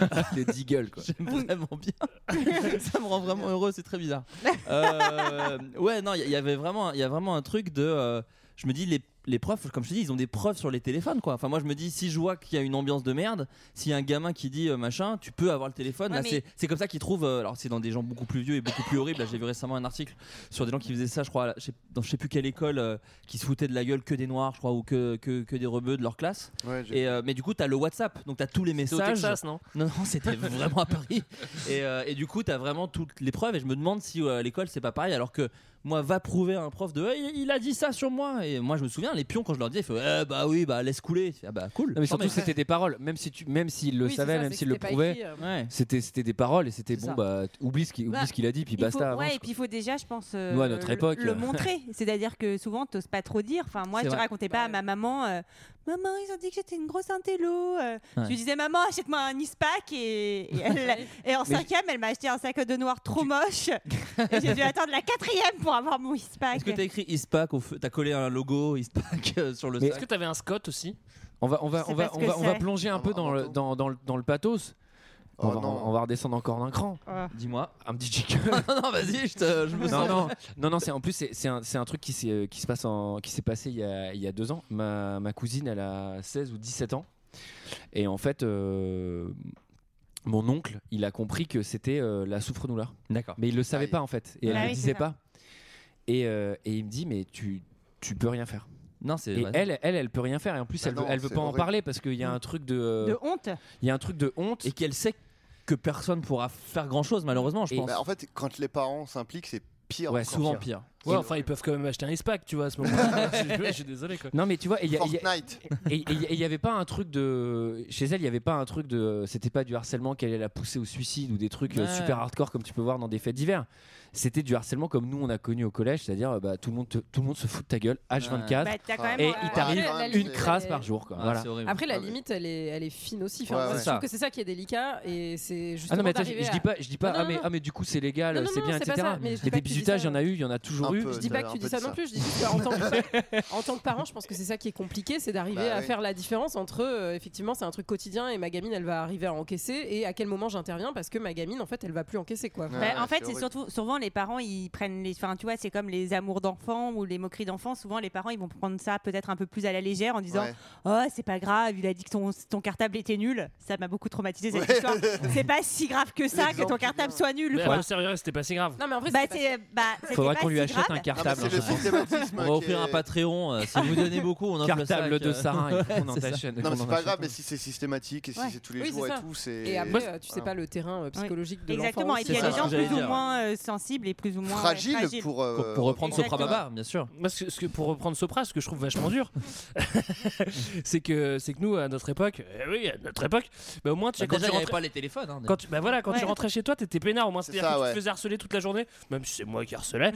H: Ah,
E: Les gueules [laughs] quoi. J'aime vraiment bien. ça me rend vraiment heureux, c'est
K: [laughs]
E: très bizarre. Euh, ouais, non, il y- il y avait vraiment, il y a vraiment un truc de. euh, je me dis les. Les profs, comme je te dis, ils ont des preuves sur les téléphones, quoi. Enfin, moi, je me dis, si je vois qu'il y a une ambiance de merde, s'il y a un gamin qui dit euh, machin, tu peux avoir le téléphone.
K: Ouais,
E: Là,
K: mais-
E: c'est- c'est comme ça qu'ils trouvent. euh, alors, c'est dans des gens beaucoup plus vieux et beaucoup plus horribles. Là, J'ai vu récemment un article sur des gens qui faisaient ça, je crois, à la- je sais- dans je sais plus quelle école, euh, qui se foutaient de la gueule que des noirs, je crois, ou que, que, que des rebeux de leur classe. et, euh, mais du coup, t'as le WhatsApp, donc t'as tous les
B: au
E: messages.
B: Texas, non
E: Non,
B: [laughs]
E: non, c'était [laughs] vraiment à Paris. Et, euh, et du coup, t'as vraiment toutes les preuves. Et je me demande si euh, à l'école, c'est pas pareil. Alors que moi, va prouver à un prof de Eh, il, il a dit ça sur moi. Et moi, je me souviens, les pions, quand je leur disais, ils faisaient, Eh, bah oui, bah laisse couler. Ah, bah cool.
H: Non, mais surtout, c'était des paroles. Même si tu, même s'il le
E: Oui, c'est
H: savait,
E: ça,
H: même
E: c'est
H: s'il
E: que
H: le
E: c'était pas
H: prouvait,
E: écrit, euh. Ouais.
H: c'était c'était des paroles et c'était bon
I: ça.
H: bah t- oublie ce qu'il oublie
I: Bah,
H: ce qu'il a dit puis
I: il faut-
H: basta. avance,
I: ouais, et
H: quoi.
I: puis il faut déjà, je pense, euh,
H: Nous, à notre
I: le-
H: époque,
I: le
H: euh. [laughs]
I: montrer. C'est-à-dire que souvent, t'oses pas trop dire. Enfin, moi,
H: C'est
I: je
H: vrai.
I: racontais pas à ma maman. euh, maman, ils ont dit que j'étais une grosse intello. euh.
H: Ouais.
I: Je lui disais, maman, achète-moi un ispac. Et, et elle- et en
H: Mais-
I: cinquième, elle m'a acheté un sac de noir trop
H: [laughs]
I: moche. et j'ai dû attendre la quatrième pour avoir mon ispac.
E: Est-ce que t'as écrit ISPAC au feu T'as collé un logo ISPAC [laughs] euh, sur le
H: Mais-
E: sac
H: Est-ce que
B: t'avais un Scott aussi
H: On va on va
B: Je sais
H: Bah, on va
B: pas ce
H: on
B: que
H: va, on va
B: c'est.
H: plonger un peu dans le dans, dans le dans le pathos. on, va, on va redescendre encore d'un cran.
E: Dis-moi.
H: Un petit jingle.
E: [laughs] non, non, vas-y, je, te- je me
H: non,
E: sens.
H: non, non, non, c'est en plus c'est c'est un, c'est un truc qui s'est euh, qui se passe en qui s'est passé il y a il y a deux ans. Ma ma cousine elle a 16 ou 17 ans et en fait euh, mon oncle il a compris que c'était euh, la souffre-douleur.
E: D'accord.
H: Mais il le savait pas en fait et elle
E: Ah
H: ne
E: oui,
H: le
E: c'est
H: disait
E: ça.
H: pas. Et euh, et il me dit mais tu tu peux rien faire.
E: Non, c'est
H: Et
E: ouais.
H: elle, Ah elle, elle peut rien faire. Et en plus,
E: Bah
H: elle,
E: non,
H: veut, elle veut
E: c'est
H: pas en
E: horrible.
H: parler parce qu'il y a un truc de, euh,
I: De honte
H: Il y a un truc de honte.
E: Et qu'elle sait que personne pourra faire grand chose, malheureusement, je pense.
C: Bah, en fait, quand les parents s'impliquent, c'est pire. encore.
B: Ouais, enfin, ils peuvent quand même acheter un ISPAC, tu vois, à ce
H: [laughs]
B: moment-là. je, je suis désolé, quoi.
H: Non mais tu vois, et il y a- il y a-
C: Fortnite.
H: [laughs] et- et- et il y avait pas un truc de chez elle, il y avait pas un truc de c'était pas du harcèlement qu'elle allait la pousser au suicide ou des trucs euh,
E: Ouais.
H: super hardcore comme tu peux voir dans des faits divers. C'était du harcèlement comme nous on a connu au collège, c'est-à-dire euh, bah, tout le monde te- tout le monde se fout de ta gueule H24
I: Bah, t'as quand même,
H: et
I: euh,
H: il t'arrive
J: la- la
H: une
J: limite,
H: crasse
J: elle est-
H: par jour quoi.
E: Ah,
H: voilà.
E: c'est horrible.
J: Après, la limite, elle est, elle est fine aussi. Enfin,
H: Ouais,
J: moi,
H: ouais.
J: Je trouve
H: Ça.
J: que c'est ça qui est délicat et c'est justement.
H: Ah non mais attends, je,
J: d'arriver
H: je
J: à-
H: dis pas, je dis pas
J: Non,
H: ah,
J: non,
H: mais,
J: non.
H: ah mais du coup c'est légal,
J: Non, non,
H: c'est
J: non,
H: bien
J: c'est pas
H: etc.
J: ça, mais je dis
H: Et
J: pas
H: des
J: que tu dis
H: bisutages, il
J: ça.
H: y en a eu, il y en a toujours eu.
J: Je dis pas que tu dis ça non plus, je dis juste qu'en tant que- en tant que parent, je pense que c'est ça qui est compliqué, c'est d'arriver
H: Bah
J: à
H: oui.
J: faire la différence entre euh, effectivement c'est un truc quotidien et ma gamine elle va arriver à encaisser et à quel moment j'interviens parce que ma gamine en fait elle va plus encaisser quoi.
I: Bah, en fait, c'est surtout souvent les parents ils prennent les, enfin tu vois, c'est comme les amours d'enfants ou les moqueries d'enfants. Souvent les parents ils vont prendre ça peut-être un peu plus à la légère en disant
J: Ouais.
I: oh c'est pas grave, il a dit que ton, ton cartable était nul. Ça m'a beaucoup traumatisé cette
B: Ouais.
I: histoire. c'est pas si grave que ça que
B: L'exemple
I: ton cartable soit nul.
B: Mais
I: quoi.
B: au sérieux, c'était pas si grave.
I: Non mais en vrai, bah, c'est bah, c'était
H: Faudrait
I: pas
H: qu'on lui
I: si
H: achète
I: grave.
H: un cartable. hein, je pense. [laughs]
E: On va offrir un Patreon. euh, si vous donnez beaucoup, on offre le sac,
H: Cartable de
E: euh. [laughs]
H: Sarah, il faut qu'on en
E: C'est ça.
H: achète.
C: Non, mais
H: qu'on en
C: c'est pas
H: achète
C: grave,
H: un.
C: mais si c'est systématique et si
I: Ouais.
C: c'est tous les
I: Oui,
C: jours
I: c'est
C: et
I: ça.
C: tout, c'est.
J: Et après euh, tu sais
C: Voilà.
J: pas le terrain euh, psychologique de l'enfant.
I: Exactement. Et
J: aussi.
I: puis il y a
C: C'est
I: des
C: ça,
I: gens
C: ce que j'allais
I: plus ou
C: dire.
I: moins euh, sensibles et plus ou moins euh,
C: Fragile
I: fragiles.
C: pour, euh,
E: Pour- pour reprendre Sopra
I: Exactement.
E: Baba, bien sûr.
B: Moi, ce que, ce que- pour reprendre Sopra, ce que je trouve vachement dur, [laughs] c'est que c'est que nous à notre époque, eh oui à notre époque, bah, au moins tu
E: Bah,
B: sais, quand
E: déjà,
B: tu
E: il y avait
B: rentrais-
E: pas les téléphones, hein,
B: quand tu- bah voilà, quand
E: Ouais.
B: tu rentrais chez toi, t'étais peinard au moins.
E: C'est
B: C'est-à-dire
E: ça,
B: que tu
E: ouais.
B: te faisais harceler toute la journée, même
E: [laughs]
B: si c'est moi qui
H: [laughs]
B: harcelais.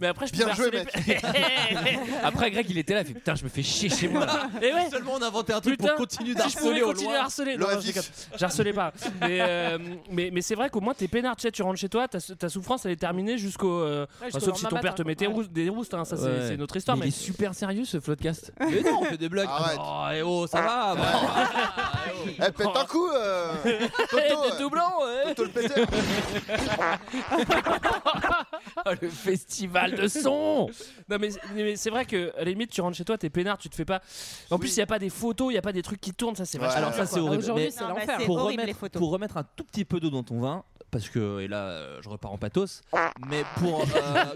B: Mais après, je
H: Bien
B: pouvais
H: joué,
B: harceler-
H: Après, Greg, il était là, il fait putain, je me fais chier chez moi. là.
B: [laughs] Et ouais.
E: Seulement on a inventé un truc
B: Putain,
E: pour continuer
B: si je pouvais
E: d'harceler au
B: continuer
E: loin.
B: à harceler. Non, non, je déconne. J'harcelais pas. Mais, euh, mais, mais c'est vrai qu'au moins t'es peinard, tu sais, tu rentres chez toi, ta, ta souffrance elle est terminée jusqu'au. euh, enfin,
H: Ouais, jusqu'au
B: sauf si ton
H: lendemain
B: père te
H: matin,
B: mettait
H: quoi.
B: roust- des roustes, hein, ça c'est-
H: Ouais.
B: c'est notre histoire.
H: Mais
B: Mais,
H: il est super sérieux ce [laughs] podcast.
B: [laughs]
E: Mais non, on fait des blagues.
C: Arrête.
E: Oh, eh oh, ça va. Oh. bah.
C: [laughs] Eh, pète un coup
E: [laughs]
C: euh, Toto, euh, Toto le péteur
B: Oh, le festival de son Non mais, mais c'est vrai que à la limite tu rentres chez toi, t'es peinard, tu te fais pas. En plus il y a pas des photos, il y a pas des trucs qui tournent, ça c'est vachement.
E: Alors ça
B: dur,
E: c'est
B: quoi.
E: horrible. Mais
I: c'est Non, l'enfer. mais c'est
E: Pour
I: horrible, les
E: remettre
I: photos.
E: pour remettre un tout petit peu d'eau dans ton vin. Parce que, et là, euh, je repars en pathos, mais pour. euh,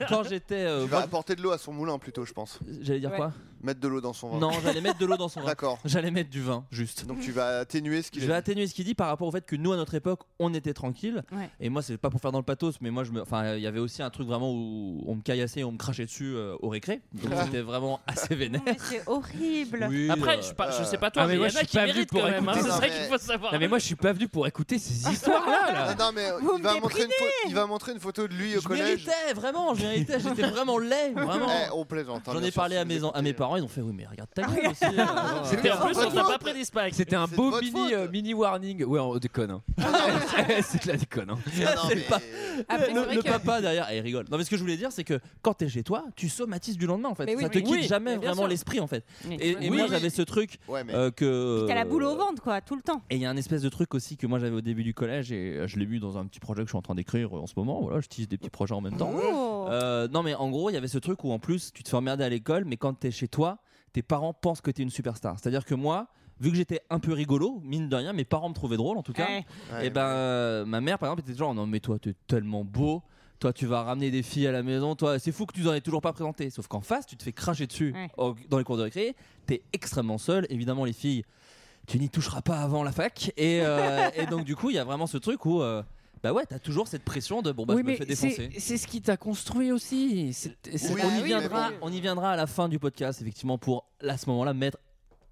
E: quand j'étais. euh,
C: Tu vas apporter de l'eau à son moulin plutôt, je pense.
E: J'allais dire Ouais. quoi
C: Mettre de l'eau dans son vin.
E: Non, j'allais mettre de l'eau dans son vin.
C: D'accord.
E: J'allais mettre du vin, juste.
C: Donc tu vas atténuer ce qu'il
E: Je
C: a
E: vais
C: dit.
E: atténuer ce qu'il dit par rapport au fait que nous, à notre époque, on était tranquille.
I: Ouais.
E: Et moi, c'est pas pour faire dans le pathos, mais moi, je me. Enfin, il y avait aussi un truc vraiment où on me caillassait et on me crachait dessus euh, au récré. Donc
I: Ah.
C: [laughs]
E: c'était vraiment assez vénère.
I: C'est horrible.
E: Oui,
B: Après,
E: euh,
B: je, sais pas- je
E: euh,
B: sais pas toi,
E: Ah, mais
B: mais il y en
E: moi, je
B: a
E: suis
B: qui
E: pas venu
B: méritent
E: pour
B: quand même. hein,
E: écouter
B: c'est
E: ça.
B: ça qu'il faut savoir.
H: [laughs] Non mais moi je suis pas venu pour écouter ces histoires là.
C: Non, non, mais
I: vous
C: il va,
I: me
C: montrer une pho- il va montrer une photo de lui au
E: Je
C: collège.
E: méritais, vraiment, je
C: [laughs]
B: [laughs]
E: méritais, j'étais vraiment laid, vraiment.
C: Eh, on plaisante. hein,
E: J'en
C: bien
E: ai
C: sûr,
E: parlé
C: si
E: à
C: vous
E: mes,
C: écoutez.
E: à mes parents, ils ont fait Oui, mais [laughs] regarde ta gueule aussi.
B: euh,
H: C'était en plus, on t'a pas pris des spikes. C'était un
E: C'est de
H: beau
E: votre
H: mini, euh, mini warning. [laughs] Ouais, on déconne. hein. c'est de la déconne. hein.
E: C'est pas-
H: Après, c'est
E: le
H: vrai
E: le
H: que-
E: papa derrière, eh, il rigole. Non, mais ce que je voulais dire, c'est que quand t'es chez toi, tu somatises du lendemain en fait.
I: Mais oui,
E: Ça te
I: mais-
E: quitte
I: Oui,
E: jamais
I: mais bien
E: vraiment
I: sûr.
E: l'esprit en fait.
I: Oui.
E: Et, et
I: Oui,
E: moi
I: oui.
E: j'avais ce truc euh, que.
I: T'as la boule
H: Euh,
I: au ventre, quoi, tout le temps.
E: Et il y a un espèce de truc aussi que moi j'avais au début du collège et euh, je l'ai vu dans un petit projet que je suis en train d'écrire euh, en ce moment. Voilà, je tease des petits projets en même temps.
I: Oh.
E: Euh, non, mais en gros, il y avait ce truc où en plus tu te fais emmerder à l'école, mais quand t'es chez toi, tes parents pensent que t'es une superstar. C'est-à-dire que moi. Vu que j'étais un peu rigolo, mine de rien, mes parents me trouvaient drôle en tout cas.
I: Ouais.
E: Et ben, euh, ma mère par exemple était genre non mais toi t'es tellement beau, toi tu vas ramener des filles à la maison, toi c'est fou que tu n'en aies toujours pas présenté. Sauf qu'en face tu te fais cracher dessus
I: Ouais.
E: au- dans les cours de récré, t'es extrêmement seul. Évidemment les filles, tu n'y toucheras pas avant la fac. Et, [laughs] euh, et donc du coup il y a vraiment ce truc où euh, bah ouais t'as toujours cette pression de bon bah
H: Oui,
E: je me
H: mais
E: fais
H: c'est
E: défoncer.
H: c'est ce qui t'a construit aussi. C'est- c'est-
E: Oui,
H: Ah
E: on, y
H: oui,
E: viendra,
H: mais bon.
E: on y viendra à la fin du podcast, effectivement, pour à ce moment-là mettre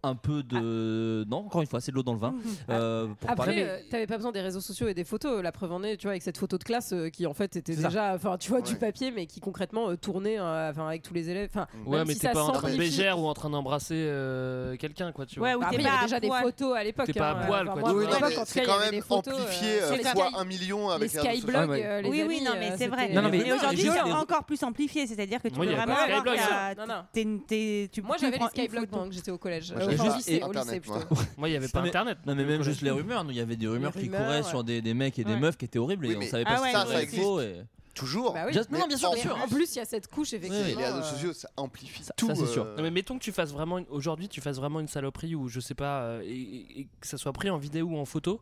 E: un peu de. Non, encore une fois, c'est de l'eau dans le vin. euh, pour
J: Après,
E: parler.
J: euh, t'avais pas besoin des réseaux sociaux et des photos. La preuve en est, tu vois, avec cette photo de classe euh, qui en fait était
E: C'est ça.
J: déjà, enfin, tu vois, du
B: Ouais.
J: papier, mais qui concrètement euh, tournait, euh, enfin, avec tous les élèves. Enfin,
B: Ouais,
J: même
B: mais
J: si
B: t'es
J: ça
B: pas en train de
J: s'amplifie-
B: bégère ou en train d'embrasser euh, quelqu'un, quoi, tu vois.
J: Ouais, ou Bah, t'es après, il y pas avait à déjà des poil. photos à l'époque,
B: T'es pas
J: hein,
B: à euh, poil,
J: enfin,
B: quoi.
J: moi,
B: tu
J: oui,
B: vois.
J: non, mais c'est quand même
C: amplifié, euh, fois un million avec les réseaux sociaux.
I: Skyblog,
C: Ouais, ouais.
I: euh, les Oui, oui, non, mais c'est vrai.
H: Non, non, mais-
I: mais aujourd'hui,
H: juste-
I: c'est encore plus amplifié. C'est-à-dire que tu
H: Moi, il
I: peux
H: y avait
I: vraiment
H: pas de
I: avoir
H: Skyblog,
I: ta-
J: bien sûr. Non, non.
I: t'es une- t'es- tu-
J: Moi,
I: tu
J: j'avais les
I: prends une
J: Skyblog
I: photo.
J: pendant que j'étais au collège. Euh,
E: Moi, j'avais
J: au
E: juste-
J: lycée,
E: et-
J: au lycée,
E: Internet,
J: plutôt.
B: Moi, il y avait pas
E: Mais-
B: Internet.
E: Non, mais même juste les rumeurs. Nous, il y avait des rumeurs qui
J: rumeurs,
E: couraient
J: ouais.
E: sur des, des mecs et des
J: Ouais.
E: meufs qui étaient horribles et
C: Oui,
E: on
C: mais
E: savait pas
C: ça,
E: si
C: ça
E: c'était
C: existe.
E: faux et-
C: Toujours.
J: Bah oui.
E: Just- non, non, bien sûr,
C: Mais
E: bien sûr.
J: En plus, il y a cette couche, effectivement.
C: Les réseaux
J: euh,
C: sociaux, ça amplifie tout.
E: ça, c'est sûr.
C: euh,
B: Non, mais mettons que tu fasses vraiment une- aujourd'hui tu fasses vraiment une saloperie ou je sais pas euh, et, et- et que ça soit pris en vidéo ou en photo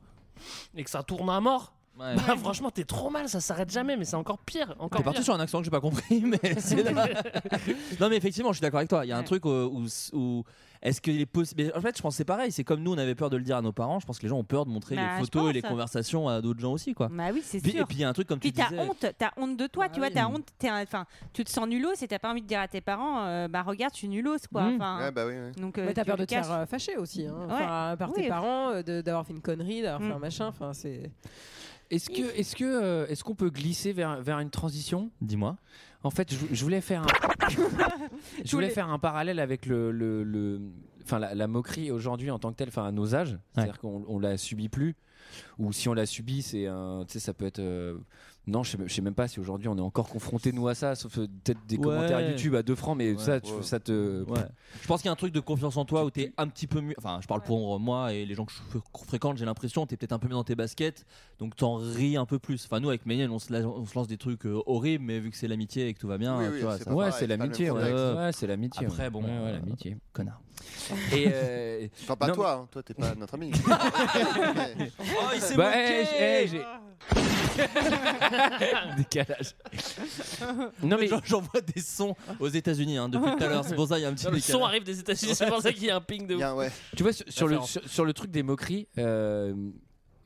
B: et que ça tourne à mort.
E: Ouais.
B: Bah, franchement t'es trop mal ça s'arrête jamais mais c'est encore pire encore
E: T'es parti
B: pire.
E: sur un accent que j'ai pas compris, [laughs] mais
I: [laughs]
E: c'est d'accord. Non, mais effectivement, je suis d'accord avec toi. Il y a un truc euh, où, où- est-ce qu'il est possible. mais En fait, je pense que c'est pareil. C'est comme nous, on avait peur de le dire à nos parents. Je pense que les gens ont peur de montrer
I: Bah,
E: les
I: je
E: photos et les
I: pense.
E: conversations à d'autres gens aussi, quoi.
I: Bah oui, c'est
E: Puis-
I: sûr.
E: Et puis il y a un truc comme
I: Puis
E: tu
I: t'as
E: disais.
I: honte, t'as honte de toi, tu vois, t'as honte, t'es un- enfin, tu te sens nulos et t'as pas envie de dire à tes parents, euh, bah regarde, je suis nulos, quoi. Enfin,
C: Ouais, bah oui, oui.
I: donc,
J: Mais Mmh. t'as peur de te
I: tirer
J: faire euh, fâcher aussi, hein.
I: Ouais.
J: Enfin, par
I: Oui.
J: tes parents, euh, de- d'avoir fait une connerie, d'avoir fait
I: Mm.
J: un machin. Enfin, c'est.
H: Est-ce que est-ce que euh, est-ce qu'on peut glisser vers vers une transition
E: Dis-moi.
H: En fait, je, vou- je voulais
J: [laughs]
H: faire un je voulais
B: les-
H: faire un parallèle avec le le, le- enfin la, la moquerie aujourd'hui en tant que telle, enfin à nos âges, c'est-à-dire qu'on on la subit plus ou si on la subit, c'est un tu sais ça peut être euh, non, je sais, je sais même pas si aujourd'hui on est encore confronté nous à ça, sauf euh, peut-être des
E: Ouais.
H: commentaires YouTube à 2 francs, mais
E: Ouais.
H: ça tu-
E: Ouais.
H: ça te
E: Ouais. Je pense qu'il y a un truc de confiance en toi où t'es un petit peu mieux. Enfin, je parle pour moi et les gens que je fr- fréquente, j'ai l'impression t'es peut-être un peu mieux dans tes baskets, donc t'en ris un peu plus. Enfin, nous avec Méniel, on se, la- on se lance des trucs euh, horribles, mais vu que c'est l'amitié et que tout va bien,
H: Oui,
E: tu
H: oui,
E: vois,
H: c'est
E: ça
H: pas
E: va.
H: pareil, c'est pas le même contexte. Ouais, c'est l'amitié,
E: Après,
H: ouais.
E: bon,
H: Ouais, ouais,
E: euh,
H: l'amitié.
E: connard.
H: Et euh,
C: [laughs] Enfin, pas
H: non,
C: toi, hein. toi, t'es pas notre
E: [laughs]
C: ami. [laughs]
E: Oh, il s'est
H: Bah,
E: moqué
H: eh, j'ai- eh, j'ai- Décalage. Non mais
E: Genre, j'envoie des sons aux États-Unis
B: [laughs]
E: hein, depuis tout à l'heure. C'est pour ça il y a un petit.
B: Non, le son
E: décalage.
B: arrive des États-Unis c'est pour ça qu'il y a un ping de ouf.
H: Tu vois, sur, sur le,
B: Référence.
H: sur, sur le truc des moqueries, euh,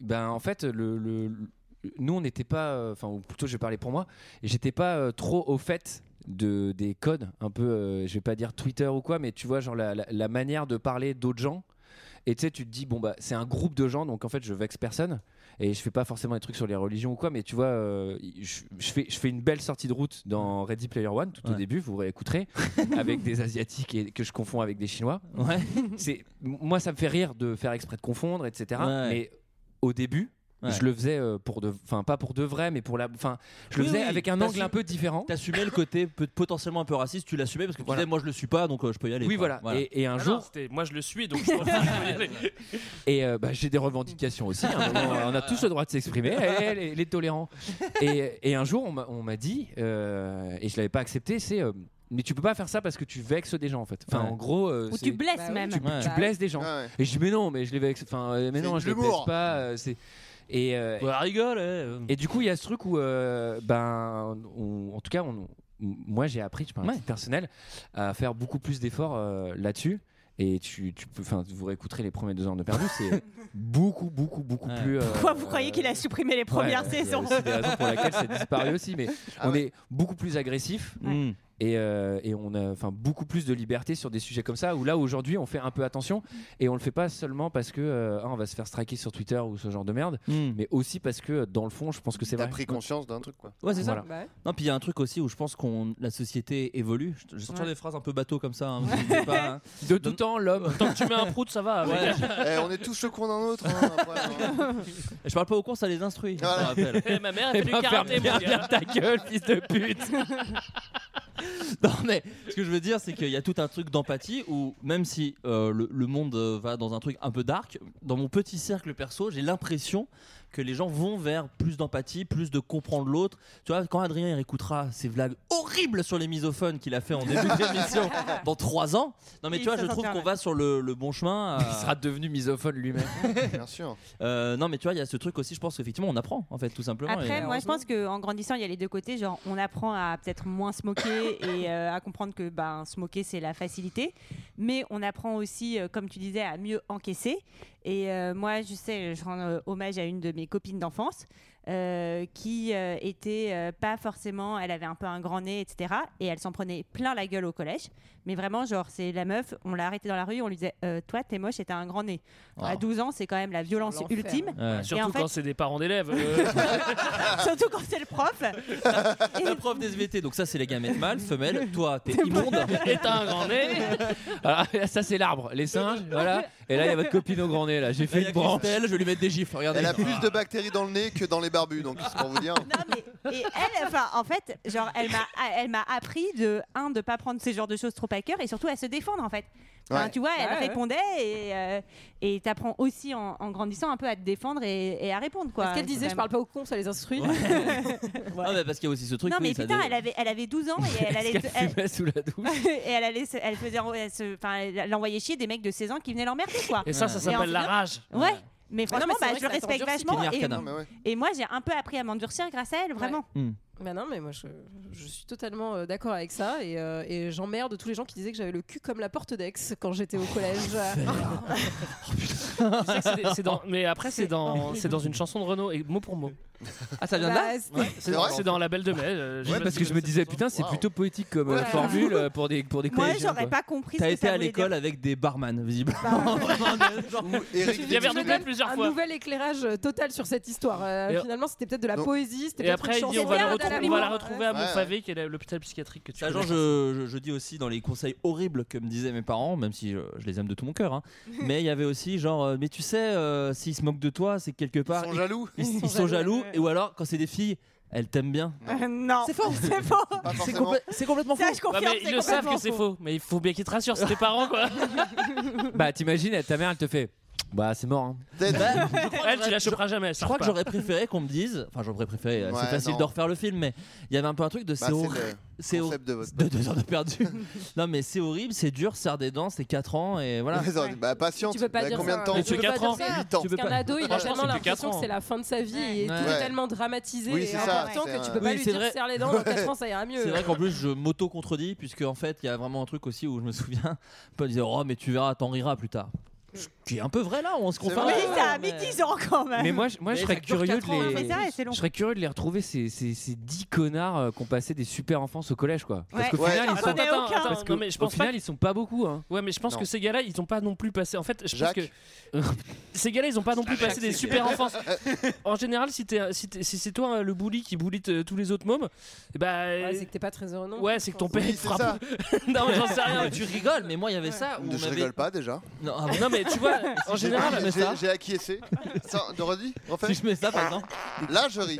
H: ben en fait, le, le- le- nous, on n'était pas, euh, enfin, ou plutôt, je vais parler pour moi, et j'étais pas euh, trop au fait de, des codes, un peu, euh, je vais pas dire Twitter ou quoi, mais tu vois, genre la, la- la manière de parler d'autres gens. Et tu sais, tu te dis, bon, bah, c'est un groupe de gens, donc en fait, je vexe personne. Et je fais pas forcément des trucs sur les religions ou quoi, mais tu vois, euh, je, je fais, je fais une belle sortie de route dans Ready Player One, tout au début, vous réécouterez, avec des Asiatiques et, que je confonds avec des Chinois. [laughs] C'est, moi, ça me fait rire de faire exprès de confondre, etc.
E: Ouais.
H: Mais au début,
E: Ouais.
H: je le faisais euh, pour de, enfin, pas pour de vrai, mais pour la, enfin, je le
E: Oui,
H: faisais
E: oui,
H: avec un
E: t'as
H: angle
E: su-
H: un peu différent.
E: T'assumais le côté peut- potentiellement un peu raciste, tu l'assumais parce que tu disais moi je le suis pas donc euh, je peux y aller.
H: Oui,
E: quoi.
H: voilà. Et- et un
B: Ah non,
H: jour-
B: c'était- moi je le suis [laughs] donc je pense que je peux y aller.
H: Et euh, bah, j'ai des revendications aussi. à un moment, on a tous le droit de s'exprimer. Eh, les, les tolérants. Et, et un jour, on m'a- on m'a dit, euh, et je l'avais pas accepté, c'est euh, mais tu peux pas faire ça parce que tu vexes des gens en fait. Enfin,
E: Ouais. Bah
H: en gros, euh,
I: Ou
H: c'est-
I: tu blesses même.
H: Tu, tu blesses des gens. Et je dis mais non, mais je les vexe. Enfin, euh, mais
E: C'est
H: non,
E: de
H: je les blesse
E: l'humour.
H: pas. euh, c'est et euh,
E: rigole.
H: et du coup, il y a ce truc où, euh, ben, on- en tout cas, on- moi j'ai appris, je parle à titre personnel, à faire beaucoup plus d'efforts euh, là-dessus. Et tu, tu peux, enfin, vous réécouterez les premiers deux heures de perdu, c'est beaucoup, beaucoup, beaucoup plus. euh,
I: Pourquoi vous croyez qu'il a supprimé les
H: ouais,
I: premières
H: il y a
I: saisons [laughs]
C: Ah,
E: Ah Mm.
H: aussi des raisons pour lesquelles c'est disparu aussi, mais on est beaucoup plus agressif. Et, euh, et on a enfin beaucoup plus de liberté sur des sujets comme ça où là aujourd'hui on fait un peu attention et on le fait pas seulement parce que euh, ah, on va se faire striker sur Twitter ou ce genre de merde,
E: Mm.
H: mais aussi parce que dans le fond je pense que c'est
C: T'as
H: vrai.
C: pris conscience d'un truc, quoi.
E: Ouais, c'est ça.
H: Voilà.
E: Non, puis il y a un truc aussi où je pense qu'on la société évolue. Je- J'ai toujours
H: Ouais.
E: des phrases un peu bateau comme ça. hein, vous inquiétez pas, hein.
H: [laughs] De tout
E: [laughs]
H: temps, l'homme.
B: Tant que tu mets un prout, ça va.
E: Ah, Ouais.
C: Eh, on est tous le con d'un autre. hein, après,
E: [laughs]
C: hein.
E: Et Je parle pas aux cons, ça les instruit. je
C: Voilà.
B: [laughs]
E: te rappelle.
B: Eh, ma mère, elle fait
E: Eh ben,
B: du
E: ferme
B: karaté,
E: bien,
B: mon gars.
E: bien ta gueule, fils de
B: [laughs]
E: pute. [laughs] non mais ce que je veux dire, c'est qu'il y a tout un truc d'empathie où même si euh, le, le monde euh, va dans un truc un peu dark, dans mon petit cercle perso, j'ai l'impression que les gens vont vers plus d'empathie, plus de comprendre l'autre. Tu vois, quand Adrien il réécoutera ses blagues horribles sur les misophones qu'il a fait en début d'émission dans trois ans, non mais
H: Il
E: tu vois,
H: se
E: je trouve
H: sentira
E: qu'on va sur le, le bon chemin.
H: Il sera devenu misophone lui-même.
C: Bien sûr.
E: Euh, non, mais tu vois, il y a ce truc aussi, je pense qu'effectivement, on apprend, en fait, tout simplement.
I: Après,
E: Et-
I: moi, je pense qu'en grandissant, il y a les deux côtés. Genre, on apprend à peut-être moins se moquer et euh, à comprendre que ben, se moquer, c'est la facilité. Mais on apprend aussi, euh, comme tu disais, à mieux encaisser. Et euh, moi, je sais, je rends euh, hommage à une de mes copines d'enfance euh, qui euh, était euh, pas forcément. Elle avait un peu un grand nez, etc. Et elle s'en prenait plein la gueule au collège. Mais vraiment, genre, c'est la meuf, on l'a arrêtée dans la rue, on lui disait euh, Toi, t'es moche et t'as un grand nez. À 12 ans, c'est quand même la violence
B: L'enfer.
I: ultime. Et en
B: Surtout
I: fait-
B: quand c'est des parents d'élèves.
E: [laughs]
B: euh.
I: Surtout quand c'est
J: [laughs]
I: le prof.
E: La prof d'SVT, donc ça c'est les gamètes mâles, femelles, toi t'es immonde.
B: Et t'as un grand nez.
H: [laughs] Ah, ça c'est l'arbre, les singes, voilà. Et là il y a votre copine au grand nez là. J'ai fait une branche.
E: je vais lui mettre des gifles. Regardez. Ah.
C: Elle a plus de bactéries dans le nez que dans les barbus, donc c'est pour vous dire.
I: Et elle, enfin, en fait, genre, elle m'a, elle m'a appris de un de pas prendre ce genre de choses trop à cœur et surtout à se défendre en fait. Enfin,
J: Ouais.
I: Tu vois, elle
J: Ouais, ouais.
I: répondait et euh, et t'apprends aussi en, en grandissant un peu à te défendre et, et à répondre quoi.
J: Parce qu'elle disait, je parle pas aux cons, ça les instruit.
E: Ah, mais parce qu'il y a aussi ce truc.
I: non mais
E: oui, ça
I: putain,
E: dé-
I: elle avait, elle avait 12 ans
J: [laughs]
I: et elle allait,
E: Est-ce qu'elle
I: elle-
E: fumait sous la douche
I: et elle allait, se- elle faisait, elle se- enfin, elle envoyait chier des mecs de 16 ans qui venaient l'emmerder quoi.
B: Et ça, ça
I: en
B: s'appelle la
I: final-
B: rage.
I: Ouais. Mais
J: Ah non,
I: franchement,
J: mais c'est
I: bah,
J: vrai
I: je
J: que ça
I: respecte
J: t'endurcit.
I: vachement.
J: Kenny
I: Et,
J: Arcana. Non, mais ouais.
I: et moi, j'ai un peu appris à m'endurcir grâce à elle, vraiment.
J: Bah non, mais moi je, je suis totalement euh, d'accord avec ça et, euh, et j'emmerde tous les gens qui disaient que j'avais le cul comme la porte d'ex quand j'étais au collège.
B: Tu sais que c'est des- c'est dans- Mais après, c'est dans, c'est dans une chanson de Renault, et mot pour mot.
E: Ah, ça
J: vient de là Bah, c'est-
B: Ouais, C'est dans, c'est dans La Belle de Mai. euh,
H: Ouais, parce que je me disais putain c'est plutôt poétique comme euh,
B: Ouais.
H: formule euh, pour des pour des
I: Moi,
H: collégiens,
I: j'aurais
H: quoi.
I: pas compris.
E: T'as
I: ce que
E: été
I: ça
E: à
I: voulait
E: l'école
I: dire.
E: avec des barman, visiblement.
C: Eric
B: Il y avait redoublé plusieurs
J: un
B: fois.
J: nouvel éclairage euh, total sur cette histoire. Euh,
B: Et-
J: finalement, c'était peut-être de la
B: Donc-
J: poésie. c'était
B: Et
J: peut-être
B: après,
J: une
B: il dit on
J: chanson.
B: va, la
J: Merde,
B: retrouver-
J: elle
B: on va
J: a
B: la
J: mis-
B: retrouver à
J: Ouais.
B: Montfavet, qui est la- l'hôpital psychiatrique que tu
E: Ça, euh, genre, je, je- je dis aussi dans les conseils horribles que me disaient mes parents, même si euh, je, les aime de tout
I: [laughs]
E: mon cœur, hein, mais il y avait aussi genre, euh, mais tu sais, euh, s'ils se moquent de toi, c'est que quelque part.
C: sont jaloux.
E: Ils, ils sont, jaloux, et ou alors quand c'est des filles, elles t'aiment bien.
I: Euh, non.
J: C'est faux.
I: [laughs] C'est faux.
B: forcément.
E: C'est complè- c'est complètement faux.
I: Ça, je confirme,
B: Ouais, mais
I: c'est
B: ils le savent que
I: complètement
B: c'est faux, mais il faut bien qu'ils te rassurent, c'est tes parents
E: [laughs]
B: quoi.
H: Bah t'imagines ta mère elle te fait bah c'est mort. hein.
B: Elle, tu la choperas jamais.
E: Je crois que j'aurais préféré qu'on me dise, enfin j'aurais préféré, euh,
C: Ouais,
E: c'est facile
C: non.
E: de refaire le film, mais il y avait un peu un truc de
C: Bah,
E: c'est
C: c'est
E: horrible.
C: le
E: [laughs] C'est hor-
C: concept de votre
E: de deux heures
C: [laughs]
E: de perdu. non mais c'est horrible, c'est dur, serre des dents, c'est 4 ans et voilà.
C: Mais ça- bah, patiente.
J: Tu peux pas
C: Bah,
J: dire
C: combien
J: ça.
C: de temps
J: Mais tu peux pas dire ça,
C: Huit ans.
J: Parce qu'un ado, il a tellement
E: Franchement, c'est plus
J: l'impression
E: quatre
J: que c'est
E: ans.
J: la fin de sa vie et
E: Ouais.
J: tout
E: Ouais.
J: est tellement dramatisé
E: Oui,
J: et
E: c'est ça,
J: important
E: c'est
J: que tu
E: un-
J: peux pas
E: Oui,
J: lui
E: c'est
J: dire
E: vrai.
J: serre
C: [laughs]
J: les dents, dans 4 ans ça ira mieux.
E: C'est vrai qu'en plus je m'auto-contredis puisque en fait il y a vraiment un truc aussi où je me souviens, [laughs] Paul disait oh mais tu verras, t'en riras plus tard. Ce Qui est un peu vrai là, on se confirme.
I: Oui, ça a mis 10 ans quand même.
H: Mais moi, je- moi je serais curieux de les,
I: hein, Mais c'est vrai, c'est long.
H: je serais curieux de les retrouver ces ces, ces dix connards euh, qui ont passé des super enfances au collège quoi. Parce
B: Ouais.
H: qu'au
B: Ouais.
H: final
J: Ah,
H: ils
B: Attends,
H: sont
B: attends, attends,
H: parce que
B: non, mais je
H: au
B: pense
H: final
B: pas que-
H: ils sont pas beaucoup hein.
B: Ouais, mais je pense
H: Non.
B: que ces gars-là, ils ont pas non plus passé. En fait, je
H: Jacques.
B: pense que. [laughs] ces gars-là, ils ont pas non plus
H: Jacques,
B: passé des
H: c'est
B: super
H: clair.
B: enfances. En général, si, t'es- si, t'es- si c'est toi hein, le bully qui bully euh, tous les autres mômes, eh bah. euh,
J: Ouais, c'est que t'es pas très heureux non
B: ouais, c'est que ton père il te
J: c'est
B: frappe. [laughs] non, mais
C: [laughs]
B: j'en sais rien.
E: Mais [laughs] tu rigoles, mais moi il y avait ça. Où on
C: Je
E: avait-
C: rigole pas déjà.
E: Non, ah bon.
B: Non, mais
C: [laughs]
B: tu vois, en
C: J'ai-
B: général,
C: j'ai- j'ai- j'ai acquiescé. Ça, de redis, refais.
E: Si je mets ça, par exemple.
C: Là, je ris.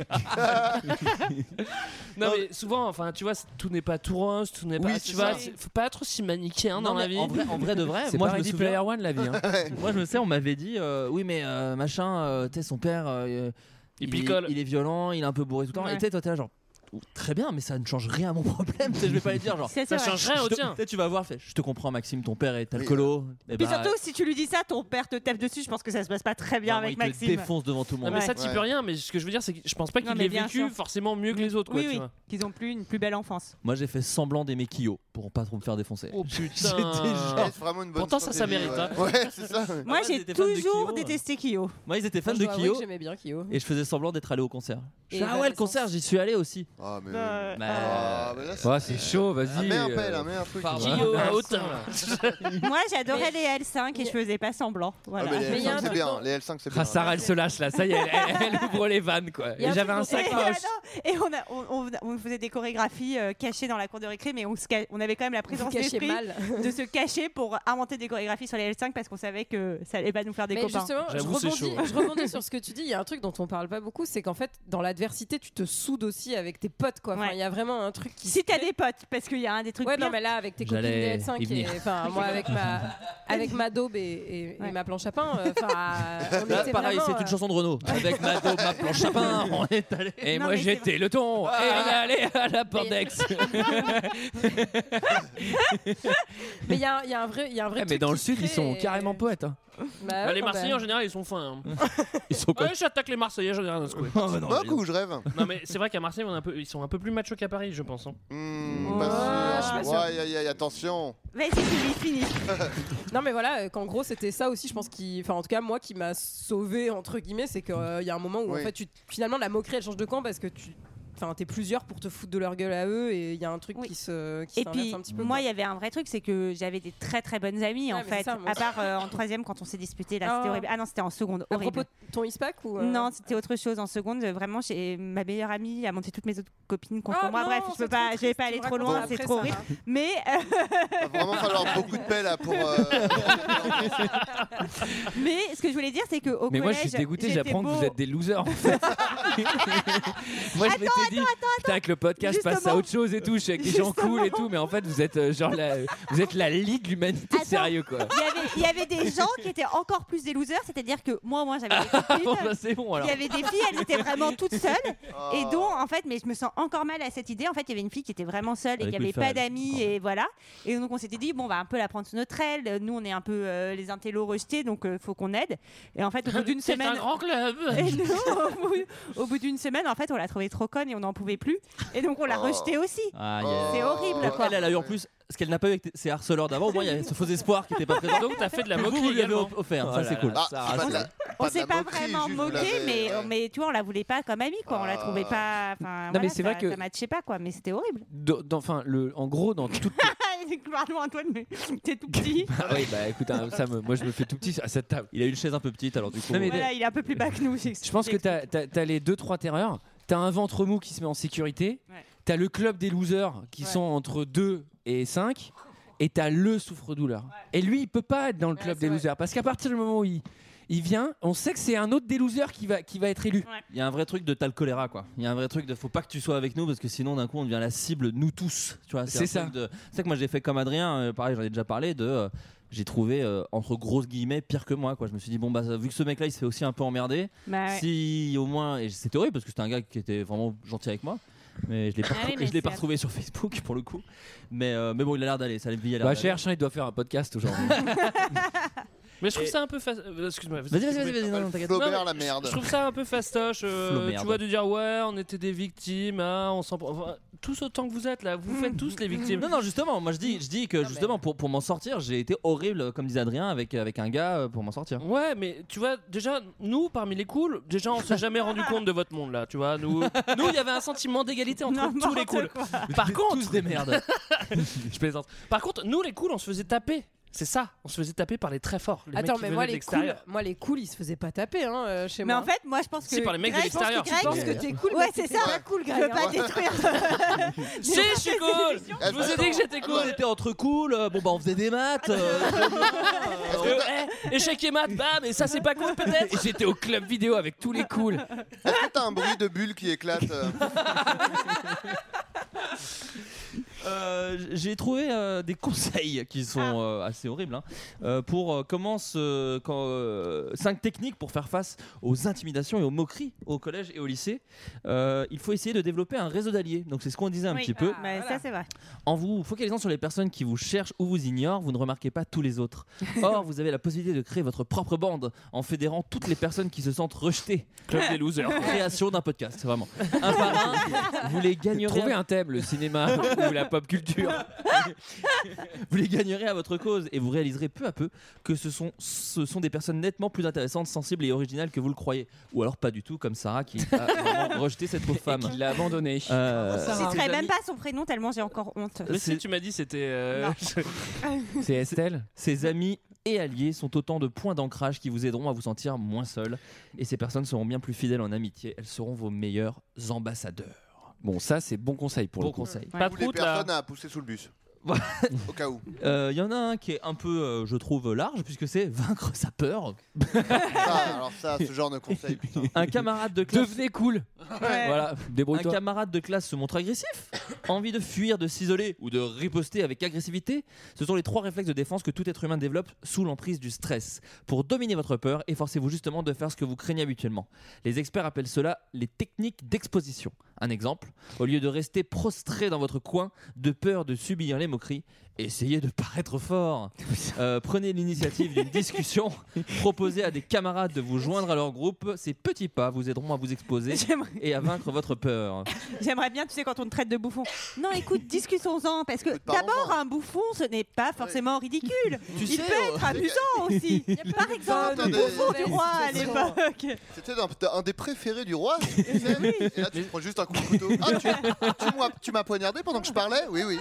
B: Non, mais souvent, enfin, tu vois, c'est- tout n'est pas tout rose, tout n'est pas.
E: Oui,
B: tu
E: c'est
B: vois,
E: ça.
B: c'est- faut pas être aussi manichéen dans
E: Non,
B: la
E: mais
B: vie.
E: En vrai, en vrai de vrai,
H: [laughs] C'est
E: moi
H: pas
E: je me
H: Ready
E: souviens-
H: Player One,
C: [laughs]
H: la vie, hein.
E: moi je me sais, on m'avait dit, euh, oui mais euh, machin, euh, tu sais son père, euh,
B: Il
E: est-
B: picole.
E: il est violent, il est un peu bourré tout le temps.
B: Ouais.
E: Et tu sais, toi t'es là genre. Ouh, Très bien, mais ça ne change rien à mon [laughs] problème. Tu sais, [laughs] Je vais pas les dire genre.
I: C'est ça, Ça ouais. change rien au
E: Je te-
I: tien.
E: tu sais, Tu vas voir, fait, je te comprends Maxime, ton père est alcoolo.
C: euh.
E: Eh bah, Et
I: Puis surtout, si tu lui dis ça, ton père te tape dessus. Je pense que ça se passe pas très bien avec
E: il te
I: Maxime. Ah,
E: défonce devant tout le
B: Non,
E: monde.
B: mais ça, t'y peux rien, mais ce que je veux dire, c'est que je pense pas
I: Non,
B: qu'il
I: mais
B: l'ait
I: bien
B: vécu
I: sûr.
B: forcément mieux que les autres, quoi,
I: Oui,
B: tu
C: [laughs]
I: oui.
B: vois.
I: Qu'ils ont plus une plus belle enfance.
E: Moi j'ai fait semblant d'aimer Kyo pour pas trop me faire défoncer.
B: Oh putain. Euh,
E: genre-
C: C'est vraiment une bonne
B: Pourtant, ça, ça
C: stratégie,
B: mérite,
C: Ouais, Ouais, c'est ça.
I: hein. Moi, j'ai
E: t'étais fan de
I: toujours
E: Kyo.
I: détesté Kyo.
E: Moi ils étaient fans
J: Moi, je
E: de
J: dois avouer
C: [laughs]
E: Kyo
J: que J'aimais bien Kyo.
E: et je faisais semblant d'être allé au concert. Je
J: Et
E: fais, ah ouais le concert j'y suis allé aussi.
C: Ah, mais.
I: Bah,
C: mais-
I: euh,
C: Ah, mais là,
H: Ouais, c'est chaud,
C: Ah,
H: vas-y.
C: mets un
H: euh,
C: pelle, hein, mets un truc.
H: pardon. [laughs]
C: Gio,
H: Ah,
C: un hautain,
H: ça,
C: là.
I: [laughs] Moi, j'adorais les L5 et je faisais pas semblant. Voilà.
C: Ah, mais les
I: il y a
C: L5,
I: un
C: c'est
I: truc
C: bien.
I: dont-
C: Les L5, c'est bien.
H: Ah, Sarah, elle se lâche là, ça y est, elle, elle- elle ouvre les vannes quoi.
I: il y a
H: Et J'avais
I: truc
H: un
I: dont- [laughs]
H: sac
I: Et
H: moche.
I: alors, Et on, a- on- on- on faisait des chorégraphies euh, cachées dans la cour de récré, mais on, se ca- on avait quand même la présence
J: cachiez
I: d'esprit
J: mal.
I: [laughs] de se cacher pour inventer des chorégraphies sur les L5 parce qu'on savait que ça allait pas nous faire des
J: Mais
I: copains.
J: justement, je rebondis, je rebondis sur ce que tu dis. Il y a un truc dont on parle pas beaucoup, c'est qu'en fait, dans l'adversité, tu te soudes aussi avec tes potes. Quoi. Enfin, il y a vraiment un truc qui.
I: Si t'as des potes, parce qu'il y a un des trucs.
J: Ouais,
I: pires.
J: non, mais là, avec tes copines
I: J'allais
J: des L5
I: y
J: et
I: venir.
J: enfin,
I: [laughs]
J: moi avec ma avec ma daube et, et- et ma planche à pain, euh,
I: [laughs]
J: enfin, on
E: Là,
J: était
E: pareil,
J: vraiment, euh,
E: c'est une chanson de Renaud. Avec ma daube, ma
H: [laughs]
E: planche à [laughs] pain, on est allé.
H: Et moi j'étais le ton, et elle est allée à la Pordex. [laughs]
I: Bah
B: Bah,
J: [laughs] Mais il y a, un- il y a un vrai, il y a un vrai.
H: Eh, mais
J: truc
H: dans
J: qui
H: le
J: se
H: sud, ils
J: crée
H: sont
J: et-
H: carrément poètes. hein.
J: Bah,
B: Bah,
J: ouais,
B: les
J: non,
B: Marseillais
J: bah.
B: en général, ils sont fins.
H: [laughs]
B: hein. Ouais, j'attaque les Marseillais en général. d'un coup.
C: C'est non, Moque mais- ou je rêve
B: Non, mais c'est vrai qu'à Marseille, on est un peu- ils sont un peu plus machos qu'à Paris, je pense. hein.
C: Mmh, Pas sûr. Ouais, aïe, aïe, aïe, attention.
I: Vas-y, fini, fini.
J: [laughs] non mais voilà, euh, qu'en gros c'était ça aussi, je pense qui, enfin en tout cas moi qui m'a sauvé entre guillemets, c'est qu'il y a un moment où
C: Oui.
J: en fait tu finalement la moquerie elle change de camp parce que tu, enfin t'es plusieurs pour te foutre de leur gueule à eux et il y a un truc qui se, qui
I: Et
J: s'inverse
I: puis,
J: un petit peu.
I: moi, il y avait un vrai truc, c'est que j'avais des très très bonnes amies en
J: Ouais, mais
I: fait.
J: ça, moi
I: à
J: aussi.
I: part
J: [laughs]
I: euh, en troisième, quand on s'est disputé, là,
J: Ah.
I: c'était horrible. Ah non, c'était en seconde,
J: À
I: horrible.
J: propos de ton ISPAC ou euh,
I: Non, c'était autre chose. En seconde, euh, vraiment, j'ai ma meilleure amie a monté toutes mes autres copines contre
J: Ah
I: moi.
J: non,
I: Bref, je
J: c'est
I: peux
J: trop
I: pas, je vais
J: triste,
I: pas
J: tu
I: aller
J: me
I: trop
J: raconteras
I: loin, c'est
J: après,
I: trop
J: ça
I: horrible. [laughs]
J: va.
I: Mais euh,
C: Va vraiment falloir beaucoup de pelle là, pour. euh,
I: [laughs] mais ce que je voulais dire, c'est que au
H: Mais moi je suis
I: collège,
H: dégoûté,
I: j'étais
H: j'apprends que
I: beau.
H: vous êtes des
I: [laughs]
H: losers en fait. [laughs] moi je m'étais dit, putain, avec le podcast, je passe à autre chose et tout, je suis avec des gens cool et tout, mais en fait vous êtes euh, genre la, vous êtes la ligue l'humanité sérieux
I: [laughs]
H: quoi.
I: Il y, avait, il y avait des gens qui étaient encore plus des losers, c'est-à-dire que moi, moi, j'avais des
H: Bon,
I: copines.
H: bah, c'est bon
I: Il
H: alors.
I: y avait des filles, elles étaient vraiment toutes seules. Et dont, en fait, mais je me sens encore mal à cette idée. En fait, il y avait une fille qui était vraiment seule et
H: Avec
I: qui avait
H: Will
I: pas
H: Ferrell.
I: d'amis. Et voilà. Et donc, on s'était dit, bon, on va un peu la prendre sous notre aile. Nous, on est un peu euh, les intellos rejetés, donc euh, faut qu'on aide. Et en fait, au bout d'une
B: C'est
I: semaine.
B: un grand club.
I: [laughs] Et nous, au bout- au bout d'une semaine, en fait, on l'a trouvée trop conne et on n'en pouvait plus. Et donc, on l'a rejetée aussi.
E: Ah, yeah.
I: Oh. C'est horrible,
E: Donc,
I: quoi.
E: Elle, elle a eu en plus ce qu'elle n'a pas eu avec t- ses harceleurs d'avant. Au moins, il y a ce faux espoir qui n'était pas présent.
B: Donc, t'as fait de la
E: Que vous,
B: moquerie
E: Vous lui avez
B: également.
E: offert,
H: Oh
E: ça
H: là
E: c'est
H: là,
E: cool.
H: Sarah,
E: Ah,
H: c'est-
E: ça-
I: On s'est pas vraiment moqué, mais, mais tu vois, on la voulait pas comme amie, quoi. On la trouvait pas. Enfin,
H: Non,
I: voilà,
H: mais c'est vrai
I: ça-
H: que-
I: ça matchait pas, quoi. Mais c'était horrible.
H: Dans- dans- Enfin, le, en gros, dans [laughs] toute.
I: [laughs] Pardon, Antoine, mais t'es tout petit.
H: Ah oui, bah écoute, hein, ça me- moi je me fais tout petit à cette table.
E: Il a une chaise un peu petite alors du coup.
H: Non, mais-
I: Voilà, il est un peu plus bas que nous.
H: Je pense que t'as as, les deux trois terreurs. T'as un ventre mou qui se met en sécurité. T'as le club des losers qui sont entre 2 et 5. Et t'as le souffre-douleur. Et lui, il peut pas être dans le club des losers. Parce qu'à partir du moment où il, il vient, on sait que c'est un autre des losers qui va, qui va être élu.
E: Il y a un vrai truc de t'as le choléra quoi. Il y a un vrai truc de faut pas que tu sois avec nous parce que sinon d'un coup on devient la cible nous tous. Tu vois,
H: C'est
E: un
H: ça.
E: truc de- C'est ça que moi j'ai fait comme Adrien. euh, pareil, j'en ai déjà parlé de. euh, j'ai trouvé euh, entre grosses guillemets pire que moi quoi. Je me suis dit bon bah ça- vu que ce mec là il se fait aussi un peu emmerder.
I: Bah ouais.
E: Si au moins et c'était horrible parce que c'était un gars qui était vraiment gentil avec moi. Mais je l'ai pas,
I: Ah oui,
E: retrou-
I: mais
E: je l'ai pas
I: c'est-
E: retrouvé sur Facebook pour le coup. Mais, euh, mais bon il a l'air d'aller. Ça la vie a l'air
H: Bah,
E: d'aller.
H: cherche, hein, il doit faire un podcast aujourd'hui.
B: Mais je trouve ça un peu fastoche. Excuse-moi.
H: Vas-y, vas-y, vas-y, vas-y, non, non, t'inquiète.
C: Flaubert,
B: Non, mais
C: la
B: je-
C: merde.
B: Je trouve ça un peu fastoche. euh,
H: Flaubert.
B: tu vois, de dire ouais, on était des victimes. hein, on s'en prend- enfin, tous autant que vous êtes là, vous faites tous les victimes.
E: Non, non, justement, moi je dis, je dis que justement pour, pour m'en sortir, j'ai été horrible, comme disait Adrien, avec, avec un gars euh, pour m'en sortir.
B: Ouais, mais tu vois, déjà, nous, parmi les cools, déjà, on s'est jamais rendu compte de votre monde là, tu vois. Nous, nous, il y avait un sentiment d'égalité entre tous les cools. Par contre,
E: des merdes.
B: [laughs] je plaisante. Par contre, nous, les cools, on se faisait taper. C'est ça, on se faisait taper par les très forts. Les mecs
J: Attends,
B: qui
J: mais
B: venaient
J: moi
B: de
J: les, cools,
B: l'extérieur.
J: moi les cools, ils se faisaient pas taper hein, euh, chez
I: Mais
J: moi.
I: en fait, moi, je pense que.
B: Si, par les mecs de
I: Greg- je pense que
B: l'extérieur,
I: Greg- euh,
J: je pense que t'es cool.
I: Ouais,
J: mais
I: c'est
J: t'es
I: ça.
J: pas cool,
I: Je
J: Greg.
I: veux
J: hein.
I: pas
B: [laughs]
I: détruire.
B: Si, je suis cool Je vous ai dit que j'étais
E: Cool, on
B: cool
E: était entre cool, euh, bon bah on faisait des maths. euh,
I: [laughs]
J: Ah,
E: [laughs]
B: Euh, eh, Échec et maths, bam, et ça c'est pas cool peut-être
H: Et J'étais au club vidéo avec tous les cools.
C: Est-ce que t'as un bruit de bulle qui éclate euh
E: euh, j'ai trouvé euh, des [laughs] conseils qui sont
I: Ah.
E: euh, assez horribles hein, euh, pour euh, comment se. quand, euh, cinq techniques pour faire face aux intimidations et aux moqueries au collège et au lycée. Euh, il faut essayer de développer un réseau d'alliés. Donc c'est ce qu'on disait un petit peu.
I: Mais Ah, bah, ça, c'est vrai.
E: En vous focalisant sur les personnes qui vous cherchent ou vous ignorent, vous ne remarquez pas tous
I: [laughs]
E: les autres. Or, vous avez la possibilité de créer votre propre bande en fédérant toutes les personnes qui se sentent rejetées.
B: Club des losers.
E: [laughs] Création d'un
H: [laughs]
E: podcast, vraiment. Un par un, vous les gagnerez.
H: Trouver un thème, le cinéma [laughs] ou la pop culture.
E: [laughs] vous les gagnerez à votre cause et vous réaliserez peu à peu que ce sont, ce sont des personnes nettement plus intéressantes, sensibles et originales que vous le croyez. Ou alors pas du tout, comme Sarah qui a vraiment rejeté cette pauvre femme. Euh,
H: Il l'a abandonnée.
I: Je citerai même pas son prénom tellement j'ai encore honte.
E: Mais si, tu
B: m'as dit c'était. euh,
E: C'est Estelle Ses amis et alliés sont autant de points d'ancrage qui vous aideront à vous sentir moins seul. Et ces personnes seront bien plus fidèles en amitié. Elles seront vos meilleurs ambassadeurs.
H: Bon, ça, c'est bon conseil pour
E: bon
H: le coup.
E: conseil.
C: Ou les personnes à pousser sous le bus. Au cas où.
E: Il Euh, y en a un qui est un peu, euh, je trouve, large, puisque c'est vaincre sa peur.
C: Ça, Ah, alors ça, ce genre de conseil, putain.
E: [laughs] Un camarade de classe. Devenez
H: cool
E: Voilà,
H: débrouille-toi.
E: Un camarade de classe se montre agressif, envie de fuir, de s'isoler ou de riposter avec agressivité. Ce sont les trois réflexes de défense que tout être humain développe sous l'emprise du stress. Pour dominer votre peur, efforcez-vous justement de faire ce que vous craignez habituellement. Les experts appellent cela les techniques d'exposition. Un exemple, au lieu de rester prostré dans votre coin de peur de subir les moqueries, essayez de
B: [laughs]
E: paraître fort. Euh, prenez l'initiative d'une discussion, proposez à des camarades de vous joindre à leur groupe. Ces petits pas vous aideront à
B: [laughs]
E: vous exposer et à vaincre votre peur.
I: [laughs] J'aimerais bien, tu sais, quand on te traite de bouffon. Non, écoute, discutons-en, parce que d'abord, un bouffon, ce n'est pas forcément ridicule.
C: Tu
I: Il
C: sais,
I: peut
C: euh, [laughs]
I: être [laughs] amusant aussi. Par exemple, le
C: Attendez,
I: bouffon du
C: mais
I: roi à
C: c'est
I: l'époque.
C: C'était un, un des préférés du roi. tu sais. Et là, tu prends juste un coup de couteau. Ah, tu, tu m'as- tu m'as poignardé pendant que je parlais Oui, oui.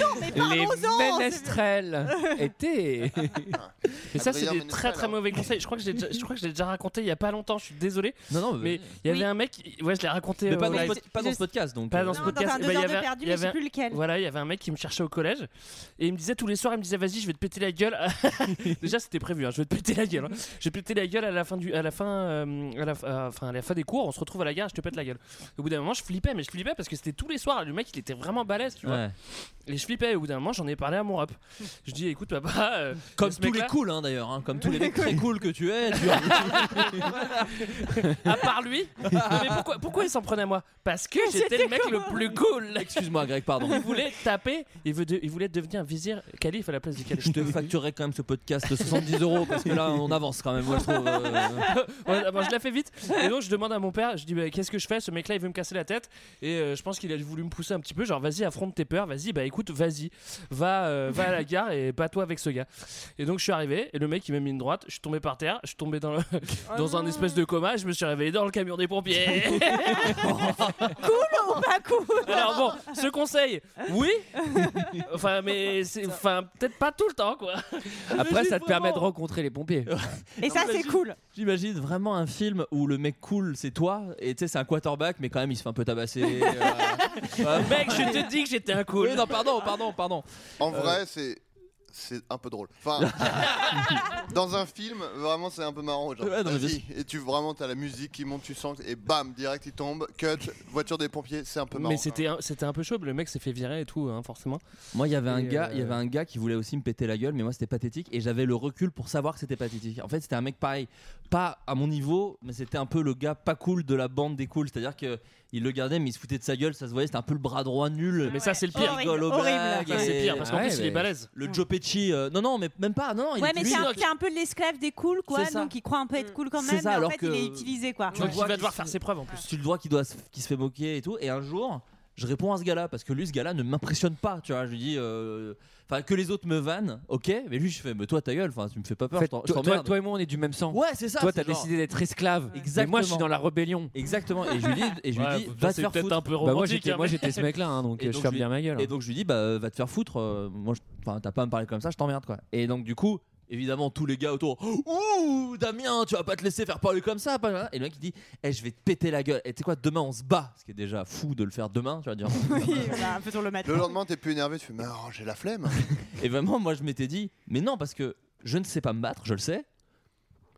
I: Non, mais
H: Les
I: parlons-en. [laughs]
H: ménestrels étaient.
B: [laughs] Mais ça, c'est
H: Adrien
B: des très
H: Ménestrel,
B: très mauvais conseils. Je crois que je l'ai déjà- je crois que je l'ai déjà raconté il y a pas longtemps. Je suis désolé.
E: Non, non,
B: mais il y avait un mec. Ouais, je l'ai raconté.
E: Mais
B: euh,
E: pas,
B: au
E: dans ce,
B: live.
E: pod- pas dans ce podcast, donc.
B: Pas
E: euh,
B: dans ce
I: Non, dans
B: podcast.
I: un
B: Eh ben,
I: deux
B: il y
I: heures de
B: avait un-
I: perdu,
B: il y
I: mais je sais
B: avait un-
I: plus lequel.
B: Voilà, il y avait un mec qui me cherchait au collège et il me disait tous les soirs, il me disait vas-y, je vais te péter la gueule. [laughs] Déjà, c'était prévu, hein, je vais te péter la gueule. hein. Je vais te péter la gueule à la fin du, à la fin, euh, à la, euh, enfin, à la fin des cours, on se retrouve à la gare, je te pète la gueule. Au bout d'un moment, je flippais, mais je flippais parce que c'était tous les soirs. Le mec, il était vraiment balèze, tu vois.
E: Ouais.
B: Et je flippais. Au bout d'un moment, j'en ai parlé à mon rap. Je dis, écoute, papa, euh,
E: Comme
B: ce
E: tous les
B: mec-là-
E: cools, hein, d'ailleurs, hein, comme tous les mecs très cool que tu
B: [laughs]
E: es. tu-
B: à part lui. Non, mais pourquoi, pourquoi il s'en prenait à moi Parce que j'étais le mec le
E: [laughs]
B: plus cool.
E: Excuse-moi, Greg, pardon.
B: Il voulait taper, il, veut de- il voulait devenir vizir calife à la place du calife.
E: Je te facturerai quand même ce podcast de 70 euros parce que là on avance quand même, moi je trouve. euh,
B: [laughs] Ouais, bon, je la fais vite. Et donc je demande à mon père, je dis bah, qu'est-ce que je fais Ce mec-là, il veut me casser la tête. Et euh, je pense qu'il a voulu me pousser un petit peu, genre vas-y, affronte tes peurs, vas-y, bah écoute, vas-y, va, euh, va à la gare et bats-toi avec ce gars. Et donc je suis arrivé, et le mec il m'a mis une droite, je suis tombé par terre, je suis tombé dans, le-
I: Ah
B: dans un espèce de coma, je me suis réveillé dans le camion des pompiers.
I: [laughs] Cool ou pas cool
B: Alors bon, ce conseil, oui, enfin mais c'est, enfin peut-être pas tout le temps quoi.
H: Après, ça te permet de rencontrer les pompiers.
E: [laughs]
I: Et ça, c'est cool.
E: J'imagine vraiment un film où le mec cool c'est toi et tu sais c'est un quarterback mais quand même il se fait un
C: [laughs]
E: peu tabasser. euh, ouais.
B: Mec, je te dis que j'étais un cool.
E: Oui, non pardon pardon pardon.
C: En vrai, c'est. C'est un peu drôle.
E: [laughs]
C: Enfin, dans un film, vraiment, c'est un peu marrant. genre,
E: Ouais, non, mais bien
C: vas-y. et tu vraiment, t'as la musique qui monte, tu sens, et bam, direct, il tombe. Cut, voiture des pompiers, c'est un peu marrant. hein.
B: Mais c'était un, c'était un peu chaud, le mec s'est fait virer et tout, hein, forcément.
E: Moi il y avait un
B: Et,
E: gars
B: euh,
E: il y avait un gars qui voulait aussi me péter la gueule mais moi c'était pathétique et j'avais le recul pour savoir que c'était pathétique. En fait c'était un mec pareil pas à mon niveau mais c'était un peu le gars pas cool de la bande des cools c'est à dire que il le gardait mais il se foutait de sa gueule ça se voyait c'était un peu le bras droit nul.
B: Mais ça, c'est le pire.
E: Il rigole aux blagues
B: Ça, c'est
E: et-
B: pire, parce qu'en
H: Ouais,
B: plus, il
H: mais-
B: est balèze.
E: Le Joe Pesci, euh, non, non, mais même pas, non, non, il
I: Ouais,
E: est
I: mais
E: lui,
I: c'est un,
E: non,
I: c'est un peu l'esclave des cools, quoi.
E: C'est ça.
I: Donc il croit un peu être cool quand
E: C'est
I: même,
E: ça,
I: mais en
E: alors
I: fait,
E: que-
I: il est utilisé, quoi.
B: Donc, il
E: vois
B: va
E: qu'il
B: devoir
I: [laughs]
E: se-
B: faire ses preuves en plus.
E: tu le vois qui doit se- qui se fait moquer et tout et un jour je réponds à ce gars-là parce que lui ce gars-là ne m'impressionne pas tu vois je lui dis euh, enfin que les autres me vannent ok mais lui je fais mais toi ta gueule enfin tu me fais pas peur
H: Fait,
E: je t'en- je
H: toi, toi-
E: t'emmerde
H: toi et moi, on est du même sang.
E: ouais c'est ça
H: toi,
E: c'est
H: t'as
E: genre-
H: décidé d'être esclave. Mais moi, je suis
E: Exactement.
H: dans la rébellion.
E: exactement et je lui dis et je lui
B: Ouais,
E: dis
B: faut-
E: va te
B: c'est
E: faire
B: peut-être
E: foutre
B: un peu
H: Bah, moi,
B: romantique,
H: j'étais
B: hein,
H: moi,
B: mais-
H: j'étais ce mec-là, hein,
E: [laughs]
H: donc
E: Et
H: euh, je
E: donc,
H: ferme
E: je
H: bien ma gueule.
E: Et donc je lui dis bah euh, va te faire foutre, euh, moi je- enfin t'as pas à me parler comme ça, je t'emmerde quoi. Et donc du coup évidemment tous les gars autour ouh Damien tu vas pas te laisser faire parler comme ça pas- et le mec il dit eh je vais te péter la gueule et tu sais quoi demain on se bat ce qui est déjà fou de le faire demain tu vas
H: [laughs]
E: dire
I: Oui, voilà, un peu sur le matin.
C: Le lendemain, t'es plus énervé, tu fais, mais oh, j'ai la flemme.
E: [laughs] et vraiment moi je m'étais dit mais non parce que je ne sais pas me battre je le sais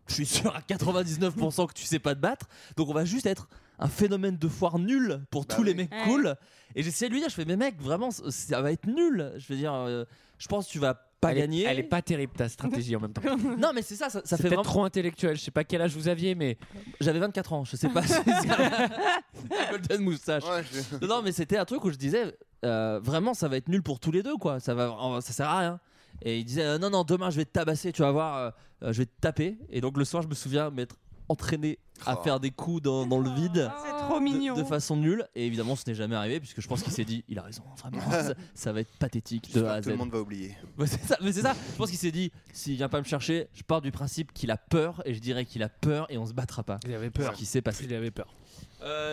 E: je suis sûr à 99% que tu sais pas te battre donc on va juste être un phénomène de foire nul pour
C: Bah
E: tous les mecs
I: Ouais.
E: cool et j'essayais de lui dire je fais mais mec vraiment c- ça va être nul je veux
I: [laughs]
E: dire euh, je pense que tu vas pas
H: elle,
E: gagner
H: Est, elle est pas terrible ta stratégie en même temps.
E: Non, mais c'est ça, ça, ça
H: C'est
E: fait
H: peut-être
E: vraiment.
H: trop intellectuel. Je sais pas quel âge vous aviez, mais
E: J'avais 24 ans, je sais
H: [laughs]
E: pas. c'est ça. [laughs] Golden moustache.
C: Ouais, je-
E: Non, non, mais c'était un truc où je disais, euh, vraiment, ça va être nul pour tous les deux, quoi. Ça, va, ça sert à rien. Et il disait, euh, non, non, demain, je vais te tabasser, tu vas voir, euh, euh, je vais te taper. Et donc, le soir, je me souviens m'être entraîné à
C: Oh.
E: faire des coups dans, dans le vide
I: Ah. trop
E: de-
I: mignon.
E: De, façon nulle et évidemment ce n'est jamais arrivé puisque je pense qu'il s'est dit il a raison vraiment
C: [laughs]
E: ça, ça va être pathétique de
C: J'espère
E: A à
C: que
E: Z
C: tout le monde va oublier.
E: [laughs] Ouais, c'est ça, mais c'est ça je pense qu'il s'est dit s'il vient pas me chercher je pars du principe qu'il a peur et je dirais qu'il a peur et on se battra pas
B: il avait peur
E: ce qui s'est passé Euh,
B: il avait peur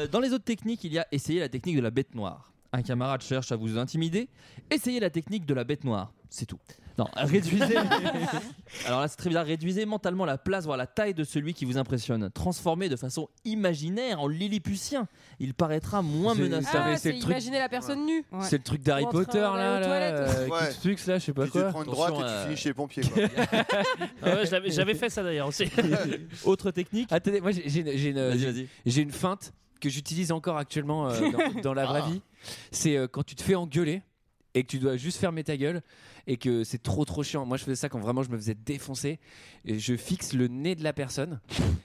E: dans les autres techniques il y a essayer la technique de la bête noire un camarade cherche à vous intimider essayez la technique de la bête noire c'est tout non [laughs] réduisez
B: [laughs]
E: alors là, c'est très bizarre. Réduisez mentalement la place, voire la taille de celui qui vous impressionne. Transformez de façon imaginaire en Lilliputien. Il paraîtra moins
K: C'est-
E: menaçant.
K: Ah, c'est le truc-
J: Imaginer la personne nue.
H: C'est le truc d'Harry
J: Ou en train
H: Potter là,
J: d'aller aux
H: là,
J: toilettes.
H: euh,
C: Ouais.
H: Cutflux, là, je sais pas
C: Tu te
H: quoi.
C: prends une droite et
H: Attention,
C: tu
H: euh,
C: finis chez les pompiers.
H: [laughs]
C: quoi.
B: Ah ouais, je l'avais- j'avais fait ça d'ailleurs aussi
E: [laughs] Autre technique
H: Attendez, Ah, moi j'ai j'ai une, j'ai une-
E: Vas-y,
H: j'ai-
E: vas-y.
H: j'ai une feinte que j'utilise encore actuellement euh,
E: [laughs]
H: dans, dans la vraie
E: Ah.
H: vie. C'est euh, quand tu te fais engueuler et que tu dois juste fermer ta gueule et que c'est trop trop chiant. Moi je faisais ça quand vraiment je me faisais défoncer et je fixe le nez de la personne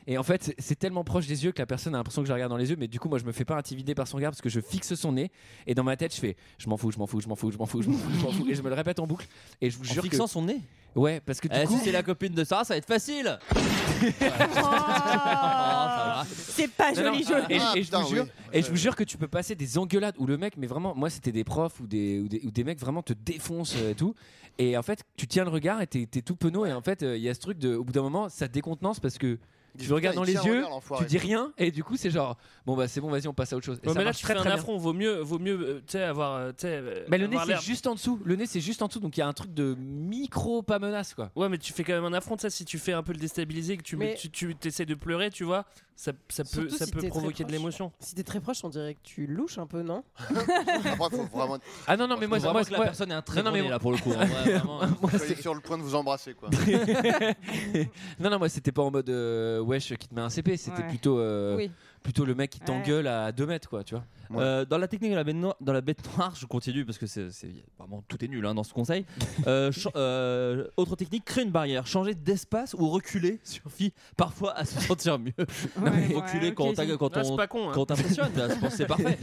H: et en fait c'est- c'est tellement proche des yeux que la personne a l'impression que je la regarde dans les yeux mais du coup moi je me fais pas intimider par son regard parce que je fixe son nez et dans ma tête je fais je m'en fous, je m'en fous, je m'en fous, je m'en fous, je m'en fous, je m'en fous et je me le répète en boucle et je vous
E: En
H: jure
E: fixant
H: que...
E: son nez
H: Ouais, parce que du
E: Eh,
H: coup
E: si c'est la copine de Sarah, ça va être facile.
I: C'est pas
H: Non,
I: joli,
C: ah,
H: non,
I: joli.
H: Et,
B: Ah,
H: et je vous jure, et je vous jure que tu peux passer des engueulades où le mec, mais vraiment, moi c'était des profs ou des, ou des, ou des mecs vraiment te défoncent euh, et tout. Et en fait, tu tiens le regard et t'es t'es tout penaud. Et en fait, euh, il y a ce truc de, au bout d'un moment, ça te décontenance parce que. Tu le
B: Putain,
H: regardes dans
B: il
H: les
B: tient le
H: yeux,
B: regard, l'enfoiré.
H: tu dis rien, et du coup c'est genre bon bah c'est bon vas-y on passe à autre chose. Et
B: Ouais,
H: ça
B: mais là
H: marche
B: tu
H: très
B: fais un
H: très bien.
B: affront vaut mieux vaut mieux euh, tu sais avoir euh, tu sais, euh,
H: Mais le nez
B: avoir
H: c'est
B: l'air-
H: juste en dessous, le nez c'est juste en dessous, donc il y a un truc de micro pas menace quoi.
B: Ouais, mais tu fais quand même un affront, ça, si tu fais un peu le déstabiliser, que tu
J: Mais-
B: tu, tu essaies de pleurer, tu vois, ça, ça peut,
J: Surtout
B: ça
J: si
B: peut
J: t'es très
B: provoquer de
J: proche.
B: l'émotion.
J: Si t'es très proche, on dirait que tu louches un peu, non
C: [laughs]
B: [laughs]
C: Après, faut vraiment.
H: Ah non non mais moi
C: Faut vraiment
H: moi
C: que la
H: moi-
C: personne ait un très
H: non,
C: bon
H: non, mais
C: nez,
H: moi-
C: là, pour le coup,
H: [laughs]
C: hein. Ouais, vraiment, hein. Soyez sur le point de vous embrasser, [laughs] quoi.
H: non non moi c'était pas en mode euh, wesh qui te met un CP, c'était
E: Ouais.
H: plutôt euh,
E: Oui.
H: plutôt le mec qui t'engueule à 2 mètres quoi, tu vois.
E: Euh, dans la technique de la bête noire, dans la bête noire, je continue parce que c'est c'est- vraiment tout est nul hein, dans ce
C: [laughs]
E: conseil. Euh, cha- euh, autre technique, créer une barrière, changer d'espace ou reculer suffit parfois à se sentir mieux. Non, mais [laughs] reculer
B: ok,
E: quand on
B: si.
E: t'a- quand
B: Non, c'est
E: on
B: pas con, hein.
E: quand on t'impressionne, là, je pense que
H: [laughs]
E: c'est parfait.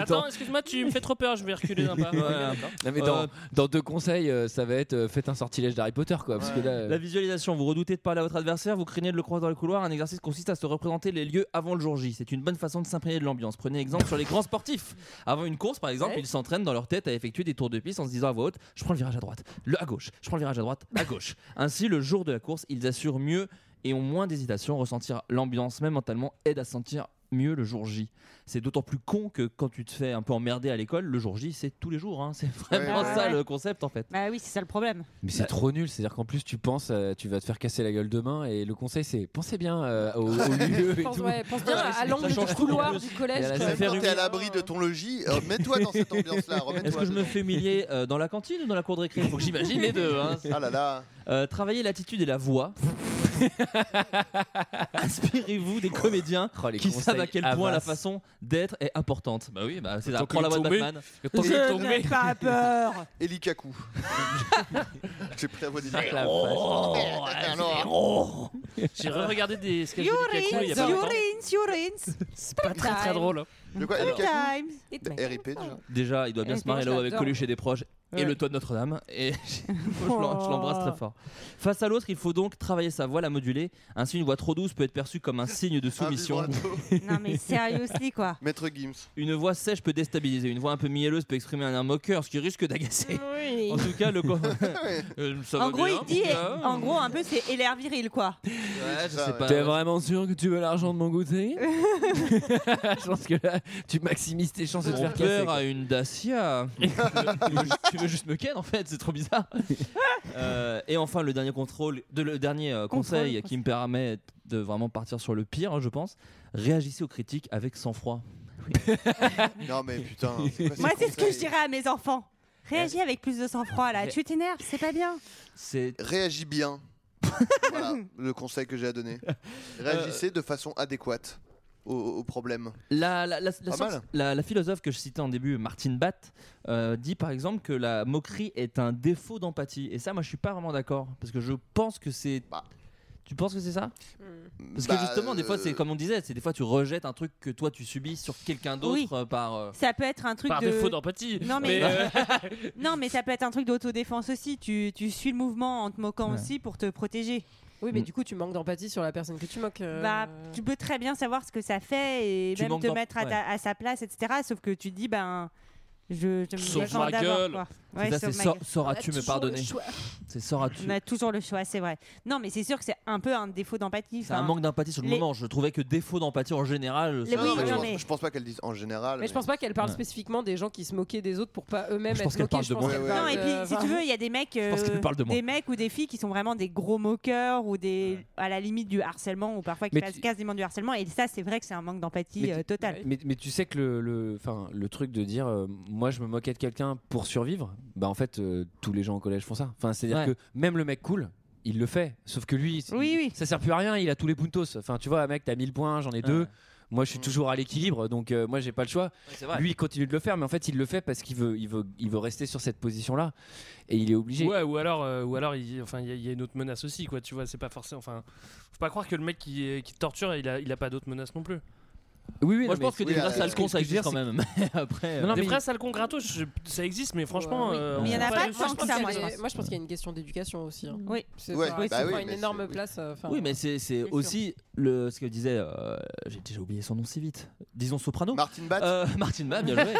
B: Attends, excuse-moi, tu me fais trop peur, je vais reculer d'un pas.
H: [laughs]
E: Ouais,
H: Non, mais dans, dans deux conseils, euh, ça va être euh, faites un sortilège d'Harry Potter, quoi. Parce que là, euh,
E: La visualisation, vous redoutez de parler à votre adversaire, vous craignez de le croiser dans le couloir. Un exercice consiste à se représenter les lieux avant le jour J. C'est une bonne façon de s'imprégner de l'ambiance. Prenez exemple sur les grands sportifs. Avant une course, par exemple,
H: Ouais.
E: ils s'entraînent dans leur tête à effectuer des tours de piste en se disant à voix haute Je prends le virage à droite, le à gauche, je prends le virage à droite, à gauche. Ainsi, le jour de la course, ils assurent mieux et ont moins d'hésitation. Ressentir l'ambiance, même mentalement, aide à se sentir mieux le jour J. C'est d'autant plus con que quand tu te fais un peu emmerder à l'école, le jour J, c'est tous les jours. hein. C'est vraiment
I: Ouais.
E: ça
I: Ouais.
E: le concept en fait.
I: Bah
E: Bah,
I: oui, c'est ça le problème.
H: Mais c'est trop nul, c'est-à-dire qu'en plus tu penses, euh, tu vas te faire casser la gueule demain, et le conseil c'est pensez bien euh,
J: [laughs]
H: au, au lieu et
J: pense,
H: tout.
J: ouais, pense bien à- à l'angle du couloir du collège.
H: la
J: quoi.
H: salle-
C: Même quand t'es à l'abri de ton logis, euh, mets-toi dans cette
E: [laughs]
C: ambiance-là.
E: Est-ce que je me fais humilier euh, dans la cantine ou dans la cour de récré Faut que j'imagine les deux. [laughs] hein.
C: Ah là là.
E: Euh, travaillez l'attitude et
C: [laughs]
E: la voix. Inspirez-vous des comédiens
C: Oh,
H: les
E: qui savent à
H: conseils
E: quel point
H: Havas.
E: la façon d'être est importante. Bah oui, bah, c'est
H: Tant
E: ça.
H: que
E: Prends la
H: lui
E: voix de
H: tombe,
E: Batman.
H: le temps qu'il Je tombe. n'ai [laughs] pas peur.
C: Eli Kaku. [laughs] J'ai pris la voix des
H: Zéro,
C: [laughs] Alors.
B: J'ai re-regardé des sketchs de Lukaku il y a
I: Urines,
B: pas longtemps.
I: urines, urines. C'est
B: pas très, très drôle. hein.
C: De quoi, Eli Kaku RIP déjà.
E: Déjà, il doit bien
I: Et
E: se marrer
I: moi, je
E: là-haut avec
I: l'adore.
E: Coluche et des proches et
I: Ouais. Oh.
E: le toit de Notre-Dame. Et [laughs] je l'en- je l'embrasse très fort. Face à l'autre, il faut donc travailler sa voix, la moduler. Ainsi, une voix trop douce peut être perçue comme [laughs] un signe de soumission.
I: Non mais seriously
E: [laughs]
I: quoi.
C: Maître Gims.
E: Une voix sèche peut déstabiliser, une voix un peu mielleuse peut exprimer un air moqueur, ce qui risque d'agacer. En tout cas, le co- [laughs] Euh, ça va
I: En gros,
E: bien,
I: il dit,
E: mon gars.
I: en gros, un peu, c'est Hilaire Viril, quoi.
E: Ouais, je sais pas.
H: T'es vraiment sûr que tu veux l'argent de mon
J: [laughs]
H: goûter [laughs] Je pense que là, tu maximises tes chances de te
E: Mon
H: faire casser.
E: père
H: quoi.
E: a une
H: [laughs]
E: Dacia. tu, veux, tu veux juste me ken en fait, c'est trop bizarre. Euh, et enfin, le dernier contrôle, de, le dernier euh,
H: Contrôle,
E: conseil qui me permet de vraiment partir sur le pire, hein, je pense. Réagissez aux critiques avec sang-froid.
C: non mais
E: [laughs]
C: putain.
I: Moi, c'est ce que je dirais à mes enfants. Réagis avec plus de sang-froid, là.
C: Ré-
I: Tu t'énerves, c'est pas bien.
E: C'est
C: réagis bien. voilà le conseil que j'ai à donner.
E: Euh,
C: Réagissez de façon adéquate au, au problème.
E: La, la, la, la
C: Pas
E: science-
C: mal.
E: la- la philosophe que je citais en début, Martine Batt, euh, dit par exemple que la moquerie est un défaut d'empathie. Et ça, moi, je suis pas vraiment d'accord. Parce que je pense que c'est. Tu penses que c'est ça Parce
C: Bah,
E: que justement, des fois, c'est
C: euh,
E: comme on disait, c'est des fois, tu rejettes un truc que toi, tu subis sur quelqu'un d'autre
I: Oui.
E: euh, par. euh,
I: Ça peut être un truc
E: Par
I: de...
E: défaut d'empathie.
I: Non mais, [laughs]
E: Mais, euh,
I: non mais ça peut être un truc d'autodéfense aussi. Tu, tu suis le mouvement en te moquant
E: Ouais.
I: aussi pour te protéger.
J: Oui, mais du coup, tu manques d'empathie sur la personne que tu moques. euh.
I: Bah, tu peux très bien savoir ce que ça fait et
J: Tu
I: même
J: manques
I: te
J: d'em-
I: mettre à, ta-
J: ouais.
I: à sa place, etc. Sauf que tu te dis, ben, je, je me
E: Sauve
I: défends
E: ma
I: d'abord,
E: gueule.
I: quoi.
E: C'est
I: Ouais,
E: ça,
I: sauve
E: c'est
I: ma
E: sa-
I: gueule.
E: sauras-tu me pardonner C'est sauras-tu
I: On a toujours le choix, c'est vrai. Non, mais c'est sûr que c'est un peu un défaut d'empathie.
E: C'est un
I: enfin,
E: manque d'empathie sur le
I: les-
E: moment. Je trouvais que défaut d'empathie en général.
I: Les-
E: ça-
I: oui,
E: ça-
I: non,
E: ça-
I: mais-
C: Je pense pas qu'elles disent en général.
J: Mais je pense pas qu'elle parle
E: Ah Ouais.
J: spécifiquement des gens qui se moquaient des autres pour pas eux-mêmes
E: Je pense
J: être
E: qu'elle
J: moqués.
E: parle de moi.
J: qu'elle
E: Ouais,
I: Non,
J: parle
I: et
J: de-
I: puis si
J: enfin,
I: tu veux, il y a des mecs,
E: pense
I: euh,
E: qu'elle parle de moi.
I: des mecs ou des filles qui sont vraiment des gros moqueurs ou des à la limite du harcèlement ou parfois qui
H: Mais
I: passent
H: tu-
I: quasiment du harcèlement. Et ça, c'est vrai que c'est un manque d'empathie
H: Mais tu-
I: euh, total.
H: Mais, mais tu sais que le, le, enfin, le truc de dire euh, moi je me moquais de quelqu'un pour survivre, bah en fait euh, tous les gens au collège font ça. Enfin, c'est-à-dire
E: Ouais.
H: que même le mec cool, il le fait. Sauf que lui, il- ça sert plus à rien, il a tous les puntos. Enfin, tu vois, mec, t'as 1000 points, j'en ai deux. Moi, je suis toujours à l'équilibre, donc euh, moi, j'ai pas le choix.
E: c'est vrai.
H: Lui, il continue de le faire, mais en fait, il le fait parce qu'il veut, il veut, il veut rester sur cette position-là, et il est obligé.
B: Ouais, ou alors, euh, ou alors, il, enfin, il y, a- il y a une autre menace aussi, quoi. Tu vois, c'est pas forcément. Enfin, faut pas croire que le mec qui, est- qui te torture, il a, il a pas d'autres menaces non plus.
H: Oui, oui,
E: Moi,
H: non,
E: je pense
H: mais-
E: que des
H: oui,
E: vrais
H: euh,
E: sales
H: ce
E: cons,
H: que
E: ça
H: je veux dire,
E: existe quand même. Mais [laughs] Après,
B: Non,
E: euh,
B: des vrais salcons gratos, je- ça existe, mais franchement. euh,
I: Mais il y en a
B: on-
I: pas
B: enfin,
I: tant
B: je pense
I: que ça,
B: qu'il y a
I: moi,
B: des-
I: je pense.
J: Et Moi, je pense qu'il y a une question d'éducation aussi. hein.
I: Oui.
J: C'est
I: Ouais,
J: ça,
I: bah
J: ça
I: oui,
J: prend une
I: mais
J: énorme
I: c'est-
J: place. euh, enfin,
E: Oui, mais c'est c'est aussi le, ce que disait. euh, J'ai déjà oublié son nom si vite. Disons Soprano. Euh,
C: Martin Bat.
E: [laughs] Martin Bat, bien
I: [laughs]
E: joué.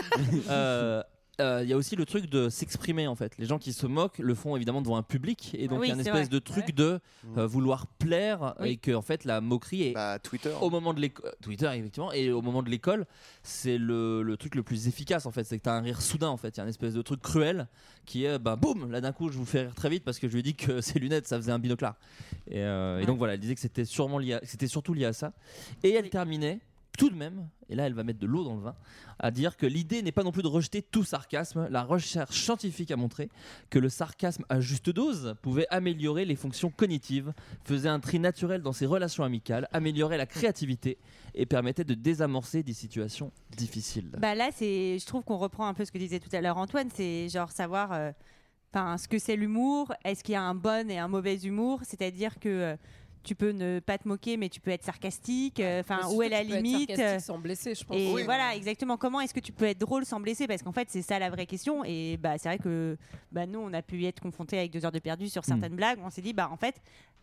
E: Euh, euh, Il y a aussi le truc de s'exprimer en fait. Les gens qui se moquent le font évidemment devant un public et donc il
H: Oui,
E: y a une
H: c'est
E: espèce
H: vrai.
E: de truc de euh, vouloir plaire
H: Oui.
E: et que en fait la moquerie est
C: Twitter
E: au moment de l'école Twitter effectivement et au moment de l'école c'est le, le truc le plus efficace en fait c'est que t'as un rire soudain en fait il y a une espèce de truc cruel qui est bah boum là d'un coup je vous fais rire très vite parce que je lui ai dit que [laughs] ses lunettes ça faisait un binoclard et, euh, et donc voilà elle disait que c'était sûrement lié à- que c'était surtout lié à ça et elle terminait tout de même, et là elle va mettre de l'eau dans le vin, à dire que l'idée n'est pas non plus de rejeter tout sarcasme. La recherche scientifique a montré que le sarcasme à juste dose pouvait améliorer les fonctions cognitives, faisait un tri naturel dans ses relations amicales, améliorait la créativité et permettait de désamorcer des situations difficiles.
I: Bah là, c'est, je trouve qu'on reprend un peu ce que disait tout à l'heure Antoine, c'est genre savoir, euh, 'fin, ce que c'est l'humour, est-ce qu'il y a un bon et un mauvais humour, c'est-à-dire que euh, tu peux ne pas te moquer, mais tu peux être sarcastique, euh, enfin
J: Mais
I: où est
J: surtout,
I: la
J: tu peux être
I: limite
J: sarcastique
I: euh,
J: sans blesser, je pense.
I: Et
J: Oui.
I: voilà, exactement. Comment est-ce que tu peux être drôle sans blesser Parce qu'en fait, c'est ça la vraie question. Et bah, c'est vrai que bah, nous, on a pu y être confrontés avec deux heures de perdu sur certaines blagues. On s'est dit, bah en fait,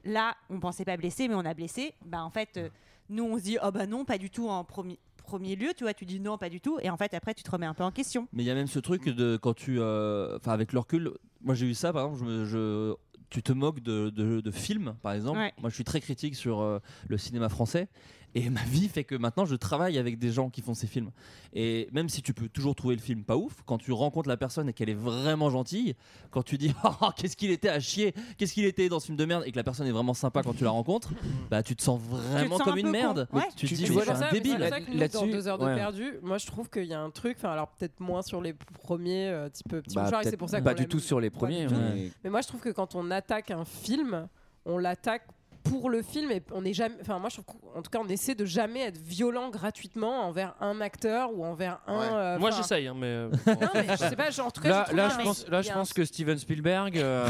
I: là, on pensait pas blesser, mais on a blessé. Bah en fait, euh, nous, on se dit, oh bah non, pas du tout en premier premier lieu, tu vois, tu dis non, pas du tout, et en fait après tu te remets un peu en question.
E: Mais il y a même ce truc de quand tu. euh, Enfin, avec le recul, moi j'ai eu ça par exemple, je me- je- tu te moques de, de- de films par exemple.
I: Ouais.
E: Moi je suis très critique sur euh, le cinéma français et ma vie fait que maintenant je travaille avec des gens qui font ces films. Et même si tu peux toujours trouver le film pas ouf, quand tu rencontres la personne et qu'elle est vraiment gentille, quand tu dis [laughs] oh, qu'est-ce qu'il était à chier, qu'est-ce qu'il était dans ce film de merde et que la personne est vraiment sympa quand tu la rencontres, bah tu te sens vraiment
J: sens
E: comme
J: un
E: une
J: peu
E: merde.
J: con. Ouais.
E: Tu te
J: Mais
E: dis,
J: c'est
E: mais je
J: pour
E: suis
J: ça-
E: un
J: mais
E: débile.
J: C'est pour ça que nous, dans deux heures de perdu, moi je trouve qu'il y a un truc, enfin alors peut-être moins sur les premiers, euh, type petit
H: Bah,
J: mouchoir, et c'est
H: peut-être
J: pour ça qu'on
H: pas du
J: l'aime.
H: tout sur les
J: Pas
H: premiers,
J: du tout.
H: mais-
J: Mais moi je trouve que quand on attaque un film, on l'attaque pour le film et on est jamais enfin moi je trouve qu'on- en tout cas on essaie de jamais être violent gratuitement envers un acteur ou envers un euh,
B: Moi,
J: enfin,
B: j'essaye, hein, mais. euh,
J: Non, mais je sais pas, genre, en tout cas,
H: là,
J: j'ai trouvé
H: là,
J: un-
H: je pense, là,
J: il y
H: je
J: a un-
H: pense que Steven Spielberg, euh,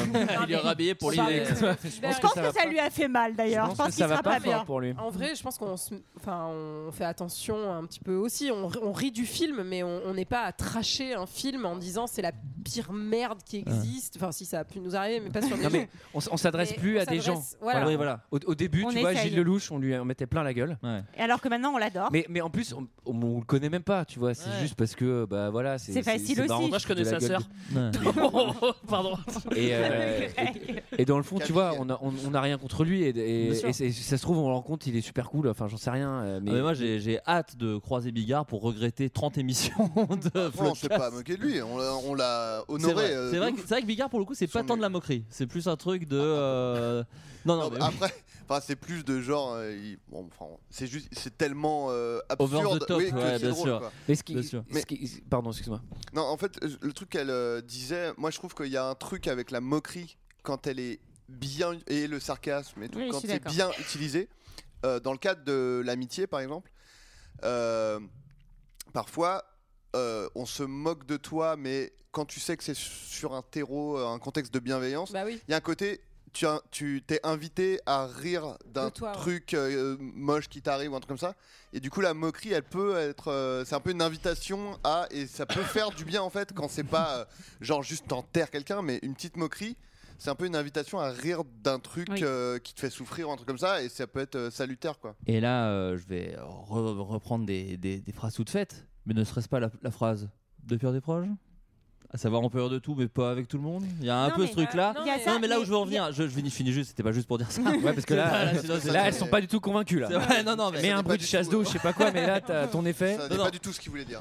E: il est rhabillé pour
H: l'idée.
E: l'idée.
H: Je pense
I: Je
H: que
I: pense
H: ça va
I: que ça
H: pas.
I: lui a fait mal d'ailleurs.
H: Je
I: Je
H: pense
I: pense
H: que
I: qu'il
H: ça va
I: sera
H: pas
I: pas
H: fort
I: bien.
H: pour lui.
J: En vrai, je pense qu'on se- enfin, on fait attention un petit peu aussi. On, on rit du film, mais on on n'est pas à tracher un film en disant c'est la pire merde qui existe. Enfin, si ça a pu nous arriver, mais
H: [laughs]
J: pas sur des
H: Non, mais
J: gens.
H: on, s- on s'adresse
J: Mais
H: plus
J: on
H: à des gens.
J: s'adresse- voilà.
H: Oui, voilà. Au, au début,
I: On
H: tu vois,
I: essaye.
H: Gilles Lelouch, on lui en mettait plein la gueule.
I: Et Alors que maintenant on l'adore.
H: Mais, mais en plus, on, on, on le connaît même pas, tu vois. C'est juste parce que, bah voilà, c'est
I: C'est facile
H: c'est marrant
I: aussi.
H: de
I: Moi, je connais
H: la
B: sa sœur.
H: gueule de- [laughs]
B: Pardon.
H: Et, euh, [laughs] Et dans le fond, tu vois, on a, on, on a rien contre lui. Et, et-
E: Bien sûr.
H: et c'est- ça se trouve, on le rencontre, il est super cool. Enfin, j'en sais rien. euh, Mais,
E: Ah, mais moi j'ai j'ai hâte de croiser Bigard pour regretter 30 émissions
H: [laughs]
E: de
C: Bon, on
E: Floodcast.
C: s'est pas moqué de lui, on l'a- on l'a
E: C'est vrai,
C: honoré. euh,
E: c'est
C: de
E: vrai
C: ouf.
E: que, c'est vrai que Bigard pour le coup c'est pas tant de la moquerie, c'est plus un truc de... euh, Non non, mais oui.
C: Après, enfin, c'est plus de genre. euh, il- bon, enfin, c'est juste, c'est tellement euh, absurde.
E: Over the top,
C: oui, que
E: ouais,
C: c'est
E: bien
C: drôle,
E: sûr.
C: quoi.
H: mais ce qui-
E: Bien sûr.
H: ce qui- Pardon, excuse-moi.
C: Non, en fait, euh, le truc qu'elle euh, disait, moi je trouve qu'il y a un truc avec la moquerie quand elle est bien et le sarcasme et tout,
I: Oui, je
C: quand
I: suis
C: c'est
I: d'accord.
C: bien utilisé. euh, dans le cadre de l'amitié, par exemple, euh, parfois euh, on se moque de toi, mais quand tu sais que c'est sur un terreau, euh, un contexte de bienveillance, il
J: Bah oui.
C: y a un côté. Tu, as- tu t'es invité à rire d'un
J: De toi, ouais.
C: truc euh, moche qui t'arrive ou un truc comme ça. Et du coup, la moquerie, elle peut être. euh, c'est un peu une invitation à. Et ça peut faire du bien en fait quand c'est pas euh, genre juste t'enterres quelqu'un, mais une petite moquerie. c'est un peu une invitation à rire d'un truc
E: Oui.
C: euh, qui te fait souffrir, un truc comme ça, et ça peut être euh, salutaire, quoi.
E: Et là, euh, je vais re- reprendre des, des- des phrases toutes faites, mais ne serait-ce pas la, la phrase de peur des proches à savoir on peut rire de tout mais pas avec tout le monde il y a un
H: Non,
E: peu
H: mais- euh,
E: ce truc là
H: non,
E: non,
H: mais-
E: mais, là où je veux en venir je, je finis, je finis juste c'était pas juste pour dire ça
H: [laughs] Ouais, parce que là,
E: [laughs] Voilà,
H: euh, là,
E: sinon, c'est-
H: elles sont pas du tout convaincues là.
E: C'est vrai, non, non, mais-
H: mais un bruit de chasse d'eau, je sais pas quoi, mais là, t'as ton effet.
E: Non, non.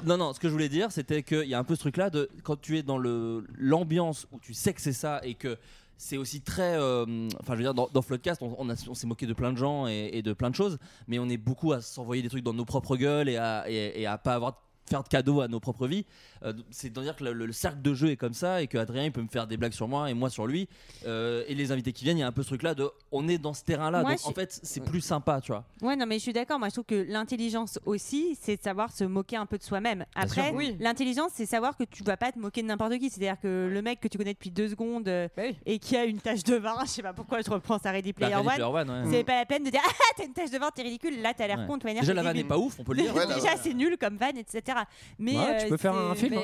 E: Non, non, ce que je voulais dire, c'était qu'il y a un peu ce truc-là de quand tu es dans le l'ambiance où tu sais que c'est ça et que c'est aussi très. euh, enfin, je veux dire, dans, dans Floodcast, on, on a- on s'est moqué de plein de gens et, et de plein de choses, mais on est beaucoup à s'envoyer des trucs dans nos propres gueules et à, et, et à pas avoir faire de cadeaux à nos propres vies. Euh, c'est à dire que le, le cercle de jeu est comme ça et que Adrien il peut me faire des blagues sur moi et moi sur lui. Euh, et les invités qui viennent, il y a un peu ce truc-là de on est dans ce terrain-là.
I: Moi,
E: Donc en
I: je-
E: fait, c'est plus sympa, tu vois.
I: Ouais, non, mais je suis d'accord. Moi, je trouve que l'intelligence aussi, c'est de savoir se moquer un peu de soi-même. Après,
J: sûr. Oui.
I: l'intelligence, c'est savoir que tu vas pas te moquer de n'importe qui. C'est-à-dire que le mec que tu connais depuis deux secondes euh,
J: Bah
I: et qui a une tache de vin, [laughs] je sais pas pourquoi je reprends ça Ready Player
E: Ready
I: One.
E: Player One, ouais.
I: C'est
E: Mm.
I: pas la peine de dire [laughs] Ah, t'as une tache de vin, t'es ridicule. Là, t'as l'air
E: Ouais.
I: con, tu m'énerves
E: Déjà,
I: depuis
E: la
I: le
E: vanne
I: début.
E: est pas ouf, on peut le dire. Ouais,
I: [laughs]
E: la
I: Déjà,
E: vanne.
I: c'est nul comme vanne, etc. Mais
H: Ouais, tu
I: euh,
H: peux faire un
I: c'est-
H: film, hein.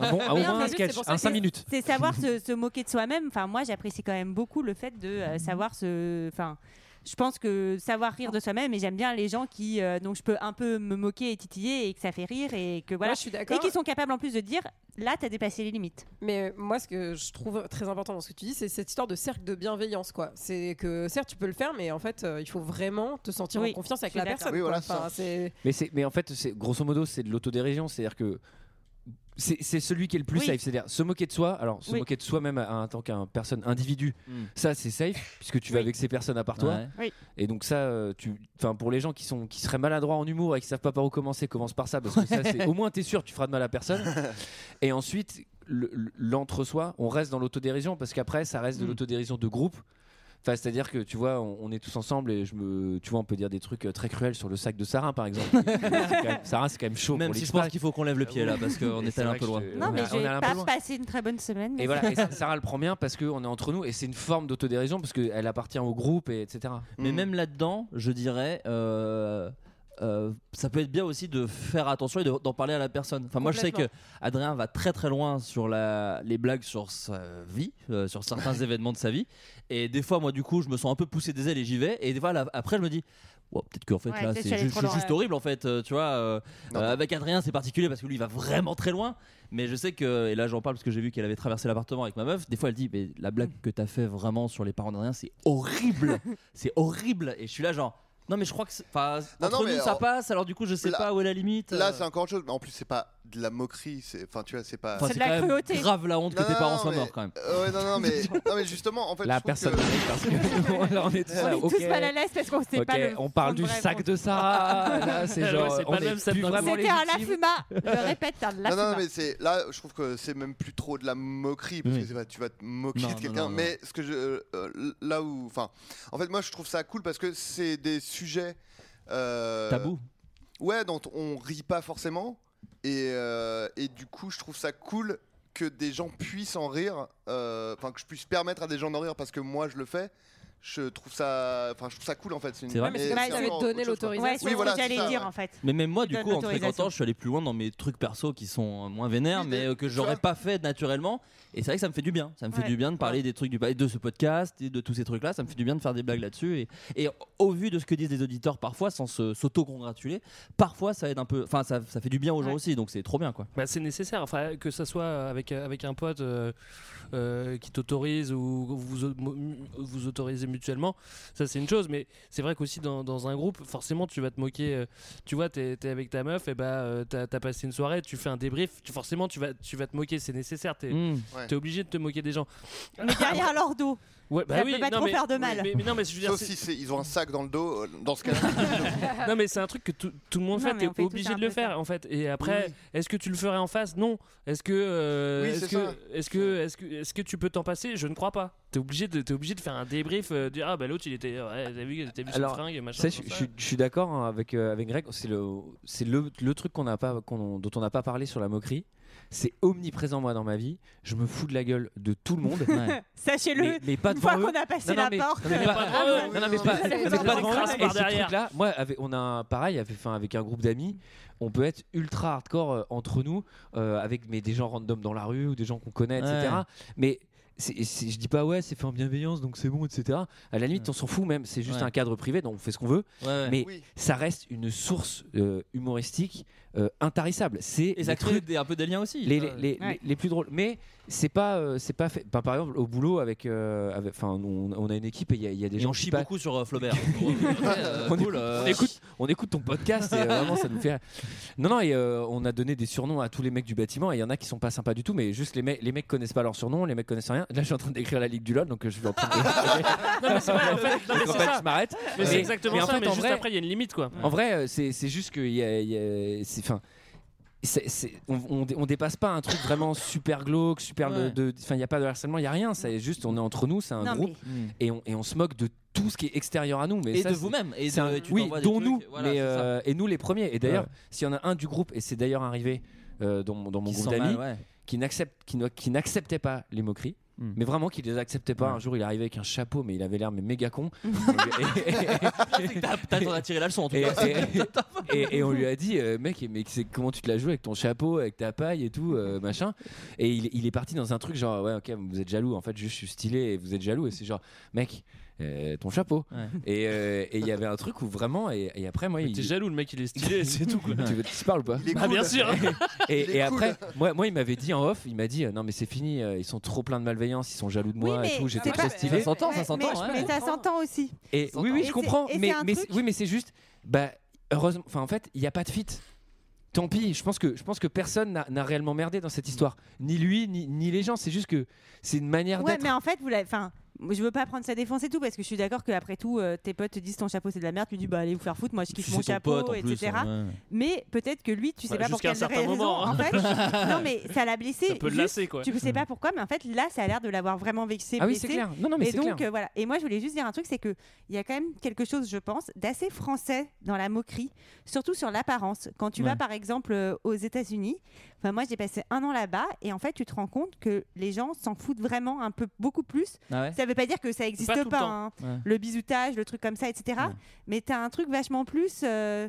H: Un
I: [laughs]
H: bon- un
I: Mais
H: bon
I: en fait,
H: un sketch,
I: c'est pour
H: un
I: ça
H: cinq
I: que-
H: minutes.
I: C'est savoir se,
H: [laughs]
I: se moquer de soi-même. Enfin, moi, j'apprécie quand même beaucoup le fait de euh,
H: Mm-hmm.
I: savoir se. Enfin, je pense que savoir rire de soi-même, et j'aime bien les gens qui. euh, donc, je peux un peu me moquer et titiller et que ça fait rire et que voilà.
J: Moi, je suis d'accord.
I: Et qui sont capables en plus de dire là, Ah, t'as dépassé les limites.
J: Mais euh, moi, ce que je trouve très important dans ce que tu dis, c'est cette histoire de cercle de bienveillance, quoi. C'est que certes, tu peux le faire, mais en fait, euh, il faut vraiment te sentir
I: Oui,
J: en confiance avec
I: je suis
J: la
I: d'accord.
J: personne.
I: Oui,
J: quoi.
I: voilà,
J: Enfin,
I: ça.
J: c'est-
H: Mais, c'est- mais en fait, c'est- grosso modo, c'est de l'autodérision. C'est-à-dire que c'est c'est celui qui est le plus
E: Oui.
H: safe. C'est-à-dire se moquer de soi. Alors, se
E: Oui.
H: moquer de soi-même à- à- en tant qu'un personne individu,
E: Mm.
H: ça, c'est safe, puisque tu vas avec ces personnes à part toi.
E: Ouais. Oui.
H: Et donc, ça, euh, tu, enfin, pour les gens qui, sont, qui seraient maladroits en humour et qui savent pas par où commencer, commence par ça. Parce que
I: [laughs]
H: ça, c'est- au moins, tu es sûr, tu feras de mal à personne. et ensuite, le- le- l'entre-soi, on reste dans l'autodérision, parce qu'après, ça
I: Mm.
H: reste de l'autodérision de groupe. Enfin, c'est-à-dire que tu vois, on, on est tous ensemble et je me, tu vois, on peut dire des trucs euh, très cruels sur le sac de Sarah,
I: [laughs]
H: par exemple. C'est quand même- Sarah, c'est quand même chaud.
E: Même
H: pour
E: si je
H: l'X-Pac.
E: pense qu'il faut qu'on lève le pied là, parce qu'on
H: [laughs] Et
E: est
H: c'est
E: allé un
H: vrai
E: peu
H: que
E: loin.
H: je te-
I: Non,
H: Euh, on
I: mais
H: est-
I: je
H: on est
I: vais
H: allé un
I: pas
H: peu loin.
I: passer une très bonne semaine. mais [laughs]
H: Et voilà,
I: ça-
H: et Sa- Sarah le prend bien parce qu'on est entre nous et c'est une forme d'autodérision parce qu'elle appartient au groupe, et etc.
C: Mm.
E: Mais même là-dedans, je dirais. euh, euh, ça peut être bien aussi de faire attention et de- d'en parler à la personne. Enfin, moi, je sais que
H: Complètement.
E: Adrien va très très loin sur la, les blagues sur sa vie, euh, sur
H: [laughs]
E: certains événements de sa vie. Et des fois, moi, du coup, je me sens un peu poussé des ailes et j'y vais. Et des fois, là, après, je me dis. Wow, peut-être qu'en fait
H: Ouais,
E: là
H: peut-être
E: c'est
H: que je suis allé
E: juste,
H: trop loin,
E: juste
H: ouais.
E: horrible en fait euh, tu vois euh, euh, avec Adrien c'est particulier parce que lui il va vraiment très loin mais je sais que et là j'en parle parce que j'ai vu qu'elle avait traversé l'appartement avec ma meuf des fois elle dit mais la blague que t'as fait vraiment sur les parents d'Adrien c'est horrible c'est horrible et je suis là genre non mais je crois que c'est- enfin
C: Non,
E: entre
C: non, mais
E: nous ça
C: alors-
E: passe alors du coup je sais
C: Là-
E: pas où est la limite euh.
C: Là, c'est encore autre chose. Mais en plus, c'est pas de la moquerie. C'est, enfin, tu vois, c'est pas.
E: Enfin, C'est de c'est la quand même cruauté. grave la honte que tes parents soient
C: mais-
E: morts, quand même.
C: Euh, ouais, non, non,
E: [laughs]
C: mais, non, mais justement, en fait,
H: Là,
C: je trouve
H: personne
C: que-
H: n'arrive [laughs] parce que là, on est tous,
C: On
H: là,
C: est
I: tous
H: ok.
I: mal à l'aise parce qu'on sait
H: Ok,
I: pas le
H: on parle
I: fond
H: du
I: de vrai
H: sac
I: compte.
H: de
E: Ah,
H: Sarah. Là, c'est
B: Ouais,
H: genre,
B: c'est
H: on
B: pas le
H: est
B: même sac
H: plus
B: d'un coup.
H: vraiment
I: C'était un lafuma. Je répète,
H: [laughs]
I: un
C: Non,
I: lafuma.
C: non, mais c'est là, je trouve que c'est même plus trop de la moquerie parce que c'est pas- tu vas te moquer
E: Non,
C: de
E: non,
C: quelqu'un.
E: non, non.
C: Mais ce que je euh, là où, enfin, en fait, moi, je trouve ça cool parce que c'est des sujets euh,
E: Tabou.
C: Ouais, dont on rit pas forcément et euh, et du coup, je trouve ça cool que des gens puissent en rire, euh, enfin que je puisse permettre à des gens d'en rire parce que moi, je le fais. Je trouve ça, enfin, je trouve ça cool en fait. une-
E: C'est vrai. Ouais, mais
C: mais
E: c'est comme
C: c'est
E: si t'avais
C: encore
J: donné
C: autre chose, quoi.
I: Ouais, c'est
C: Oui,
I: ce
C: voilà,
I: que
C: c'est
I: j'allais
C: ça,
I: dire
C: ouais.
I: en fait.
E: mais même moi, du
I: Donne
E: coup, en fréquentant,
I: l'autorisation.
E: je suis allé plus loin dans mes trucs perso qui sont euh, moins vénères, mais euh, que j'aurais pas fait naturellement. Et c'est vrai que ça me fait du bien. Ça me fait
H: Ouais.
E: du bien de parler des trucs du et de ce podcast et de tous ces trucs-là. Ça me fait du bien de faire des blagues là-dessus. Et, et au vu de ce que disent les auditeurs parfois, sans se- s'auto-congratuler, parfois ça aide un peu. Enfin, ça, ça fait du bien aux gens aussi. Donc c'est trop bien, quoi.
B: Bah, c'est nécessaire, enfin, que ça soit avec, avec un pote euh, euh, qui t'autorise ou vous, au- mu- vous autorisez mutuellement, ça c'est une chose, mais c'est vrai qu'aussi dans, dans un groupe, forcément tu vas te moquer, euh, tu vois, t'es es avec ta meuf, et bah euh, t'as t'as passé une soirée, tu fais un débrief, tu, forcément tu vas, tu vas te moquer, c'est nécessaire, t'es
E: Mm.
C: Ouais.
B: t'es obligé de te moquer des gens.
I: Mais derrière leur dos.
B: Ouais, bah
I: ça
B: oui,
I: peut pas
B: non,
I: trop
B: mais-
I: faire de
B: oui,
I: mal.
B: mais- mais non, mais je veux dire,
C: Sauf
B: c'est-
C: si c'est- ils ont un sac dans le dos, euh, dans ce cas-là.
B: [laughs] non mais c'est un truc que tout, tout le monde
C: Non,
B: fait
C: mais
B: t'es
C: on fait tous
B: obligé
C: un
B: de le
C: peu
B: faire en fait et après
C: Oui,
B: est-ce que tu le ferais en face non est-ce que euh,
C: Oui,
B: est-ce
C: c'est
B: que
C: ça.
B: est-ce que est-ce que est-ce que tu peux t'en passer je ne crois pas t'es obligé de t'es obligé de faire un débrief euh, dire ah bah l'autre il était ouais, t'as vu t'as
C: Ah,
B: vu son
H: Alors,
B: fringue machin
H: ça, je,
B: comme
H: je
B: ça.
H: suis- je suis d'accord hein, avec, euh, avec Greg. C'est le, c'est le, le truc qu'on n'a pas, qu'on- dont on n'a pas parlé sur la moquerie. C'est omniprésent, moi, dans ma vie. Je me fous de la gueule de tout le [laughs] monde.
I: Sachez-le,
H: Mais- mais pas
I: une fois
H: devant eux.
I: qu'on a passé
H: Non, non,
I: la
H: mais-
I: porte.
H: non, mais pas-
I: Ah,
H: non, non, mais pas-
I: vous allez
H: mais
I: voir
H: pas
I: les
H: devant eux.
I: traces
H: Et
I: par
H: ce
I: derrière.
H: truc-là, moi, avec- on a un pareil avec, enfin, avec un groupe d'amis, on peut être ultra hardcore euh, entre nous, euh, avec mais des gens random dans la rue ou des gens qu'on connaît, etc.
E: Ouais.
H: Mais c'est- c'est- je dis pas ouais, c'est fait en bienveillance, donc c'est bon, etc. À la limite, on s'en fout même. C'est juste
E: Ouais.
H: un cadre privé, donc on fait ce qu'on veut.
E: Ouais, ouais.
H: Mais
E: Oui.
H: ça reste une source euh, humoristique euh, intarissable. C'est
E: Et ça
H: le
E: crée
H: truc-
E: des- un peu des liens aussi.
H: les,
E: tu
H: les,
E: vois.
H: les- les- les plus drôles. Mais c'est pas, euh, c'est pas fait. par- par exemple, au boulot, avec. euh, avec- Enfin, nous, on, on a une équipe et il y, a- il y a des
E: Et
H: gens.
E: on
H: qui
E: chie
H: pas-
E: beaucoup sur euh,
H: [laughs]
E: Flaubert. Ouais, euh,
H: Bah, on,
E: cool,
H: écoute,
E: euh,
H: on écoute, on écoute ton podcast et euh, vraiment ça nous fait. rire. Non, non, et euh, on a donné des surnoms à tous les mecs du bâtiment et il y en a qui sont pas sympas du tout, mais juste les, mecs les mecs connaissent pas leur surnom, les mecs connaissent rien. Là, je suis en train d'écrire la Ligue du LOL, donc euh, je vais en train de-
B: [laughs]
E: [laughs]
B: Non, mais c'est vrai, en fait, non, mais
H: Donc, en
B: c'est
H: fait,
B: ça.
H: je m'arrête.
B: Mais c'est
H: Mais-
B: exactement
H: mais en
B: ça,
H: fait,
B: mais
H: en
B: juste
H: vrai-
B: après, il y a une limite, quoi.
H: En vrai, euh, c'est c'est juste que il y a- il y a- c'est- 'fin, c'est- c'est- on, on dé- on dépasse pas un truc vraiment super glauque, super
E: Ouais.
H: de, enfin il y a pas de harcèlement, il y a rien, c'est juste on est entre nous, c'est un
E: Non,
H: groupe et on, et on se moque de tout ce qui est extérieur à nous, mais
E: Et
H: ça,
E: de
H: c'est-
E: vous-même, et
H: c'est
E: de-
H: un-
E: tu
H: oui,
E: t'envoies des
H: dont
E: trucs,
H: nous,
E: et voilà,
H: mais,
E: c'est ça.
H: euh, et nous les premiers. Et d'ailleurs,
E: Ouais.
H: s'il y en a un du groupe, et c'est d'ailleurs arrivé euh, dans, mon- dans mon
E: Qui
H: groupe
E: sent mal,
H: d'amis,
E: ouais. Hmm.
H: qui n'accepte, qui, n'a- qui n'acceptait pas les moqueries. Mais vraiment qui les acceptait pas. Un jour, il est arrivé avec un chapeau, mais il avait l'air mais méga con.
E: [laughs] T'as- T'as t'en as tiré la leçon en tout
H: Et,
E: cas. [laughs]
H: et- et- et on lui a dit, euh, mec, mais c'est- comment tu te la joues avec ton chapeau, avec ta paille et tout, euh, machin. Et il, il est parti dans un truc genre, ouais, ok, vous êtes jaloux, en fait, je suis stylé et vous êtes jaloux. Et c'est genre, mec. euh, ton chapeau et euh, et il y avait un truc où vraiment et, et après moi il
B: T'es jaloux, le mec, il est
H: [laughs]
B: stylé, c'est tout, quoi.
H: tu veux tu parles ou pas
B: est Bah, cool. bien sûr.
H: Et,
B: Il
H: et
B: est
H: après,
B: cool.
H: moi, moi, il m'avait dit en off, il m'a dit euh, non mais c'est fini, euh, ils sont trop pleins de malveillance, ils sont jaloux de moi et tout, j'étais trop stylé.
I: Ouais, mais- Mais ça s'entend aussi.
H: Et oui, oui,
I: Et
H: je
I: c'est-
H: comprends.
I: et
H: Mais,
I: c'est un
H: mais
I: truc-
H: oui, mais c'est juste, bah heureusement, enfin en fait, il n'y a pas de fit. Tant pis, je pense que je pense que personne n'a- n'a réellement merdé dans cette histoire, ni lui, ni, ni les gens. C'est juste que c'est une manière
I: Ouais,
H: d'être.
I: mais en fait, vous l'avez. Enfin, je veux pas prendre sa défense et tout parce que je suis d'accord que après tout, euh, tes potes te disent ton chapeau c'est de la merde, tu dis bah allez vous faire foutre, moi je kiffe
E: C'est
I: mon
E: ton
I: chapeau,
E: pote, en plus,
I: etc.
E: ouais.
I: Mais peut-être que lui, tu sais
B: Bah,
I: pas pour
B: hein, jusqu'à
I: quelle
B: un certain
I: raison.
B: moment, hein.
I: En fait, non mais ça l'a blessé.
B: Ça peut le
I: juste,
B: lasser, quoi. Hmm.
I: Tu sais pas pourquoi, mais en fait là, ça a l'air de l'avoir vraiment vexé.
H: Ah oui,
I: blessé.
H: c'est clair. Non, non, mais
I: Et
H: c'est
I: donc
H: clair.
I: euh, voilà. Et moi, je voulais juste dire un truc, c'est que il y a quand même quelque chose, je pense, d'assez français dans la moquerie, surtout sur l'apparence. Quand tu
K: Ouais.
I: vas par exemple euh, aux États-Unis, enfin moi j'ai passé un an là-bas et en fait tu te rends compte que les gens s'en foutent vraiment un peu beaucoup plus.
K: Ah ouais
I: Ça veut pas dire que ça
K: Pas
I: existe
K: tout
I: pas,
K: le temps.
I: hein.
K: Ouais.
I: le bisoutage, le truc comme ça, etc. Mais t'as un truc vachement plus. euh,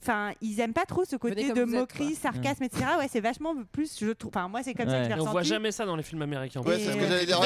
I: Enfin, ils aiment pas trop ce côté
B: comme
I: de
B: vous êtes,
I: moquerie,
B: quoi.
I: sarcasme, etc. Ouais, c'est vachement plus, je trouve. Enfin, moi, c'est comme ça que je l'ai
B: Et on voit
I: ressenti.
B: jamais ça dans les films américains.
C: Ouais, c'est ce que j'allais dire.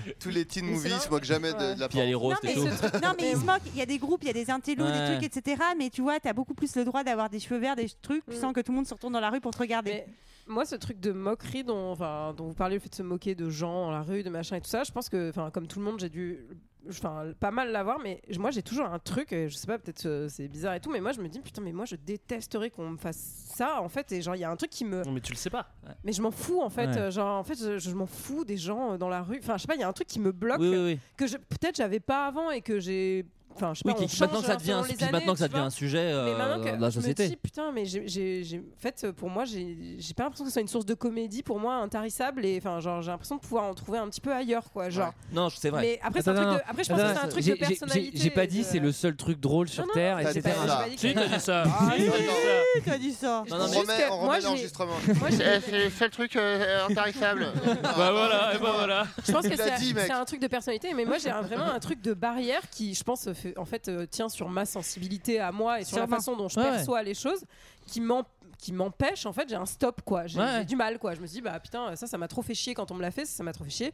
B: [laughs]
C: Tous les teen movies se moquent jamais de, de la
E: il y a les
C: porte.
E: roses,
I: Non mais, ce truc- non, mais ils se moquent, il y a des groupes, il y a des intellos,
C: Ouais.
I: des trucs, etc. Mais tu vois, t'as beaucoup plus le droit d'avoir des cheveux verts, des trucs,
B: Mm.
I: sans que tout le monde se retourne dans la rue pour te regarder.
J: Moi, ce truc de moquerie dont, enfin, dont vous parlez, le fait de se moquer de gens dans la rue, de machin et tout ça, je pense que, enfin, comme tout le monde, j'ai dû enfin, pas mal l'avoir, mais j- moi, j'ai toujours un truc, et je sais pas, peut-être euh, c'est bizarre et tout, mais moi, je me dis, putain, mais moi, je détesterais qu'on me fasse ça, en fait, et genre, il y a un truc qui me.
B: Non, mais tu le sais pas.
J: Mais je m'en fous en fait,
B: Ouais.
J: euh, genre en fait je, je m'en fous des gens euh, dans la rue. Enfin je sais pas, il y a un truc qui me bloque
E: Oui, oui, oui.
J: que je peut-être j'avais pas avant et que j'ai. Enfin je sais
E: Oui,
J: pas.
E: qui-
J: on
E: qui-
J: change,
E: maintenant que ça
J: hein,
E: devient,
J: selon
E: puis
J: les années,
E: maintenant que ça
J: tu
E: devient
J: vois.
E: un sujet
J: Mais
E: euh,
J: maintenant que
E: dans la
J: je
E: société.
J: me dis putain mais j'ai- j'ai j'ai- en fait euh, pour moi j'ai j'ai pas l'impression que ce soit une source de comédie pour moi intarissable et enfin genre j'ai l'impression de pouvoir en trouver un petit peu ailleurs quoi genre.
E: Non, c'est vrai.
J: Mais après, c'est un
H: Attends,
J: truc
H: non,
J: de- après, je
H: non,
J: pense que
H: non,
J: c'est un truc de
H: j'ai- j'ai- j'ai-
J: personnalité
H: J'ai pas
J: et
H: dit
J: de-
H: c'est le seul truc drôle sur terre,
J: non,
H: etc.
J: t'as pas dit ça. Si,
B: [laughs]
J: t'as dit
B: ça.
E: Ah,
J: Si,
H: t'as dit
I: ça. t'as dit ça.
J: Non, non, mais- Juste que
C: on
J: moi,
C: remet
J: j'ai-
C: l'enregistrement.
B: [laughs]
J: Moi, j'ai-
C: Eh, c'est le seul truc euh, intarissable.
B: Bah voilà, et bah voilà.
J: [laughs] Je pense que
C: Il l'a
J: c'est
C: dit, mec.
J: c'est un truc de personnalité, mais moi j'ai un- vraiment un truc de barrière qui, je pense, fait- en fait, euh, tient sur ma sensibilité à moi et sur la
E: Sûrement.
J: façon dont je
E: Ouais,
J: perçois les choses, qui m'en- qui m'empêche. En fait, j'ai un stop, quoi. J'ai
E: Ouais,
J: j'ai
E: ouais.
J: du mal, quoi. Je me dis, bah putain, ça, ça m'a trop fait chier quand on me l'a fait. Ça, ça m'a trop fait chier.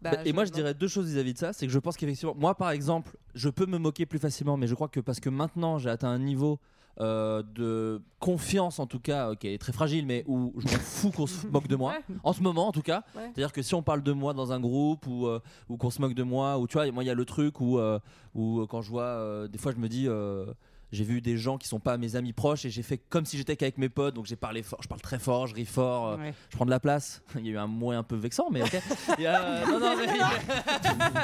J: Bah,
E: Bah, et moi, je
J: non.
E: dirais deux choses vis-à-vis de ça. C'est que je pense qu'effectivement, moi, par exemple, je peux me moquer plus facilement, mais je crois que parce que maintenant, j'ai atteint un niveau euh, de confiance, en tout cas, euh, qui est très fragile, mais où je m'en fous qu'on se moque de moi. En ce moment, en tout cas.
J: Ouais.
E: C'est-à-dire que si on parle de moi dans un groupe ou, euh, ou qu'on se moque de moi, ou tu vois, moi, il y a le truc où, euh, où euh, quand je vois, euh, des fois, je me dis. euh, j'ai vu des gens qui sont pas mes amis proches et j'ai fait comme si j'étais qu'avec mes potes, donc j'ai parlé fort, je parle très fort, je ris fort, euh,
H: Ouais.
E: je prends de la place. [laughs] Il y a eu un mot un peu vexant, mais ok. Il y
B: Euh,
E: a- non, non, mais-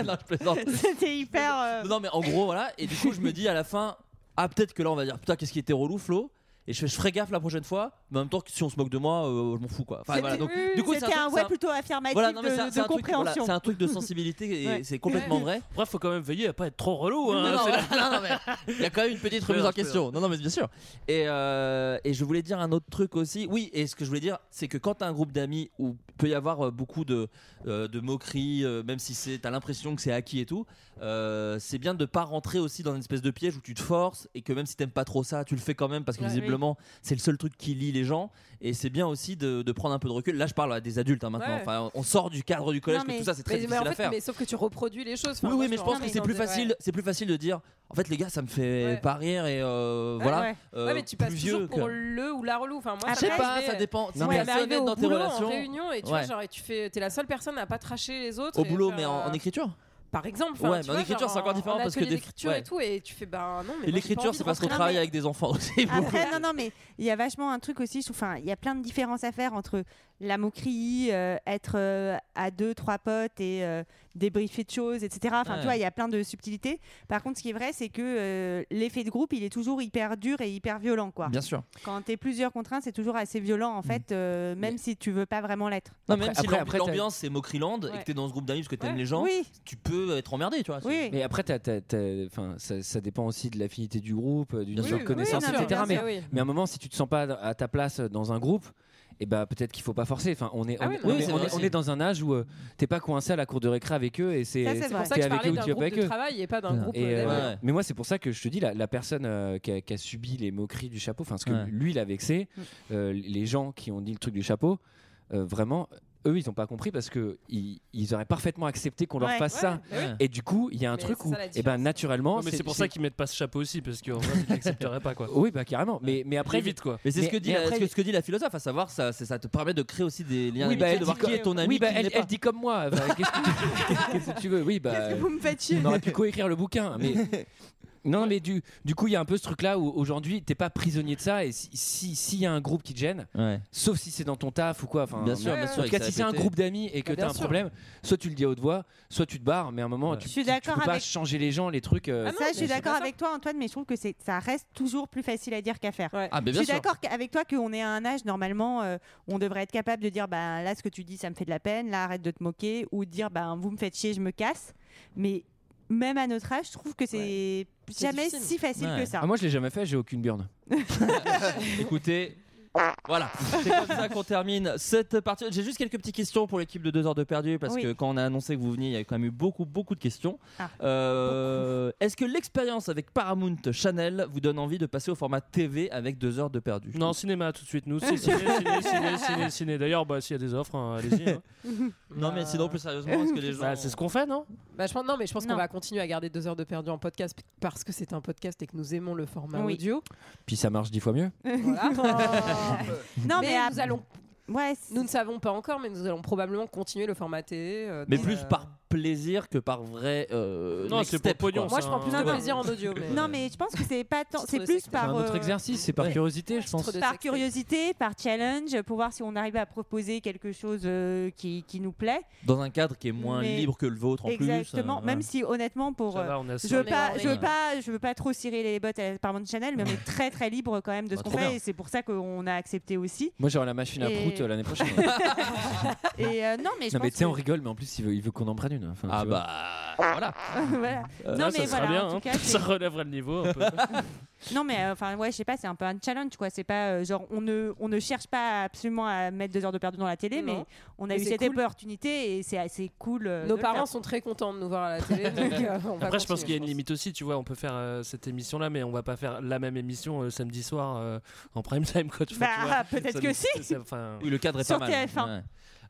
E: non, je plaisante.
I: [laughs] C'était hyper. euh,
E: Non, mais en gros, voilà. Et du coup, je me dis à la fin, ah, peut-être que là, on va dire, putain, qu'est-ce qui était relou, Flo et je, fais, je ferai gaffe la prochaine fois, mais en même temps, que si on se moque de moi, euh, je m'en fous quoi. Enfin,
I: c'était-
E: voilà, donc,
I: oui,
E: du coup, c'est
I: c'était un
E: truc-
I: ouais
E: c'est
I: plutôt affirmatif
E: Voilà, non, mais
I: de,
E: c'est un-
I: de
E: c'est un truc- voilà,
I: compréhension.
E: c'est un truc
I: [laughs]
E: de sensibilité et
I: Ouais.
E: c'est complètement vrai.
B: Bref, faut quand même veiller à pas être trop relou. hein.
E: Non, non,
B: C'est la-
E: voilà, non, mais il y a quand même une petite remise en
B: Je peux,
E: question. Non, non, mais bien sûr. Et, euh, et je voulais dire un autre truc aussi. Oui, et ce que je voulais dire, c'est que quand t'as un groupe d'amis où peut y avoir euh, beaucoup de, euh, de moqueries, euh, même si c'est, t'as l'impression que c'est acquis et tout. euh, c'est bien de pas rentrer aussi dans une espèce de piège où tu te forces et que même si t'aimes pas trop ça, tu le fais quand même parce que
K: Ouais,
E: visiblement c'est le seul truc qui lie les gens. Et c'est bien aussi de, de prendre un peu de recul. Là, je parle à des adultes hein, maintenant.
J: Ouais.
E: Enfin, on sort du cadre du collège,
J: Non,
E: que tout ça c'est très
J: mais- mais
E: difficile
J: en
E: à
J: fait,
E: faire.
J: Mais sauf que tu reproduis les choses. Enfin,
E: Oui,
J: moi,
E: oui,
J: je
E: mais je
J: me
E: pense
J: rends
E: que
J: compte
E: c'est plus
J: de- ouais.
E: facile. C'est plus facile de dire. En fait, les gars, ça me fait pas rire et euh,
J: Ouais,
E: voilà.
J: ouais.
E: euh,
J: Ouais, mais tu passes
E: plus vieux
J: toujours pour
E: que-
J: le ou la relou. Enfin, moi, ça
E: Ah, je sais
J: m'est
E: pas,
J: arrivé-
E: ça dépend. Si
J: Moi,
E: t'es
J: ça m'est arrivé
E: honnête
J: au
E: dans tes
J: boulot,
E: relations.
J: En réunion, et tu
E: Ouais.
J: vois, genre, et tu fais, t'es la seule personne à pas tracher les autres.
E: Au
J: et
E: boulot,
J: faire,
E: mais en, en
J: euh,
E: écriture.
J: Par exemple.
E: Ouais, mais en écriture, c'est encore différent
J: en
E: parce que
J: atelier
E: des-
J: d'écriture
E: ouais.
J: et tout, et tu fais, bah non, mais.
E: Et
J: moi, j'ai pas
E: l'écriture,
J: envie
E: c'est
J: de
E: parce qu'on
J: rentrer.
E: travaille avec des enfants [laughs] aussi.
I: Après, non, non, mais il y a vachement un truc aussi. je trouve- Enfin, il y a plein de différences à faire entre la moquerie, euh, être euh, à deux, trois potes et euh, débriefer de choses, etc. Enfin,
L: Ouais.
I: tu vois, il y a plein de subtilités. Par contre, ce qui est vrai, c'est que euh, l'effet de groupe, il est toujours hyper dur et hyper violent, quoi.
E: Bien sûr. Mm.
I: Quand t'es plusieurs contre un, c'est toujours assez violent, en fait, euh, même si tu veux pas vraiment l'être.
E: Non, même si l'ambi-
H: après- après, t'as-
E: l'ambiance c'est Mocriland et que t'es dans ce groupe d'amis parce que t'aimes les gens,
I: Oui.
E: tu peux être emmerdé, tu vois. c'est-
H: Mais après, t'as- t'as- t'as- enfin, ça, ça dépend aussi de l'affinité du groupe, euh, d'une
E: Bien sûr.
H: certaine connaissance,
E: Oui, bien sûr,
H: etc.
E: bien
H: Mais,
E: sûr, oui.
H: mais à un moment, si tu te sens pas à ta place euh, dans un groupe, et ben peut-être qu'il faut pas forcer. Enfin, on est, on,
J: Ah oui,
H: est-
J: non,
H: on
J: mais
H: est-
J: c'est
H: on
J: vrai
H: est- on
J: aussi.
H: est dans un âge où euh, t'es pas coincé à la cour de récré avec eux et c'est
J: Ça, c'est
H: t'es
J: vrai. C'est pour ça que je
H: avec
J: parlais
H: eux ou
J: d'un
H: tu es
J: groupe
H: avec
J: de
H: eux.
J: travail et pas d'un groupe,
H: Et,
J: euh,
H: euh,
J: d'amis. Ouais.
H: Mais moi, c'est pour ça que je te dis la, la personne euh, qui, a, qui a subi les moqueries du chapeau, enfin ce que
E: Ouais.
H: lui il a vexé,
B: Mm.
H: euh, les gens qui ont dit le truc du chapeau, euh, vraiment. Eux, ils n'ont pas compris parce que ils, ils auraient parfaitement accepté qu'on
B: Ouais.
H: leur fasse
B: Ouais,
H: ça.
B: bah oui.
H: Et du coup, il y a un
B: Mais
H: truc
B: c'est
H: où,
B: ça la
H: eh ben,
B: différence.
H: naturellement,
B: Ouais, mais c'est pour ça qu'ils mettent pas ce chapeau aussi,
J: [laughs]
B: parce qu'en vrai, ils l'accepteraient pas, quoi.
H: Oui, bah carrément. Mais, mais après,
B: vite, quoi.
E: Mais c'est ce que dit, la-
H: après-
E: ce que- ce que dit la philosophe, à savoir ça, c'est- ça te permet de créer aussi des liens
H: Oui,
E: d'amitié,
H: bah, elle
E: de voir
H: dit
E: qui
H: que-
E: est ton ami.
H: oui, bah,
E: qui
H: elle,
E: l'est pas.
H: elle dit
E: [laughs]
H: comme moi. bah, qu'est-ce, que tu, qu'est-ce que tu veux Oui, bah.
I: vous me faites chier
H: On aurait pu coécrire le bouquin,
I: [laughs]
H: mais. Non, mais du, du coup, il y a un peu ce truc-là où aujourd'hui, t'es pas prisonnier de ça. Et si- si- s'il y a un groupe qui te gêne,
E: Ouais.
H: sauf si c'est dans ton taf ou quoi. Enfin,
E: Bien sûr, bien sûr,
H: En
E: et
H: tout
E: que
H: cas,
E: ça
H: si
E: a
H: c'est un
E: pété.
H: groupe d'amis et que
E: Bah,
H: t'as
E: bien
H: un
E: sûr.
H: problème, soit tu le dis à haute voix, soit tu te barres, mais à un moment, tu,
I: suis
H: tu- tu
I: d'accord
H: peux pas
I: avec- Ah
H: changer les gens, les trucs. euh,
I: ça, je suis d'accord avec toi, Antoine, mais je trouve que c'est- ça reste toujours plus facile à dire qu'à faire.
H: Ah,
I: je
H: mais bien
I: suis
H: sûr.
I: d'accord qu- avec toi qu'on est à un âge, normalement, euh, on devrait être capable de dire bah, là, ce que tu dis, ça me fait de la peine, là, arrête de te moquer, ou de dire bah, vous me faites chier, je me casse. Mais même à notre âge, je trouve que c'est jamais
E: difficile.
I: si facile
H: Ouais.
I: que ça.
H: Ah, moi, je l'ai jamais fait, j'ai aucune burne.
E: Écoutez. Voilà, c'est comme ça qu'on termine cette partie. J'ai juste quelques petites questions pour l'équipe de 2 heures de perdu parce
H: Oui.
E: que quand on a annoncé que vous veniez, il y a quand même eu beaucoup, beaucoup de questions.
J: Ah.
E: Euh, Est-ce que l'expérience avec Paramount Channel vous donne envie de passer au format TV avec 2 heures de perdu
B: Non, cinéma tout de suite, nous. C'est ciné, ciné, ciné, ciné, ciné. D'ailleurs, bah, s'il y a des offres, hein,
J: [laughs]
B: allez-y. hein.
E: Non, [laughs] mais sinon, plus sérieusement, est-ce que les gens.
B: Bah, c'est ce qu'on fait, non
J: Bah, je pense, non, mais je pense qu'on
B: Non.
J: va continuer à garder deux heures de perdu en podcast parce que c'est un podcast et que nous aimons le format
I: Oui.
J: audio.
H: Puis ça marche dix fois mieux.
J: Voilà.
I: Non, mais à-
J: Oh. nous allons.
I: nous
J: ne savons pas encore, mais nous allons probablement continuer le format télé. euh,
E: Mais
J: dans,
E: plus
J: euh,
E: par plaisir que par vrai. euh,
B: Non,
E: next
B: c'est pour
E: step,
B: pognon,
E: quoi.
J: Moi, je prends plus de plaisir en audio. mais-
I: Non, mais je pense que c'est pas tant. C'est plus
H: C'est
I: par.
H: un autre
I: euh,
H: exercice, c'est par curiosité, je pense.
I: par curiosité, par challenge, pour voir si on arrive à proposer quelque chose euh, qui, qui nous plaît.
E: Dans un cadre qui est moins
I: Mais-
E: libre que le vôtre en plus.
I: Exactement,
E: euh,
I: même
E: ouais.
I: si honnêtement pour
E: Ça
I: euh,
E: va, on est assez
I: je veux
E: libre.
I: pas
E: On est
I: je veux
E: libre.
I: pas je veux pas trop cirer les bottes à Paramount Channel mais on
H: [laughs]
I: est très très libre quand même de
H: Bah,
I: ce qu'on
H: trop
I: fait
H: bien.
I: et c'est pour ça qu'on a accepté aussi.
H: Moi, j'aurai la machine à
I: Et-
H: prout euh,
I: [laughs]
H: l'année prochaine.
I: Et euh, non mais je
H: non, mais tu
I: pense
H: sais, on
I: que-
H: rigole, mais en plus, il veut, il veut qu'on en prenne une. Enfin,
E: Ah
H: tu vois.
E: bah.
I: [laughs]
E: Voilà.
I: Voilà.
H: Euh,
I: non
H: là,
I: mais
H: [laughs] ça sera
I: voilà,
H: bien,
I: en tout
H: hein.
I: cas, c'est-
B: Ça relèverait le niveau un peu.
I: non mais euh, enfin ouais, je sais pas, c'est un peu un challenge quoi, c'est pas euh, genre on ne on ne cherche pas absolument à mettre deux heures de perdu dans la télé
J: Non.
I: mais on a
J: Mais
I: eu
J: c'est
I: cette
J: cool.
I: opportunité et c'est assez cool. euh,
J: Nos
I: de le faire.
J: parents sont très contents de nous voir à la
I: [laughs]
J: télé. [laughs] donc, euh, on va
B: Après, je pense qu'il y
J: continuer.
B: a une limite aussi, tu vois. On peut faire euh, cette émission-là, mais on va pas faire la même émission euh, samedi soir euh, en prime time, quoi. tu vois,
I: Bah,
B: tu vois.
I: [laughs] peut-être
B: Ça
I: que
B: nous-
I: si.
B: ça- enfin,
E: Oui, le cadre est
B: Sur
E: pas mal.
B: TF1.
E: Ouais.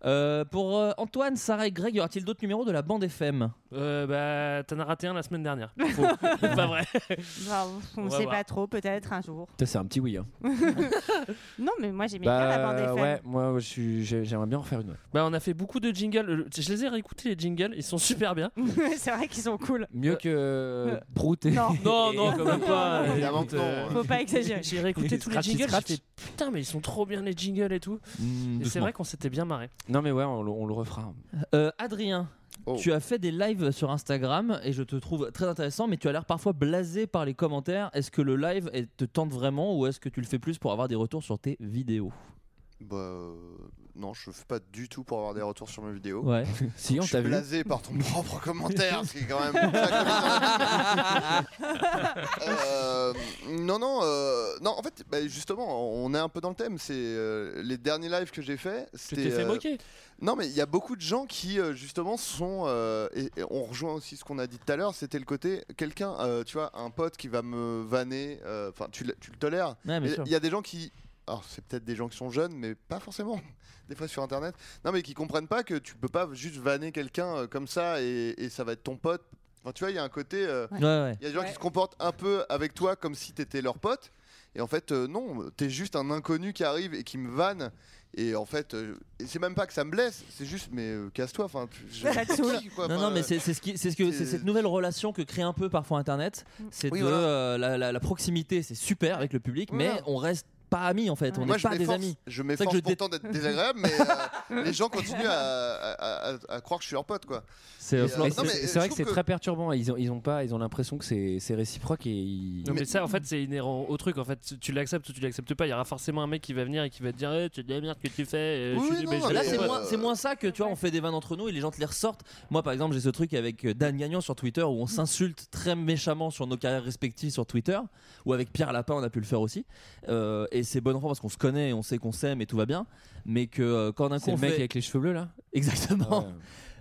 E: Euh, pour euh, Antoine, Sarah et Greg, y aura-t-il d'autres numéros de la bande FM
B: euh, bah, t'en as raté un la semaine dernière.
I: [laughs]
B: Faux. C'est pas vrai.
I: Enfin, Bah, on
B: On va
I: sait
B: voir.
I: pas trop peut-être un jour.
H: Putain, c'est un petit oui. hein.
I: Non mais moi j'aimais bien la bande
H: Bah,
I: FM.
H: ouais, moi, je suis- j'ai- j'aimerais bien en faire une.
B: Bah, on a fait beaucoup de jingles. Euh, Je les ai réécoutés, les jingles. Ils sont super bien.
I: [laughs] c'est vrai qu'ils sont cool.
H: Mieux que euh, Prout et. [laughs]
I: Non.
B: [laughs] Non, non, quand
I: [laughs]
B: même pas.
H: Évidemment
B: Écoute,
H: que non,
B: euh,
H: hein. Faut
I: pas exagérer.
B: J'ai
E: [laughs]
B: réécouté tous les
H: Scratch,
B: jingles.
H: scratch.
B: j'ai fait, putain, mais ils sont trop bien les jingles et tout. et c'est
E: Mm, doucement.
B: vrai qu'on s'était bien marré.
H: Non, mais ouais, on, le- on le refera.
E: Euh, Adrien,
C: Oh.
E: tu as fait des lives sur Instagram et je te trouve très intéressant, mais tu as l'air parfois blasé par les commentaires. Est-ce que le live elle, te tente vraiment ou est-ce que tu le fais plus pour avoir des retours sur tes vidéos
C: Bah, euh, non, je fais pas du tout pour avoir des retours sur mes vidéos. [laughs]
B: [laughs]
E: Ouais. Si, on
C: je suis
E: t'a vu.
C: blasé par ton propre commentaire, ce qui est quand
B: [laughs]
C: même. ça, comme ça. [laughs] Euh, non, non, euh, non. En fait, bah, justement, on est un peu dans le thème. C'est euh, les derniers lives que j'ai euh, fait.
B: Tu t'es fait moquer.
C: Non, mais il y a beaucoup de gens qui euh, justement sont euh, et, et on rejoint aussi ce qu'on a dit tout à l'heure. C'était le côté quelqu'un, euh, tu vois, un pote qui va me vanner. euh, Enfin, tu, le- tu le tolères.
E: Ouais, bien
C: Et
E: sûr.
C: Il y a des gens qui alors c'est peut-être des gens qui sont jeunes, mais pas forcément. [laughs] Des fois sur internet, non mais qui comprennent pas que tu peux pas juste vanner quelqu'un euh, comme ça et, et ça va être ton pote. Enfin, tu vois, il y a un côté. euh,
E: Ouais.
C: Il
E: Ouais, ouais.
C: y a des gens qui se comportent un peu avec toi comme si t'étais leur pote. Et en fait, euh, non, t'es juste un inconnu qui arrive et qui me vanne. Et en fait, euh, et c'est même pas que ça me blesse, c'est juste, mais euh, casse-toi. Enfin, tu- je-
E: Ça te
C: qui,
E: saoule.
C: quoi,
E: Non,
C: enfin,
E: non, mais
C: euh,
E: c'est c'est ce qui- c'est ce que-
C: c'est-
E: c'est cette nouvelle relation que crée un peu parfois Internet. C'est
C: Oui,
E: de
C: voilà.
E: euh, la, la- la proximité, c'est super avec le public, mais
C: Voilà.
E: on reste pas amis en fait. On
C: Moi,
E: n'est
C: je
E: pas des
C: m'efforce-
E: amis.
C: Je
E: C'est ça que
C: m'efforce
E: dé-
C: pourtant d'être désagréable,
E: [laughs]
C: mais euh, les gens continuent à, à- à- à croire que je suis leur pote, quoi.
H: C'est
C: Et, euh,
H: c'est-
C: non,
H: c'est-
C: mais,
H: c'est
C: euh,
H: vrai
C: je
H: que
C: trouve
H: c'est très perturbant. hein. Ils ont, ils ont pas, ils ont l'impression que c'est c'est réciproque et ils-
B: Non, mais, ça, en
C: hmm.
B: fait, c'est inhérent au truc. En fait, tu- tu l'acceptes ou tu l'acceptes pas. Il y aura forcément un mec qui va venir et qui va te dire Eh, C'est de la merde que tu fais. euh, je suis du- mais je
E: là,
B: suis
E: c'est
B: pas-
E: moins, c'est moins ça que tu vois, on fait des vannes entre nous et les gens te les ressortent. Moi, par exemple, j'ai ce truc avec euh, Dan Gagnon sur Twitter
H: Mm.
E: où on s'insulte très méchamment sur nos carrières respectives sur Twitter, ou avec Pierre Lapin, on a pu le faire aussi. Euh, et c'est bon enfant parce qu'on se connaît, et on sait qu'on s'aime et tout va bien. Mais que euh, quand d'un coup.
H: C'est le
E: on
H: mec
E: fait-
H: avec les cheveux bleus là
E: [laughs] Exactement.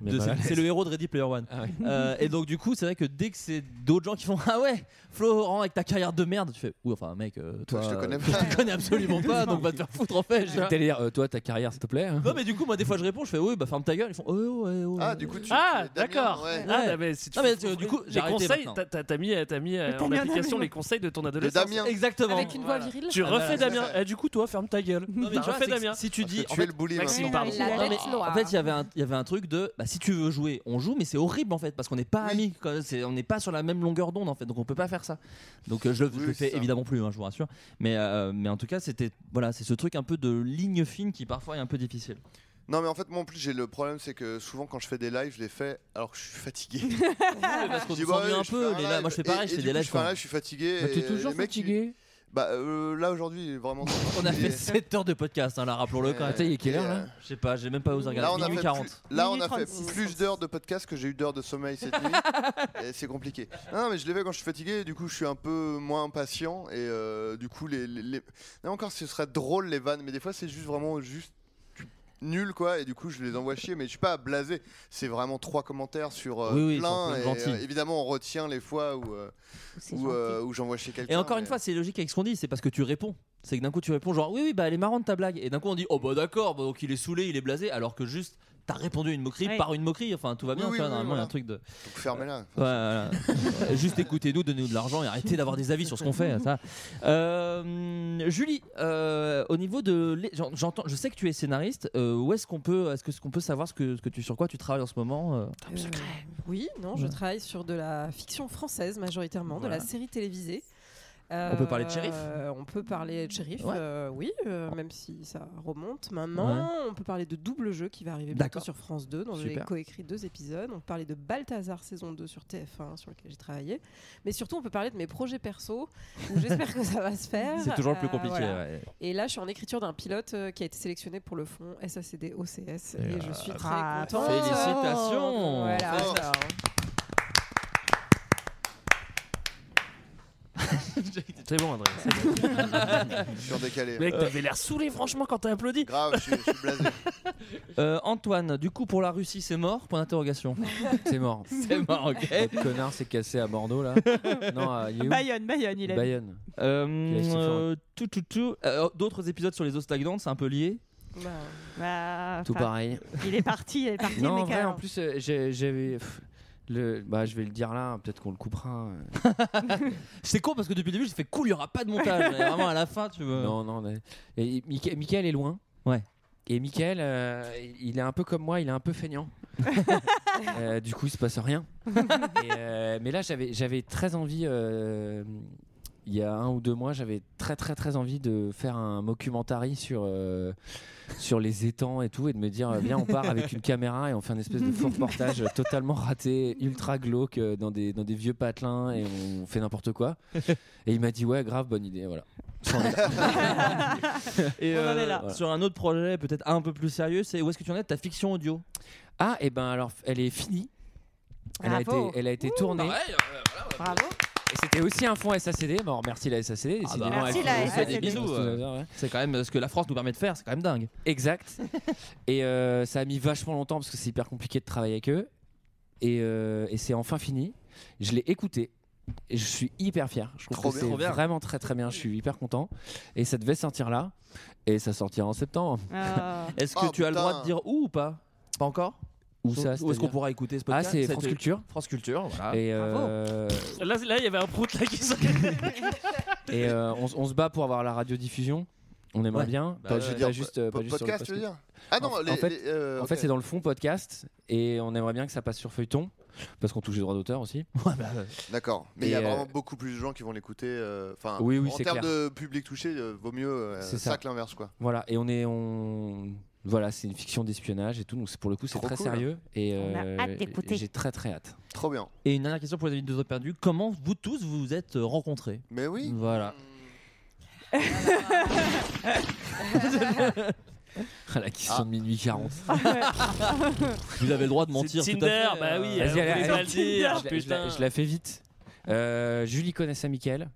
H: mais bah Ah
E: De-
H: pas la
E: c'est- c'est
H: laisse.
E: le héros de Ready Player One. Euh, et donc du coup, c'est vrai que dès que c'est d'autres gens qui font ah ouais, Florent avec ta carrière de merde, tu fais oui enfin mec, euh, toi
H: je te connais
E: je te connais
H: [laughs]
E: absolument pas, donc va te faire foutre en fait.
H: T'allais dire, euh, toi, ta carrière, s'il te plaît. hein.
E: Non mais du coup moi des fois je réponds je fais oui bah ferme ta gueule ils font oh, oh, oh, oh.
C: Ah du coup tu
B: Ah, d'accord.
C: ouais.
B: Ah,
E: Ouais.
B: bah, mais si tu
E: Non, mais,
B: fais-
E: euh, du coup, j'ai
B: les
E: arrêté
B: conseils,
E: maintenant.
B: t'as- t'as t'as mis, t'as mis euh,
E: t'as
B: en
E: mis un
B: application
E: Damien.
B: les conseils de ton adolescence.
C: Damien.
E: Exactement.
J: Avec une voix virile.
B: Tu
E: Ah,
B: refais
E: bah,
B: Damien.
E: c'est
B: Eh, du coup, toi, ferme ta gueule.
E: Non, mais
B: T'as
E: tu vois,
B: refait
E: c'est-
B: Damien.
E: si tu dis-
C: tu es le bully,
B: Maxime,
C: maintenant.
B: pardon.
J: La
E: Non, mais
J: bête noire.
E: en fait, il y avait un, il y avait un truc de bah, si tu veux jouer, on joue, mais c'est horrible en fait parce qu'on n'est pas amis, quoi. C'est- on n'est pas sur la même longueur d'onde en fait, donc on peut pas faire ça. Donc euh, je, le- je le
C: Oui, c'est
E: fais
C: ça.
E: évidemment plus, hein, je vous rassure. Mais euh, mais en tout cas, c'était voilà, c'est ce truc un peu de ligne fine qui parfois est un peu difficile.
C: Non mais en fait moi en plus j'ai le problème c'est que souvent quand je fais des lives je les fais alors que je suis
E: [laughs]
C: fatigué.
E: parce qu'on
C: Je dis, bah,
E: s'ennuie
C: ouais,
E: un peu,
C: un
E: les lives. Moi, je fais
C: et-
E: pareil,
C: et
E: je fais
C: du
E: des
C: coup,
E: lives,
C: Je fais un
E: quoi.
C: live, je suis fatigué.
H: Bah, t'es
C: et
H: toujours
C: les mecs, ils-
H: fatigué.
C: Bah euh, là aujourd'hui vraiment.
E: [laughs] On a
C: il est-
E: fait 7 heures de podcast, hein, là, rappelons-le quand même.
H: Attends, il est quelle heure là
E: Je sais pas, j'ai même pas osé
C: euh, Là on
E: regarder.
C: a fait
E: Minuit
C: plus-
E: 40.
C: là, on
I: Minuit
C: a fait
I: 36,
C: plus d'heures de podcast que j'ai eu d'heures de sommeil cette nuit. Et c'est compliqué. Non, non, mais je l'ai fait quand je suis fatigué. Et du coup, je suis un peu moins impatient. Et euh, du coup, les, les- les- Là encore, ce serait drôle les vannes. Mais des fois, c'est juste vraiment juste nul quoi et du coup je les envoie chier mais je suis pas blasé c'est vraiment trois commentaires sur euh,
E: Oui, oui, ils sont
C: plein
E: plein de
C: et,
E: gentils.
C: euh, évidemment on retient les fois où euh, où, euh, où j'envoie chier quelqu'un
E: Et encore une
C: mais-
E: fois, c'est logique avec ce qu'on dit, c'est parce que tu réponds. C'est que d'un coup tu réponds genre oui oui bah elle est marrante ta blague et d'un coup on dit oh bah d'accord bah, donc il est saoulé il est blasé alors que juste t'as répondu à une moquerie
I: Ouais.
E: par une moquerie enfin tout va bien
C: Oui,
E: tu
C: oui,
E: vois
C: oui,
E: normalement il y
C: voilà.
E: a un truc de
C: donc
B: Ah,
C: fermez-la
E: Ouais, voilà. Euh, juste écoutez-nous donnez-nous de l'argent et arrêtez d'avoir des avis sur ce qu'on fait ça Euh, Julie euh, au niveau de l'é- j'en- j'entends je sais que tu es scénariste euh, où est-ce qu'on peut est-ce que ce qu'on peut savoir ce que ce que tu sur quoi tu travailles en ce moment euh
H: Ah,
J: Oui, non, je travaille sur de la fiction française majoritairement,
E: Voilà.
J: de la série télévisée.
E: On peut parler de Shérif
J: Euh, On peut parler de shérif,
E: Ouais.
J: euh, oui, euh, même si ça remonte maintenant. On peut parler de double jeu qui va arriver bientôt
E: D'accord.
J: sur France 2, dont j'ai
E: Super.
J: coécrit deux épisodes. On peut parler de Balthazar saison 2 sur TF1, sur lequel j'ai travaillé. Mais surtout, on peut parler de mes projets perso, où j'espère que ça va se faire.
E: c'est toujours le plus
J: Euh,
E: compliqué
J: voilà.
E: ouais.
J: Et là, je suis en écriture d'un pilote euh, qui a été sélectionné pour le fonds SACD OCS. Et,
E: Et,
J: je suis
E: euh,
J: très
I: bravo.
J: contente.
E: Félicitations.
J: Voilà.
E: Bravo.
J: alors.
B: C'est bon, André. c'est bon.
C: [laughs] je suis en décalé
B: Mec, t'avais l'air saoulé, franchement, quand t'as applaudi.
C: grave je suis- je suis blasé
E: Euh, Antoine, du coup pour la Russie c'est mort Point d'interrogation.
H: [laughs] C'est mort.
E: [laughs] c'est mort, ok.
H: Le connard s'est cassé à
E: [laughs]
H: Bordeaux là. non, à il est où
I: Bayonne, Bayonne, il a.
H: Bayonne.
E: Euh,
H: Qui a
E: euh, tout, tout, tout. Euh, D'autres épisodes sur les eaux stagnantes, c'est un peu lié.
J: Bah,
I: Bah,
H: Tout
I: enfin,
H: pareil.
I: Il est parti, il est parti.
H: Non, en
I: mais
H: vrai,
I: quand-
H: en plus, euh, j'ai- j'avais. pff, Le, bah, je vais le dire là, peut-être qu'on le coupera. euh.
E: [laughs] C'est con parce que depuis le début, j'ai fait cool, il n'y aura pas de
H: [laughs]
E: montage. Et vraiment à la fin, tu veux.
H: Non, non. mais- Et Mica- Michael est loin.
E: Ouais.
H: Et Michael, euh, il est un peu comme moi, il est un
E: [laughs]
H: peu feignant. Euh, du coup, il se passe rien. Et, euh, mais là, j'avais j'avais très envie. euh, il y a un ou deux mois, j'avais très très très envie de faire un mockumentary sur euh, sur les étangs et tout et de me dire euh, viens on part avec une caméra et on fait un espèce de
E: [laughs]
H: faux reportage totalement raté ultra glauque euh, dans des dans des vieux patelins et on fait
E: [laughs]
H: n'importe quoi et il m'a dit ouais grave bonne idée voilà [laughs]
E: Et
H: On en est
E: euh,
H: là.
E: sur un autre projet peut-être un peu plus sérieux, c'est où est-ce que tu en es de ta fiction audio
H: Ah, et ben alors, elle est finie. Elle a été,
E: Bravo.
H: elle a été
E: Ouh,
H: tournée.
E: pareil,
I: Bravo.
H: Et c'était aussi un fonds SACD. Bon, merci la SACD.
E: bah,
H: décidément,
E: Merci
H: elle
E: la
H: nous fait des
E: SACD.
H: bisous.
E: Bisous, euh.
H: ouais.
E: C'est quand même euh, ce que la France nous permet de faire, c'est quand même dingue. [laughs]
H: Exact. et euh, ça a mis vachement longtemps parce que c'est hyper compliqué de travailler avec eux. Et, euh, et c'est enfin fini. Je l'ai écouté. Et je suis hyper fier. Je trouve
E: Trop
H: que
E: bien.
H: c'est
E: Trop bien.
H: vraiment très très bien. Je suis hyper content. Et ça devait sortir là. Et ça sortira en septembre. [laughs]
E: Ah. Est-ce que Oh, tu as le droit putain. de dire où ou pas Pas encore
H: Où
E: Où- où
H: ça
E: est-ce
H: c'est-à-dire
E: qu'on pourra écouter ce podcast
H: Ah, c'est
E: Cette-
H: France Culture.
E: France Culture, voilà.
H: Et,
E: Ah. Bravo.
H: euh,
B: Là, là, il y avait un prout là qui
E: [laughs]
B: s'est.
H: et euh, on, s- on se bat pour avoir la radiodiffusion. On aimerait
C: Ouais.
H: bien.
C: Bah
H: Pas
C: ouais.
H: ju-
C: Je veux
H: pas
C: dire,
H: juste, euh,
C: po-
H: pas juste sur le
C: podcast, tu veux
H: podcast.
C: dire Ah non,
H: en, en
C: les-
H: fait,
C: les, euh,
H: en
C: ok.
H: fait, c'est dans le fond podcast et on aimerait bien que ça passe sur feuilleton parce qu'on touche les droits d'auteur aussi.
E: bah,
C: D'accord. Mais
H: Et,
C: il y a
H: euh,
C: vraiment beaucoup plus de gens qui vont l'écouter. euh, Enfin,
H: Oui, oui,
C: en
H: c'est
C: termes
H: clair.
C: de public touché, euh, vaut mieux euh,
H: C'est
C: ça,
H: ça.
C: que l'inverse, quoi.
H: Voilà, et on est on voilà, c'est une fiction d'espionnage et tout, donc c'est- pour le coup c'est
C: Trop
H: très
C: cool.
H: sérieux et
C: On a
H: euh,
C: hâte d'écouter.
H: j'ai très très hâte.
C: Trop bien.
E: Et une dernière question pour les amis de Deux Perdus comment vous tous vous vous êtes euh, rencontrés
C: Mais oui. Hmm.
E: Voilà. [laughs]
H: Ah, la question de minuit 40.
M: Ah.
E: [laughs] vous avez le droit de mentir.
B: C'est
E: tout à fait,
B: Tinder, bah oui,
H: Vas-y,
B: euh, vous
H: allez,
B: voulez
H: allez,
B: pas le dire,
H: je la- je la-
B: putain.
H: je la fais vite. Euh, Julie connaissait Mickaël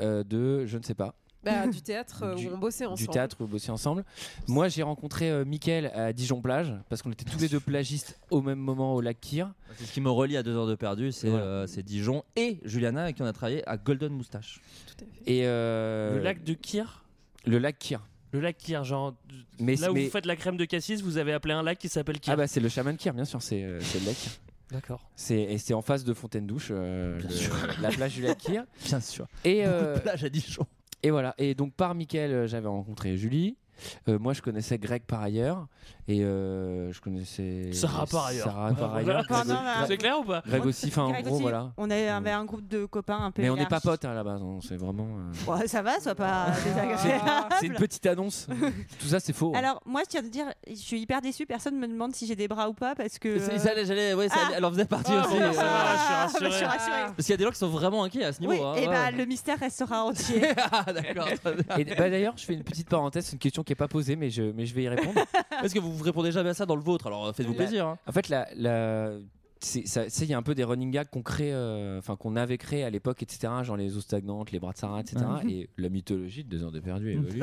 H: euh, de je ne sais pas.
J: Bah, du théâtre euh, où on bossait ensemble.
H: du théâtre où bosser ensemble. Moi, j'ai rencontré euh, Mickaël à Dijon Plage parce qu'on était tous les deux plagistes au même moment au lac Kyr.
E: C'est ce qui me relie à Deux Heures de Perdu, c'est euh, c'est Dijon et Juliana avec qui on a travaillé à Golden Moustache.
H: Et euh,
B: Le lac de Kir
H: le lac Kyr.
B: Le lac Kir, genre.
H: Mais-
B: là où
H: mais-
B: vous faites la crème de cassis, vous avez appelé un lac qui s'appelle Kir.
H: Ah bah c'est le chaman Kyr, bien sûr, c'est euh, c'est le lac. Kyr.
B: [laughs] D'accord.
H: C'est et c'est en face de Fontaine Douche, euh, le- la plage du
B: [laughs]
H: lac Kyr.
E: Bien sûr.
H: Et
E: Beaucoup de
H: euh,
E: plages à Dijon.
H: Et voilà. Et donc par Mickaël, euh, j'avais rencontré Julie. Euh, moi, je connaissais Greg par ailleurs et euh, je connaissais
B: Sarah par ailleurs.
H: Sarah par
B: Voilà.
H: ailleurs.
B: Encore
H: Greg-
B: un, là. C'est clair ou pas
H: Greg aussi, enfin en
I: Greg
H: gros
I: aussi,
H: voilà. Mm.
I: On avait avait un groupe de copains un peu.
H: Mais on n'est
I: élargi.
H: pas potes hein, à la base, on- c'est vraiment.
I: [laughs]
H: euh,
I: Ouais, ça va, sois pas [laughs] désagréable.
H: Ah. C'est une
I: [laughs]
H: petite annonce. Tout ça, c'est faux. hein.
I: Alors, moi, je tiens à te dire, je suis hyper déçue. Personne me demande si j'ai des bras ou pas parce que.
E: C'est- ça allait, j'allais- ouais, ça allait- elle en faisait partie
I: Ah,
E: aussi.
I: bon, ça va,
E: euh, voilà.
I: je suis rassuré. Je suis rassuré.
E: Parce qu'il y a des gens qui sont vraiment inquiets à ce niveau.
I: Oui,
E: hein,
I: et
E: ouais.
I: bah, le mystère restera
H: [laughs]
I: entier. [laughs]
E: ah, d'accord.
H: Et bah, d'ailleurs, je fais une petite parenthèse, c'est une question qui est pas posée, mais je, mais je vais
E: [laughs]
H: y répondre.
E: Parce que vous vous répondez jamais à ça dans le vôtre, alors euh, faites-vous plaisir. hein.
H: En fait, la, la- c'est, ça- c'est- il y a un peu des running gags qu'on crée, euh, enfin qu'on avait créé à l'époque, etc. Genre les eaux stagnantes, les bras de Sarah, etc.
E: Mhm.
H: Et la mythologie de deux heures de perdu
I: [laughs]
H: évolue.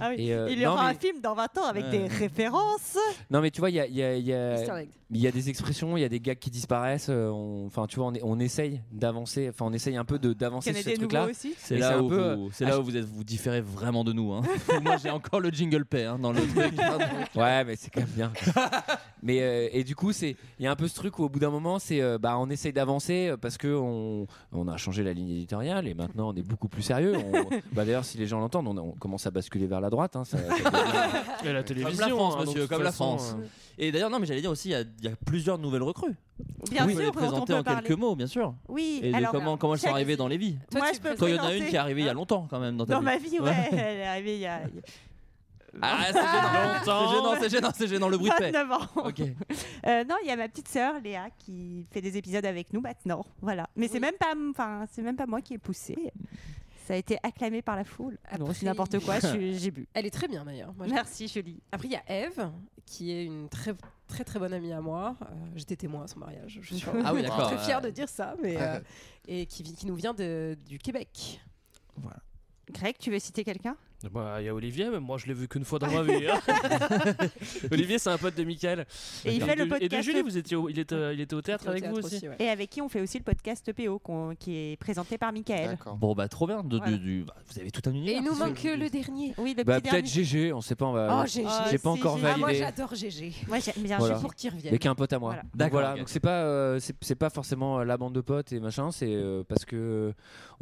I: Ah oui.
H: Et, euh,
I: Il y
H: non,
I: aura
H: mais-
I: un film dans 20 ans avec
H: Ouais.
I: des références.
H: Non mais tu vois, il y a, il y a- il y a-
I: Easter egg.
H: il y a des expressions, il y a des gags qui disparaissent. euh, on- Enfin, tu vois, on, est- on essaye d'avancer, enfin on essaye un peu de, d'avancer
I: Il y en a
H: sur ces
I: des
H: trucs-là.
I: nouveaux aussi.
E: C'est
H: Et
E: là,
H: un
E: où,
H: peu, euh,
E: vous, c'est
H: à
E: là où vous, êtes, vous différez vraiment de
H: [laughs]
E: nous. hein. Moi j'ai encore le jingle pay hein, dans le truc.
H: Ouais, mais c'est quand même bien. mais euh, et du coup, c'est il y a un peu ce truc où au bout d'un moment, c'est euh, bah on essaye d'avancer euh, parce que on, on a changé la ligne éditoriale et maintenant on est beaucoup plus sérieux. On- bah d'ailleurs, si les gens l'entendent, on, on commence à basculer vers la droite. hein, ça-
E: [laughs]
B: Et la
E: Comme
B: télévision,
E: la France,
B: hein, donc,
E: monsieur,
B: de toute
E: comme la
B: façon,
E: France.
B: euh,
E: Et d'ailleurs, non, mais j'allais dire aussi, il y a- il y, a plusieurs nouvelles recrues.
I: Bien
E: Vous
I: sûr,
E: les
I: dont
E: présenter
I: on peut
E: en quelques
I: parler.
E: mots, bien sûr.
I: Oui,
E: Et de
I: alors,
E: comment, comment elles sont
I: chaque-
E: arrivées dans les vies.
I: Toi, Moi, tu je peux
E: Quand il y en a
I: présenter-
E: une qui est arrivée il y a longtemps, quand même, dans ta
I: Dans
E: vie.
I: ma vie, ouais, elle est arrivée il y a.
E: Ah, c'est gênant, c'est gênant, c'est gênant, c'est gênant, le bruit de paix.
I: 29 Ah, ans.
E: Ok.
I: [laughs] Euh, non, il y a ma petite sœur Léa qui fait des épisodes avec nous maintenant. Voilà. Mais c'est même pas, enfin, c'est même pas moi qui ai poussé. Ça a été acclamé par la foule. Non, c'est n'importe quoi. je suis- J'ai bu.
J: [laughs] Elle est très bien d'ailleurs. Moi,
I: Merci, Julie.
J: Après, il y a Eve, qui est une très très très bonne amie à moi. Euh, J'étais témoin à son mariage. Je suis
E: Ah oui, d'accord.
J: très fière de dire ça, mais
H: Ah.
J: euh, et qui, vit- qui nous vient de- du Québec.
I: Greg, tu veux citer quelqu'un
B: Bah, il y a Olivier, mais moi je l'ai vu qu'une fois dans ma vie. hein. Olivier, c'est un pote de Michael.
I: Et il fait le
B: de- Et de
I: podcast-
B: Julie, vous étiez au, il, était, il était au théâtre
J: Il
B: avec
J: était au
B: vous
J: théâtre
B: aussi.
J: aussi, ouais.
I: Et avec qui on fait aussi le podcast PO qu'on- qui est présenté par Michael.
E: Bon, bah, trop bien. de- de-
I: Voilà.
E: du- bah, vous avez tout un univers.
J: Et il nous
E: c'est sûr.
J: manque le dernier.
I: Oui, le
H: bah
I: petit dernier.
H: peut-être GG, on sait pas. On va,
J: Oh, GG.
H: j'ai pas encore
J: Ah, moi
H: validé.
J: j'adore GG.
I: Moi j'aime bien
H: Voilà.
I: GG.
J: pour qu'il revienne.
H: Mais qui est un pote à moi.
J: Voilà.
H: Donc
E: D'accord,
H: voilà,
E: ok.
H: donc c'est pas euh, c'est c'est pas forcément euh, la bande de potes et machin, c'est euh, parce que euh,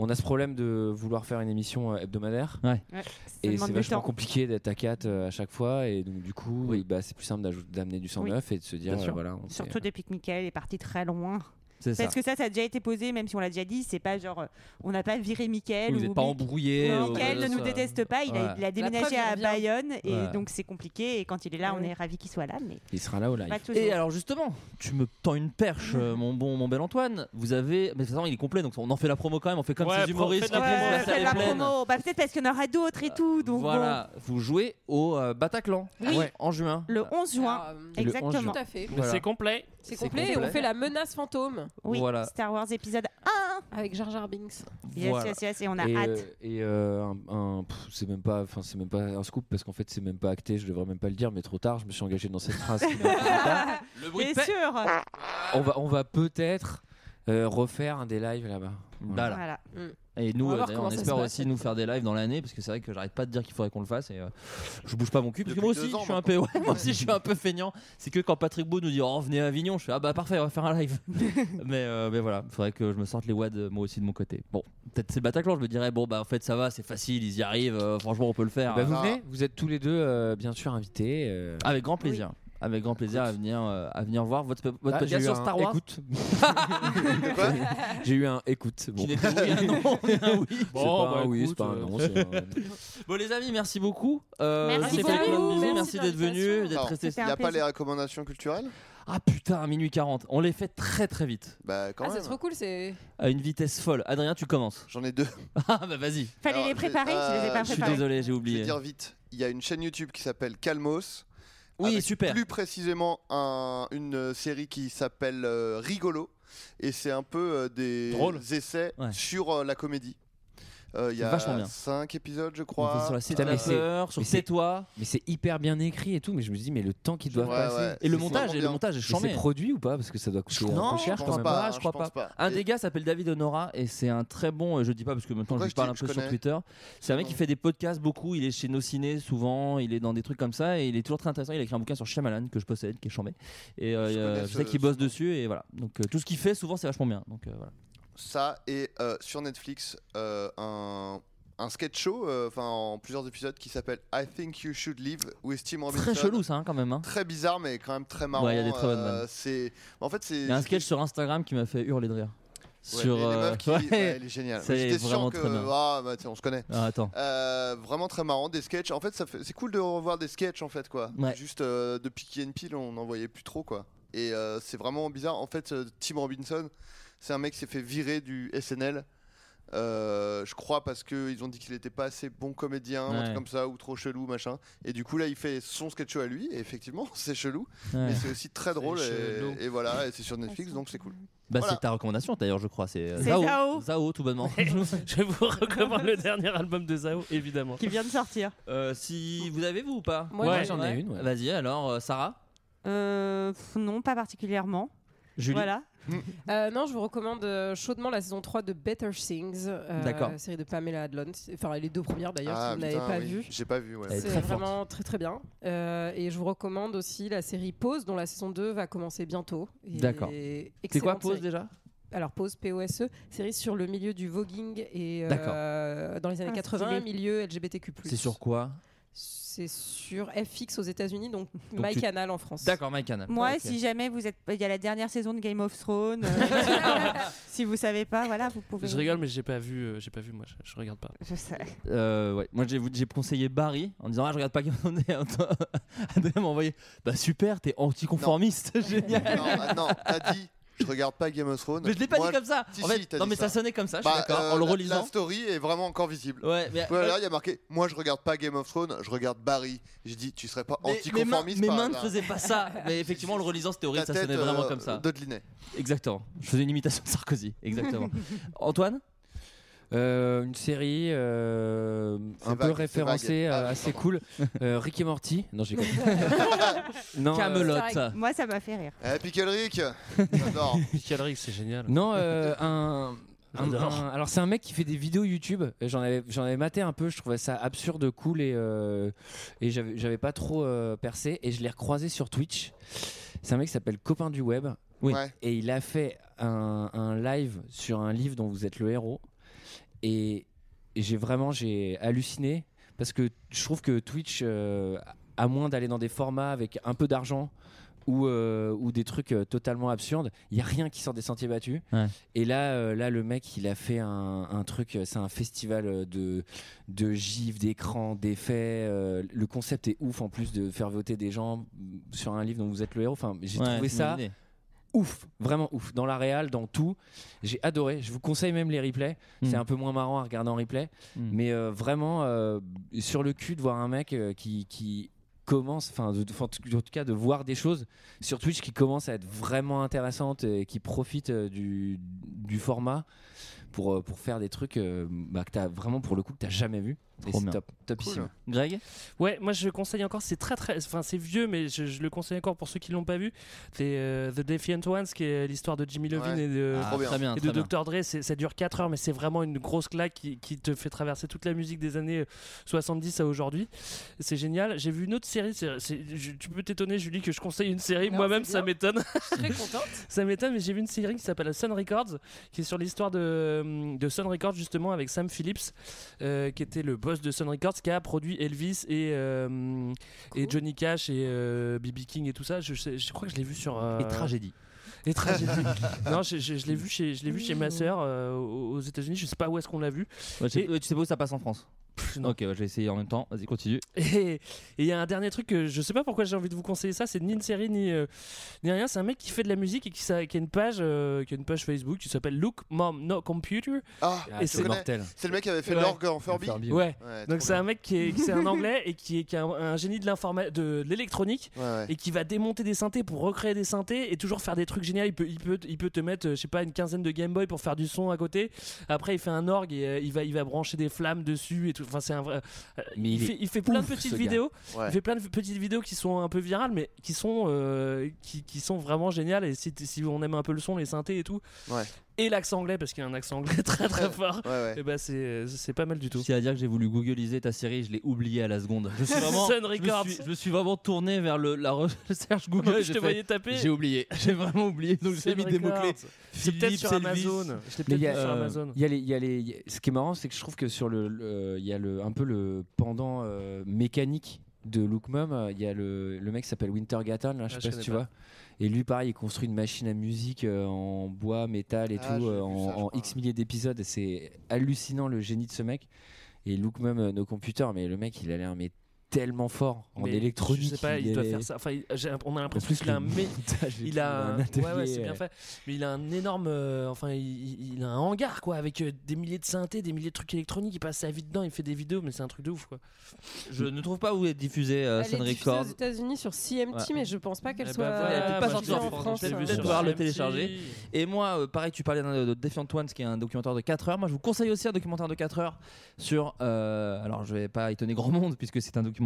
H: on a ce problème de vouloir faire une émission euh, hebdomadaire.
I: Ouais, ça
H: et
I: demande
H: c'est
I: du
H: vachement
I: temps.
H: compliqué d'être à 4 à chaque fois et donc du coup, bah, c'est plus simple d'ajouter- d'amener du 109 et de se dire
E: Bien sûr.
H: euh, voilà, on fait-
I: Surtout depuis que Michael est parti très loin.
E: C'est
I: Parce
E: ça.
I: que ça, ça a déjà été posé, même si on l'a déjà dit, c'est pas genre, euh, on n'a pas viré Mickaël.
E: Vous
I: ou
E: n'êtes pas embrouillé.
I: Non,
E: ou-
I: Mickaël ne
E: ça.
I: nous déteste pas, il, a,
E: Ouais.
I: il a déménagé
J: preuve, il
I: à
J: revient.
I: Bayonne et
E: Ouais.
I: donc c'est compliqué. Et quand il est là, on est ravi qu'il soit là. Mais
H: Il sera là au
J: Bah,
H: live.
I: pas toujours.
E: Et alors justement, tu me tends une perche, euh, mon bon, mon bel Antoine. Vous avez, mais de toute façon, il est complet, donc on en fait la promo quand même. On fait comme
B: Ouais,
E: ces
B: pro-
E: humoristes.
B: faites la
E: qui
B: promo,
E: font
I: Ouais,
E: salle
I: faites
E: est
I: la
E: pleine.
I: promo. Bah, peut-être parce qu'il y en aura d'autres et tout. Donc
E: Voilà, vous jouez au euh, Bataclan
I: Oui.
E: Ouais, en juin.
I: bon. le 11 juin,
E: Le 11
I: Ah, exactement.
E: juin.
J: Tout à fait.
E: Voilà.
B: C'est complet.
J: C'est
E: C'est
J: complet, et
E: complet.
J: on fait la menace fantôme
I: Oui,
H: Voilà.
I: Star Wars épisode 1.
J: avec Jar Jar Binks.
I: Yes, yes, yes, et on a
H: euh,
I: hâte.
H: et euh, un, un- pff, c'est même pas, enfin c'est même pas un scoop parce qu'en fait c'est même pas acté. Je devrais même pas le dire, mais trop tard. Je me suis engagé dans cette phrase. qui m'a-
E: Le
I: Bien sûr.
H: on va, on va peut-être euh, refaire un des lives là-bas. Voilà.
I: Voilà.
J: Mm.
E: Et
J: On
E: nous,
J: va
E: euh,
J: voir
E: d'ailleurs, on,
J: comment ça se
E: espère
J: passe,
E: aussi nous faire des lives dans l'année, parce que c'est vrai que j'arrête pas de dire qu'il faudrait qu'on le fasse. Et euh, je bouge pas mon cul, parce que
C: Depuis
E: moi
C: deux
E: aussi,
C: ans
E: je suis un peu, ouais, moi aussi, je suis un peu feignant. C'est que quand Patrick Beau nous dit oh venez à Avignon, je fais ah bah parfait, on va faire un
C: [laughs]
E: live. mais euh, mais voilà, faudrait que je me sorte les wads euh, moi aussi de mon côté. Bon, peut-être c'est le Bataclan, je me dirais bon bah en fait ça va, c'est facile, ils y arrivent. euh, franchement, on peut le faire.
H: Bah, vous
C: Ah.
H: venez, vous êtes tous les deux euh, bien sûr invités. euh.
E: Avec grand plaisir. Avec
C: Bah,
E: grand plaisir à venir, euh, à venir voir votre, votre
H: Ah, j'ai
E: podcast
H: eu
E: sur
H: un
E: Star Wars. [laughs]
H: Écoute,
C: Quoi
H: j'ai eu un écoute. Bon,
E: Qui n'était oui, un non, un oui.
H: C'est
B: Bon,
H: pas
B: bah,
H: un oui, c'est
B: écoute,
H: pas un
B: euh,
H: non. c'est un-
E: Bon les amis, merci beaucoup. Euh,
I: Merci
E: c'était
I: beaucoup.
E: plein de bisous,
I: Merci
E: Merci
J: de
E: d'être venu,
J: l'invitation.
E: d'être
C: Non.
E: resté.
I: C'était
C: Il
I: un
C: n'y a pas les
I: plaisir.
C: recommandations culturelles
E: Ah putain, minuit 40. On les fait très très vite,
C: Bah quand
J: Ah, c'est
C: même.
J: trop cool, c'est.
E: à une vitesse folle. Adrien, tu commences.
C: J'en ai deux.
E: [laughs] Ah bah vas-y.
I: Fallait
C: Alors,
I: les préparer,
C: euh,
I: je les ai
C: je
I: pas
E: Je
C: suis
E: suis
I: préparés.
E: désolé, j'ai
C: Je vais
E: oublié.
C: dire vite. Il y a une chaîne YouTube qui s'appelle Calmos.
E: Oui,
C: avec
E: super.
C: Plus précisément, un- une euh, série qui s'appelle euh, Rigolo. Et c'est un peu euh, des
B: Drôle.
C: essais
E: Ouais.
C: sur euh, la comédie. Euh, Il y
E: C'est
C: a
E: vachement bien.
C: 5 épisodes, je
E: On
C: crois. Euh,
E: fait sur la
H: Putain, mais c'est-
E: séducteur, sur
H: mais
E: c'est
H: c'est-
E: toi.
H: Mais c'est hyper bien écrit et tout. Mais je me dis, mais le temps qu'ils doivent
C: Ouais,
H: passer.
C: ouais.
E: Et le
C: C'est
E: montage,
C: vraiment
E: et le
C: bien.
E: montage est
H: Et C'est
E: chambé.
H: produit ou pas Parce que ça doit coûter un
E: Non,
H: peu
E: je
H: cher
C: pense
H: quand même. Ah,
C: pas,
E: Ouais,
C: hein,
E: je
C: je
E: crois
C: pense pas.
E: Un
C: Et-
E: des gars s'appelle David Honora et c'est un très bon, euh, je dis pas parce que maintenant
C: Pourquoi
E: je lui
C: je
E: parle un
C: dis que
E: peu
C: je
E: sur
C: connais
E: Twitter. C'est un mec
C: Non.
E: qui fait des podcasts beaucoup, il est chez Nos Ciné souvent, il est dans des trucs comme ça et il est toujours très intéressant. Il a écrit un bouquin sur Shyamalan que je possède, qui est chambé. Et euh,
C: Je
E: euh,
C: connais
E: je sais
C: ce-
E: qu'il
C: ce
E: bosse
C: nom.
E: dessus et voilà. Donc euh, tout ce qu'il fait souvent c'est vachement bien. Donc euh, voilà.
C: Ça et euh, sur Netflix, euh, un, un sketch show, euh, enfin en plusieurs épisodes, qui s'appelle I Think You Should Leave with Tim Robinson.
E: Très chelou ça hein, quand même. hein.
C: Très bizarre, mais quand même très marrant.
E: Ouais, il y a des très bonnes
C: Euh,
E: vannes.
C: c'est, en fait, c'est.
E: Il y a un sketch sur Instagram qui m'a fait hurler de rire. sur.
C: les
E: euh,
C: meufs qui-
E: [laughs] ouais.
C: ouais, elle est géniale.
E: C'est
C: J'étais
E: vraiment
C: sûr que
E: très bien.
C: ah, bah, tiens, on se connaît.
E: Ah, attends.
C: Euh, vraiment très marrant des sketchs. En fait, ça fait- c'est cool de revoir des sketchs en fait quoi.
E: Ouais.
C: Juste euh, depuis Key Peel, on n'en voyait plus trop quoi. Et euh, c'est vraiment bizarre. En fait, euh, Tim Robinson, c'est un mec qui s'est fait virer du SNL. euh, je crois parce que ils ont dit qu'il n'était pas assez bon comédien, ou un
E: Ouais.
C: truc comme ça, ou trop chelou, machin. Et du coup là, il fait son sketch show à lui. Et effectivement, [laughs] c'est chelou,
E: Ouais.
C: mais c'est aussi très drôle.
B: chelou.
C: Et, et voilà, et c'est sur Netflix, donc c'est cool.
E: Bah,
C: Voilà.
E: C'est ta recommandation d'ailleurs, je crois. C'est euh,
I: C'est
E: Zao.
I: Zao.
E: tout bonnement.
B: [laughs] Je vous recommande le dernier album de Zao, évidemment.
I: Qui vient de sortir.
E: Euh, si vous avez vous ou pas
J: Moi, Ouais,
H: j'en ai une, ouais.
E: Vas-y alors euh, Sarah.
I: Euh, pff, non, pas particulièrement.
E: Julie.
I: Voilà.
E: Mm.
J: [laughs] Euh, non, je vous recommande euh, chaudement la saison 3 de Better Things, euh,
E: D'accord.
J: série de Pamela Adlon. Enfin, les deux premières d'ailleurs,
C: Ah,
J: si vous n'avez
C: putain,
J: pas
C: oui.
J: vu.
C: J'ai pas vu. Ouais.
E: Elle est
J: C'est
E: très forte.
J: vraiment très très bien. Euh, et je vous recommande aussi la série Pause, dont la saison 2 va commencer bientôt. Et
E: D'accord. C'est
J: excellente
E: quoi pause
J: série.
E: déjà
J: Alors Pause, P-O-S-E, E, série sur le milieu du voguing et euh, dans les années
I: Ah,
J: 80,
I: stylé.
J: milieu LGBTQ+.
E: C'est sur quoi
J: C'est sur FX aux États-Unis,
E: [laughs]
J: donc, My
E: tu-
J: Canal en France.
E: D'accord, My Canal.
I: Moi,
E: Ok.
I: si jamais vous êtes, il y a la dernière saison de Game of Thrones.
E: [laughs]
I: euh, si vous savez pas, voilà, vous pouvez.
B: Je rigole, mais j'ai pas vu, euh, j'ai pas vu moi. Je, je regarde pas.
I: Je sais.
E: Euh, ouais. Moi, j'ai vous- j'ai conseillé Barry en disant Ah, je regarde pas Game of Thrones. [laughs] Adrien m'a envoyé Bah, super, t'es anticonformiste, [laughs] génial.
C: non, ah, non, t'as dit, je regarde pas Game of Thrones.
E: Mais je l'ai pas
C: Moi,
E: dit comme ça.
C: si,
E: en fait,
C: si, t'as
E: non,
C: dit
E: mais ça.
C: ça.
E: sonnait comme ça, je suis
C: Bah,
E: d'accord,
C: euh,
E: en le
C: la- La,
E: relisant.
C: story est vraiment encore visible.
E: Ouais, mais. euh,
C: Voilà, il y a marqué Moi je regarde pas Game of Thrones, je regarde Barry. J'ai dit Tu serais pas
E: mais- mes mains,
C: anticonformiste
E: mes
C: par
E: mains ne
C: hasard
E: faisaient
C: [laughs]
E: pas ça. Mais effectivement, en le relisant, c'était horrible,
C: Ta
E: ça
C: tête,
E: sonnait vraiment
C: euh,
E: comme ça.
C: Dudley.
E: Exactement. Je faisais une imitation de Sarkozy.
C: [laughs]
E: Exactement. Antoine
H: Euh, une série euh,
C: C'est
H: un
C: vague,
H: peu
C: c'est
H: référencée,
C: vague. Ah,
H: euh,
C: oui,
H: assez
C: pardon.
H: cool. Euh, Rick et Morty. Non, j'ai Non, euh,
E: Camelot.
J: c'est vrai
I: Moi, ça m'a fait rire.
C: Eh, Pickle-Rick J'adore.
B: Michael Riggs, c'est génial.
H: [laughs] Non, euh, un. un-
B: J'adore.
H: un- alors c'est un mec qui fait des vidéos YouTube. Et J'en avais, j'en avais maté un peu. Je trouvais ça absurde, cool et euh, et j'avais, j'avais pas trop euh, percé. Et je l'ai recroisé sur Twitch. C'est un mec qui s'appelle Copain du Web.
E: Oui.
C: Ouais.
H: Et il a fait un, un live sur un livre dont vous êtes le héros. Et, et j'ai vraiment j'ai halluciné parce que je trouve que Twitch, euh, à moins d'aller dans des formats avec un peu d'argent, ou, euh, ou des trucs euh, totalement absurdes. Il y a rien qui sort des sentiers battus.
E: Ouais.
H: Et là, euh, là, le mec, il a fait un, un truc. euh, C'est un festival euh, de de gifs, d'écrans, d'effets. euh, le concept est ouf en plus de faire voter des gens mm, sur un livre dont vous êtes le héros. Enfin, j'ai
E: Ouais,
H: trouvé
E: c'est
H: ça
E: une bonne idée.
H: ouf, vraiment ouf. Dans la réal, dans tout, j'ai adoré. Je vous conseille même les replays. C'est
E: Mm.
H: un peu moins marrant à regarder en replay,
E: Hmm.
H: mais euh, vraiment euh, sur le cul de voir un mec euh, qui, qui commence, enfin de- de- en tout en tout cas de voir des choses sur Twitch qui commencent à être vraiment intéressantes et qui profitent euh, du, du format pour, euh, pour faire des trucs euh, bah, que t'as vraiment pour le coup que t'as jamais vu. Et
E: Trop
H: c'est
E: bien.
H: top, topissime.
E: euh, Greg
B: Ouais, moi je conseille encore, c'est très très. Enfin, c'est vieux, mais je, je le conseille encore pour ceux qui l'ont pas vu. C'est euh, The Defiant Ones, qui est l'histoire de Jimmy Levin
E: Ouais.
B: et de,
E: Ah, Trop bien. très bien,
B: et
E: très
B: de
E: bien.
B: Dr. Dre. C'est- Ça dure 4 heures, mais c'est vraiment une grosse claque qui, qui te fait traverser toute la musique des années 70 à aujourd'hui. C'est génial. J'ai vu une autre série. c'est- c'est- je- tu peux t'étonner, Julie, que je conseille une série.
K: Non,
B: Moi-même,
K: c'est
B: ça
K: bien.
B: m'étonne.
K: très contente.
B: [laughs] Ça m'étonne, mais j'ai vu une série qui s'appelle Sun Records, qui est sur l'histoire de, de Sun Records, justement, avec Sam Phillips, euh, qui était le boss de Sun Records, qui a produit Elvis et, euh, et Johnny Cash et euh, B.B. King et tout ça. Je, sais- je crois que je l'ai vu sur. euh,
E: Et Tragédie.
B: Et tragédie.
K: [laughs]
B: non, je, je- je l'ai vu chez, je l'ai vu chez
C: Mmh.
B: ma sœur euh, aux aux États-Unis. Je sais pas où est-ce qu'on l'a vu.
E: Ouais, tu sais-
B: Et-
E: ouais, tu sais pas où ça passe en France Ok, ouais, je vais essayer en même temps. Vas-y, continue.
B: Et et il y a un dernier truc que je sais pas pourquoi j'ai envie de vous conseiller ça, c'est ni une série ni, euh, ni rien. C'est un mec qui fait de la musique et qui, s'a- qui a, une page, euh, qui a une page Facebook qui s'appelle Look Mom No Computer.
C: Ah,
B: Et
C: c'est mortel. C'est le mec qui avait fait l'orgue en Furby Furby,
B: Ouais.
C: ouais. Ouais, trop
B: Donc c'est
C: bien.
B: un mec qui est, qui-
C: [laughs]
B: c'est un anglais et qui est, qui est un, un génie de l'informa- de, de l'électronique et qui va démonter des synthés pour recréer des synthés et toujours faire des trucs géniaux. Il peut, il peut, il peut te mettre, euh, je sais pas, une quinzaine de Game Boy pour faire du son à côté. Après, il fait un orgue et euh, il va, il va brancher des flammes dessus et tout. Enfin, c'est un vrai. euh,
H: Mais
B: il,
H: il est
B: fait, il fait plein
H: ouf,
B: de petites
H: ce gars.
B: vidéos.
H: Ouais.
B: Il fait plein de petites vidéos qui sont un peu virales, mais qui sont, euh, qui, qui sont vraiment géniales. Et si, t- si on aime un peu le son, les synthés et tout.
C: Ouais.
B: Et l'accent anglais, parce qu'il a un accent
E: [laughs]
B: anglais très très fort.
C: Ouais,
E: Eh
B: Et bah c'est c'est pas mal du tout.
E: ben, euh, C'est à dire que j'ai voulu googliser ta série, je l'ai oublié à la [laughs] seconde. Je suis vraiment,
B: Sun
E: je me
B: Records.
E: suis- je, me suis, vraiment tourné vers le, [laughs] la recherche Google.
B: Je
E: j'ai
B: te
E: fait-
B: voyais taper.
E: J'ai oublié. [laughs] J'ai vraiment oublié. Donc j'ai
B: Sun
E: mis des mots clés.
B: Records. C'est peut-être sur Amazon. Je l'ai
H: Mais
B: peut-être
H: il y a-
B: vu sur
H: euh,
B: Amazon.
H: il y a les- il y a les- il y a- ce qui est marrant, c'est que je trouve que sur le, le- il y a le, un peu le pendant euh, mécanique de Look Mom, euh, il y a le, le mec qui s'appelle Winter Gatton, là, je
B: Ah, je
H: sais pas si
B: connais
H: tu
B: pas.
H: vois. Et lui, pareil, il construit une machine à musique euh, en bois, métal et
B: Ah,
H: tout,
B: j'ai
H: euh,
B: vu
H: en,
B: ça, je
H: en X milliers d'épisodes. Et C'est hallucinant le génie de ce mec. Et Look Mom, euh, nos computers, mais le mec, il a l'air mais tellement fort en
B: Mais
H: électronique.
B: Je sais pas, il, doit
H: est-
B: faire ça. Enfin, il- j'ai- on a l'impression
H: plus,
B: qu'il a
H: le
B: un. mé-
H: montage et
B: il a
H: tout, il a un
B: un- ouais, ouais,
H: atelier,
B: c'est bien
H: euh.
B: fait. Mais il a un énorme. euh, enfin, il- il, il a un hangar, quoi, avec euh, des milliers de synthés, des milliers de trucs électroniques. Il passe sa vie dedans, il fait des vidéos, mais c'est un truc de ouf, quoi.
E: Je ne trouve pas où est diffusé euh,
J: Elle
E: Sun
J: est diffusée aux
E: Records.
J: États-Unis sur CMT,
E: Ouais.
J: mais je pense pas qu'elle
E: Eh
J: soit.
E: ben voilà, elle est peut-être pas
J: diffusée
E: sortie en France,
J: hein.
E: peut-être pouvoir le télécharger. Et moi, euh, pareil, tu parlais d'un- de Defiant Ones qui est un documentaire de 4 heures. Moi, je vous conseille aussi un documentaire de 4 heures sur. euh, alors, je vais pas étonner grand monde puisque c'est un documentaire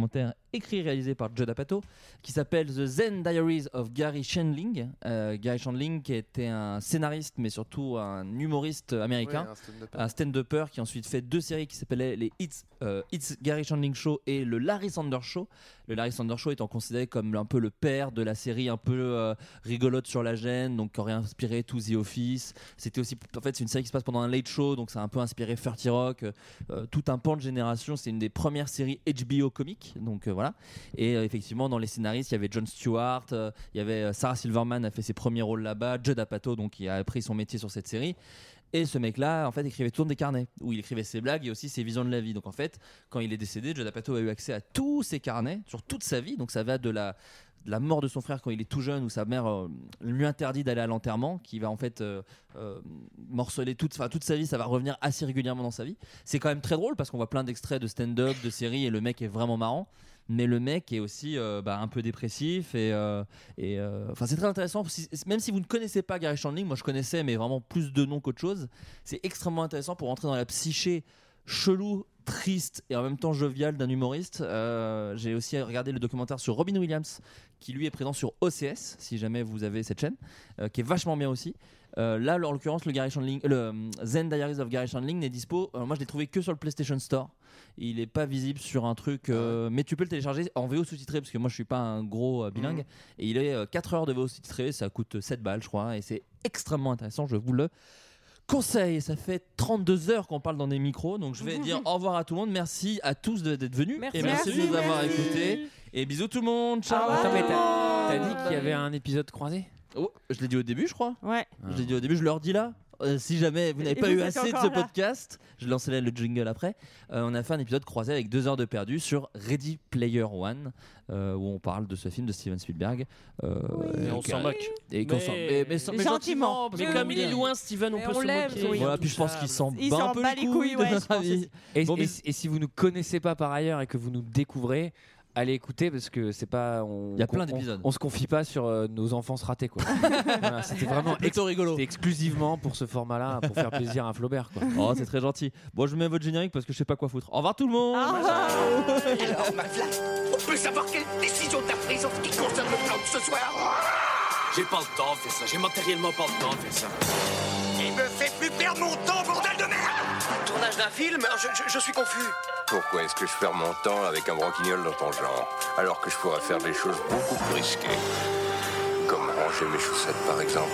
E: écrit et réalisé par Judd Apatow qui s'appelle The Zen Diaries of Gary Shandling. Euh, Gary Shandling qui était un scénariste mais surtout un humoriste américain,
C: Ouais, un stand-upper.
E: un stand-upper qui a ensuite fait deux séries qui s'appelaient les Hits, euh, Hits Gary Shandling Show et le Larry Sanders Show. Le Larry Sanders Show étant considéré comme un peu le père de la série un peu euh, rigolote sur la gêne, donc qui aurait inspiré To The Office. C'était aussi, en fait, c'est une série qui se passe pendant un late show, donc ça a un peu inspiré 30 Rock, euh, euh, tout un pan de génération. C'est une des premières séries HBO comiques, donc euh, voilà. Et euh, effectivement, dans les scénaristes, il y avait John Stewart, euh, il y avait euh, Sarah Silverman a fait ses premiers rôles là-bas, Judd Apatow, donc qui a appris son métier sur cette série. Et ce mec-là, en fait, écrivait toujours des carnets où il écrivait ses blagues et aussi ses visions de la vie. Donc, en fait, quand il est décédé, Judd Apatow a eu accès à tous ses carnets sur toute sa vie. Donc, ça va de la, de la mort de son frère quand il est tout jeune, où sa mère euh, lui interdit d'aller à l'enterrement, qui va en fait euh, euh, morceler toute, enfin, toute sa vie. Ça va revenir assez régulièrement dans sa vie. C'est quand même très drôle parce qu'on voit plein d'extraits de stand-up, de séries, et le mec est vraiment marrant mais le mec est aussi euh, bah, un peu dépressif et euh, et, euh, enfin c'est très intéressant Si- même si vous ne connaissez pas Gary Shandling moi je connaissais mais vraiment plus de noms qu'autre chose c'est extrêmement intéressant pour rentrer dans la psyché chelou triste et en même temps jovial d'un humoriste Euh, j'ai aussi regardé le documentaire sur Robin Williams qui lui est présent sur OCS si jamais vous avez cette chaîne euh, qui est vachement bien aussi euh, là, en l'occurrence, le, Gary Shandling- le euh, Zen Diaries of Gary Shandling n'est dispo. euh, moi, je l'ai trouvé que sur le PlayStation Store. Il n'est pas visible sur un truc,
K: Ah
E: euh, mais tu peux le télécharger en VO sous-titré parce que moi, je suis pas un gros euh, bilingue.
K: Mmh.
E: Et il est 4 heures de VO sous-titré, ça coûte 7 balles, je crois, et c'est extrêmement intéressant. Je vous le conseil. Ça fait 32 heures qu'on parle dans des micros, donc
K: [laughs]
E: je vais dire au revoir à tout le monde. Merci à tous de- d'être venus.
K: Merci.
E: et merci, de
K: Merci,
E: nous avoir
K: merci.
E: écoutés. Et bisous tout le monde.
K: Au
H: Ah
E: Ciao.
K: revoir tout le monde.
H: T'as dit qu'il y avait un épisode croisé
E: Oh, je l'ai dit au début, je crois.
I: Ouais.
E: Je l'ai dit au début, je leur dis là. Euh, si jamais vous n'avez
I: Et
E: pas
I: vous
E: eu
I: êtes
E: assez de
I: encore
E: ce
I: là.
E: podcast, je lancerai le jingle après. Euh, on a fait un épisode croisé avec deux heures de perdu sur Ready Player One, euh, où on parle de ce film de Steven Spielberg. euh,
B: Mais on
E: donc,
B: s'en
E: euh,
B: moque.
E: Et qu'on s'en- mais, mais sans- mais gentiment, parce
B: Mais
E: que
B: comme il est loin, Steven, on
E: Mais
B: peut
E: on
B: se
E: l'aime,
B: moquer.
E: oui. Voilà, puis je pense qu'il s'en Il bat un s'en peu bat les les couilles, couilles, ouais, de notre je pense avis. aussi.
H: Et,
E: Bon,
H: et- et si vous nous connaissez pas par ailleurs et que vous nous découvrez, allez écouter parce que c'est pas. Il
E: y a plein d'épisodes.
H: On, se confie pas sur euh, nos enfances
E: [laughs]
H: ratées quoi. Voilà, c'était vraiment ex- c'était exclusivement pour ce format-là, pour faire plaisir à Flaubert quoi.
E: Oh, c'est très gentil. Bon, je mets votre générique parce que je sais pas quoi foutre. Au revoir tout le monde.
H: [laughs]
K: Alors, McFly, on peut savoir quelle décision t'as prise en ce qui concerne le plan de ce soir
L: J'ai pas le temps de faire ça, j'ai matériellement pas le temps de faire ça.
K: Il me fait plus perdre mon temps, bordel de merde Un tournage d'un film je, je- je suis confus.
N: Pourquoi est-ce que je perds mon temps avec un branquignol dans ton genre, alors que je pourrais faire des choses beaucoup plus risquées Comme ranger mes chaussettes, par exemple.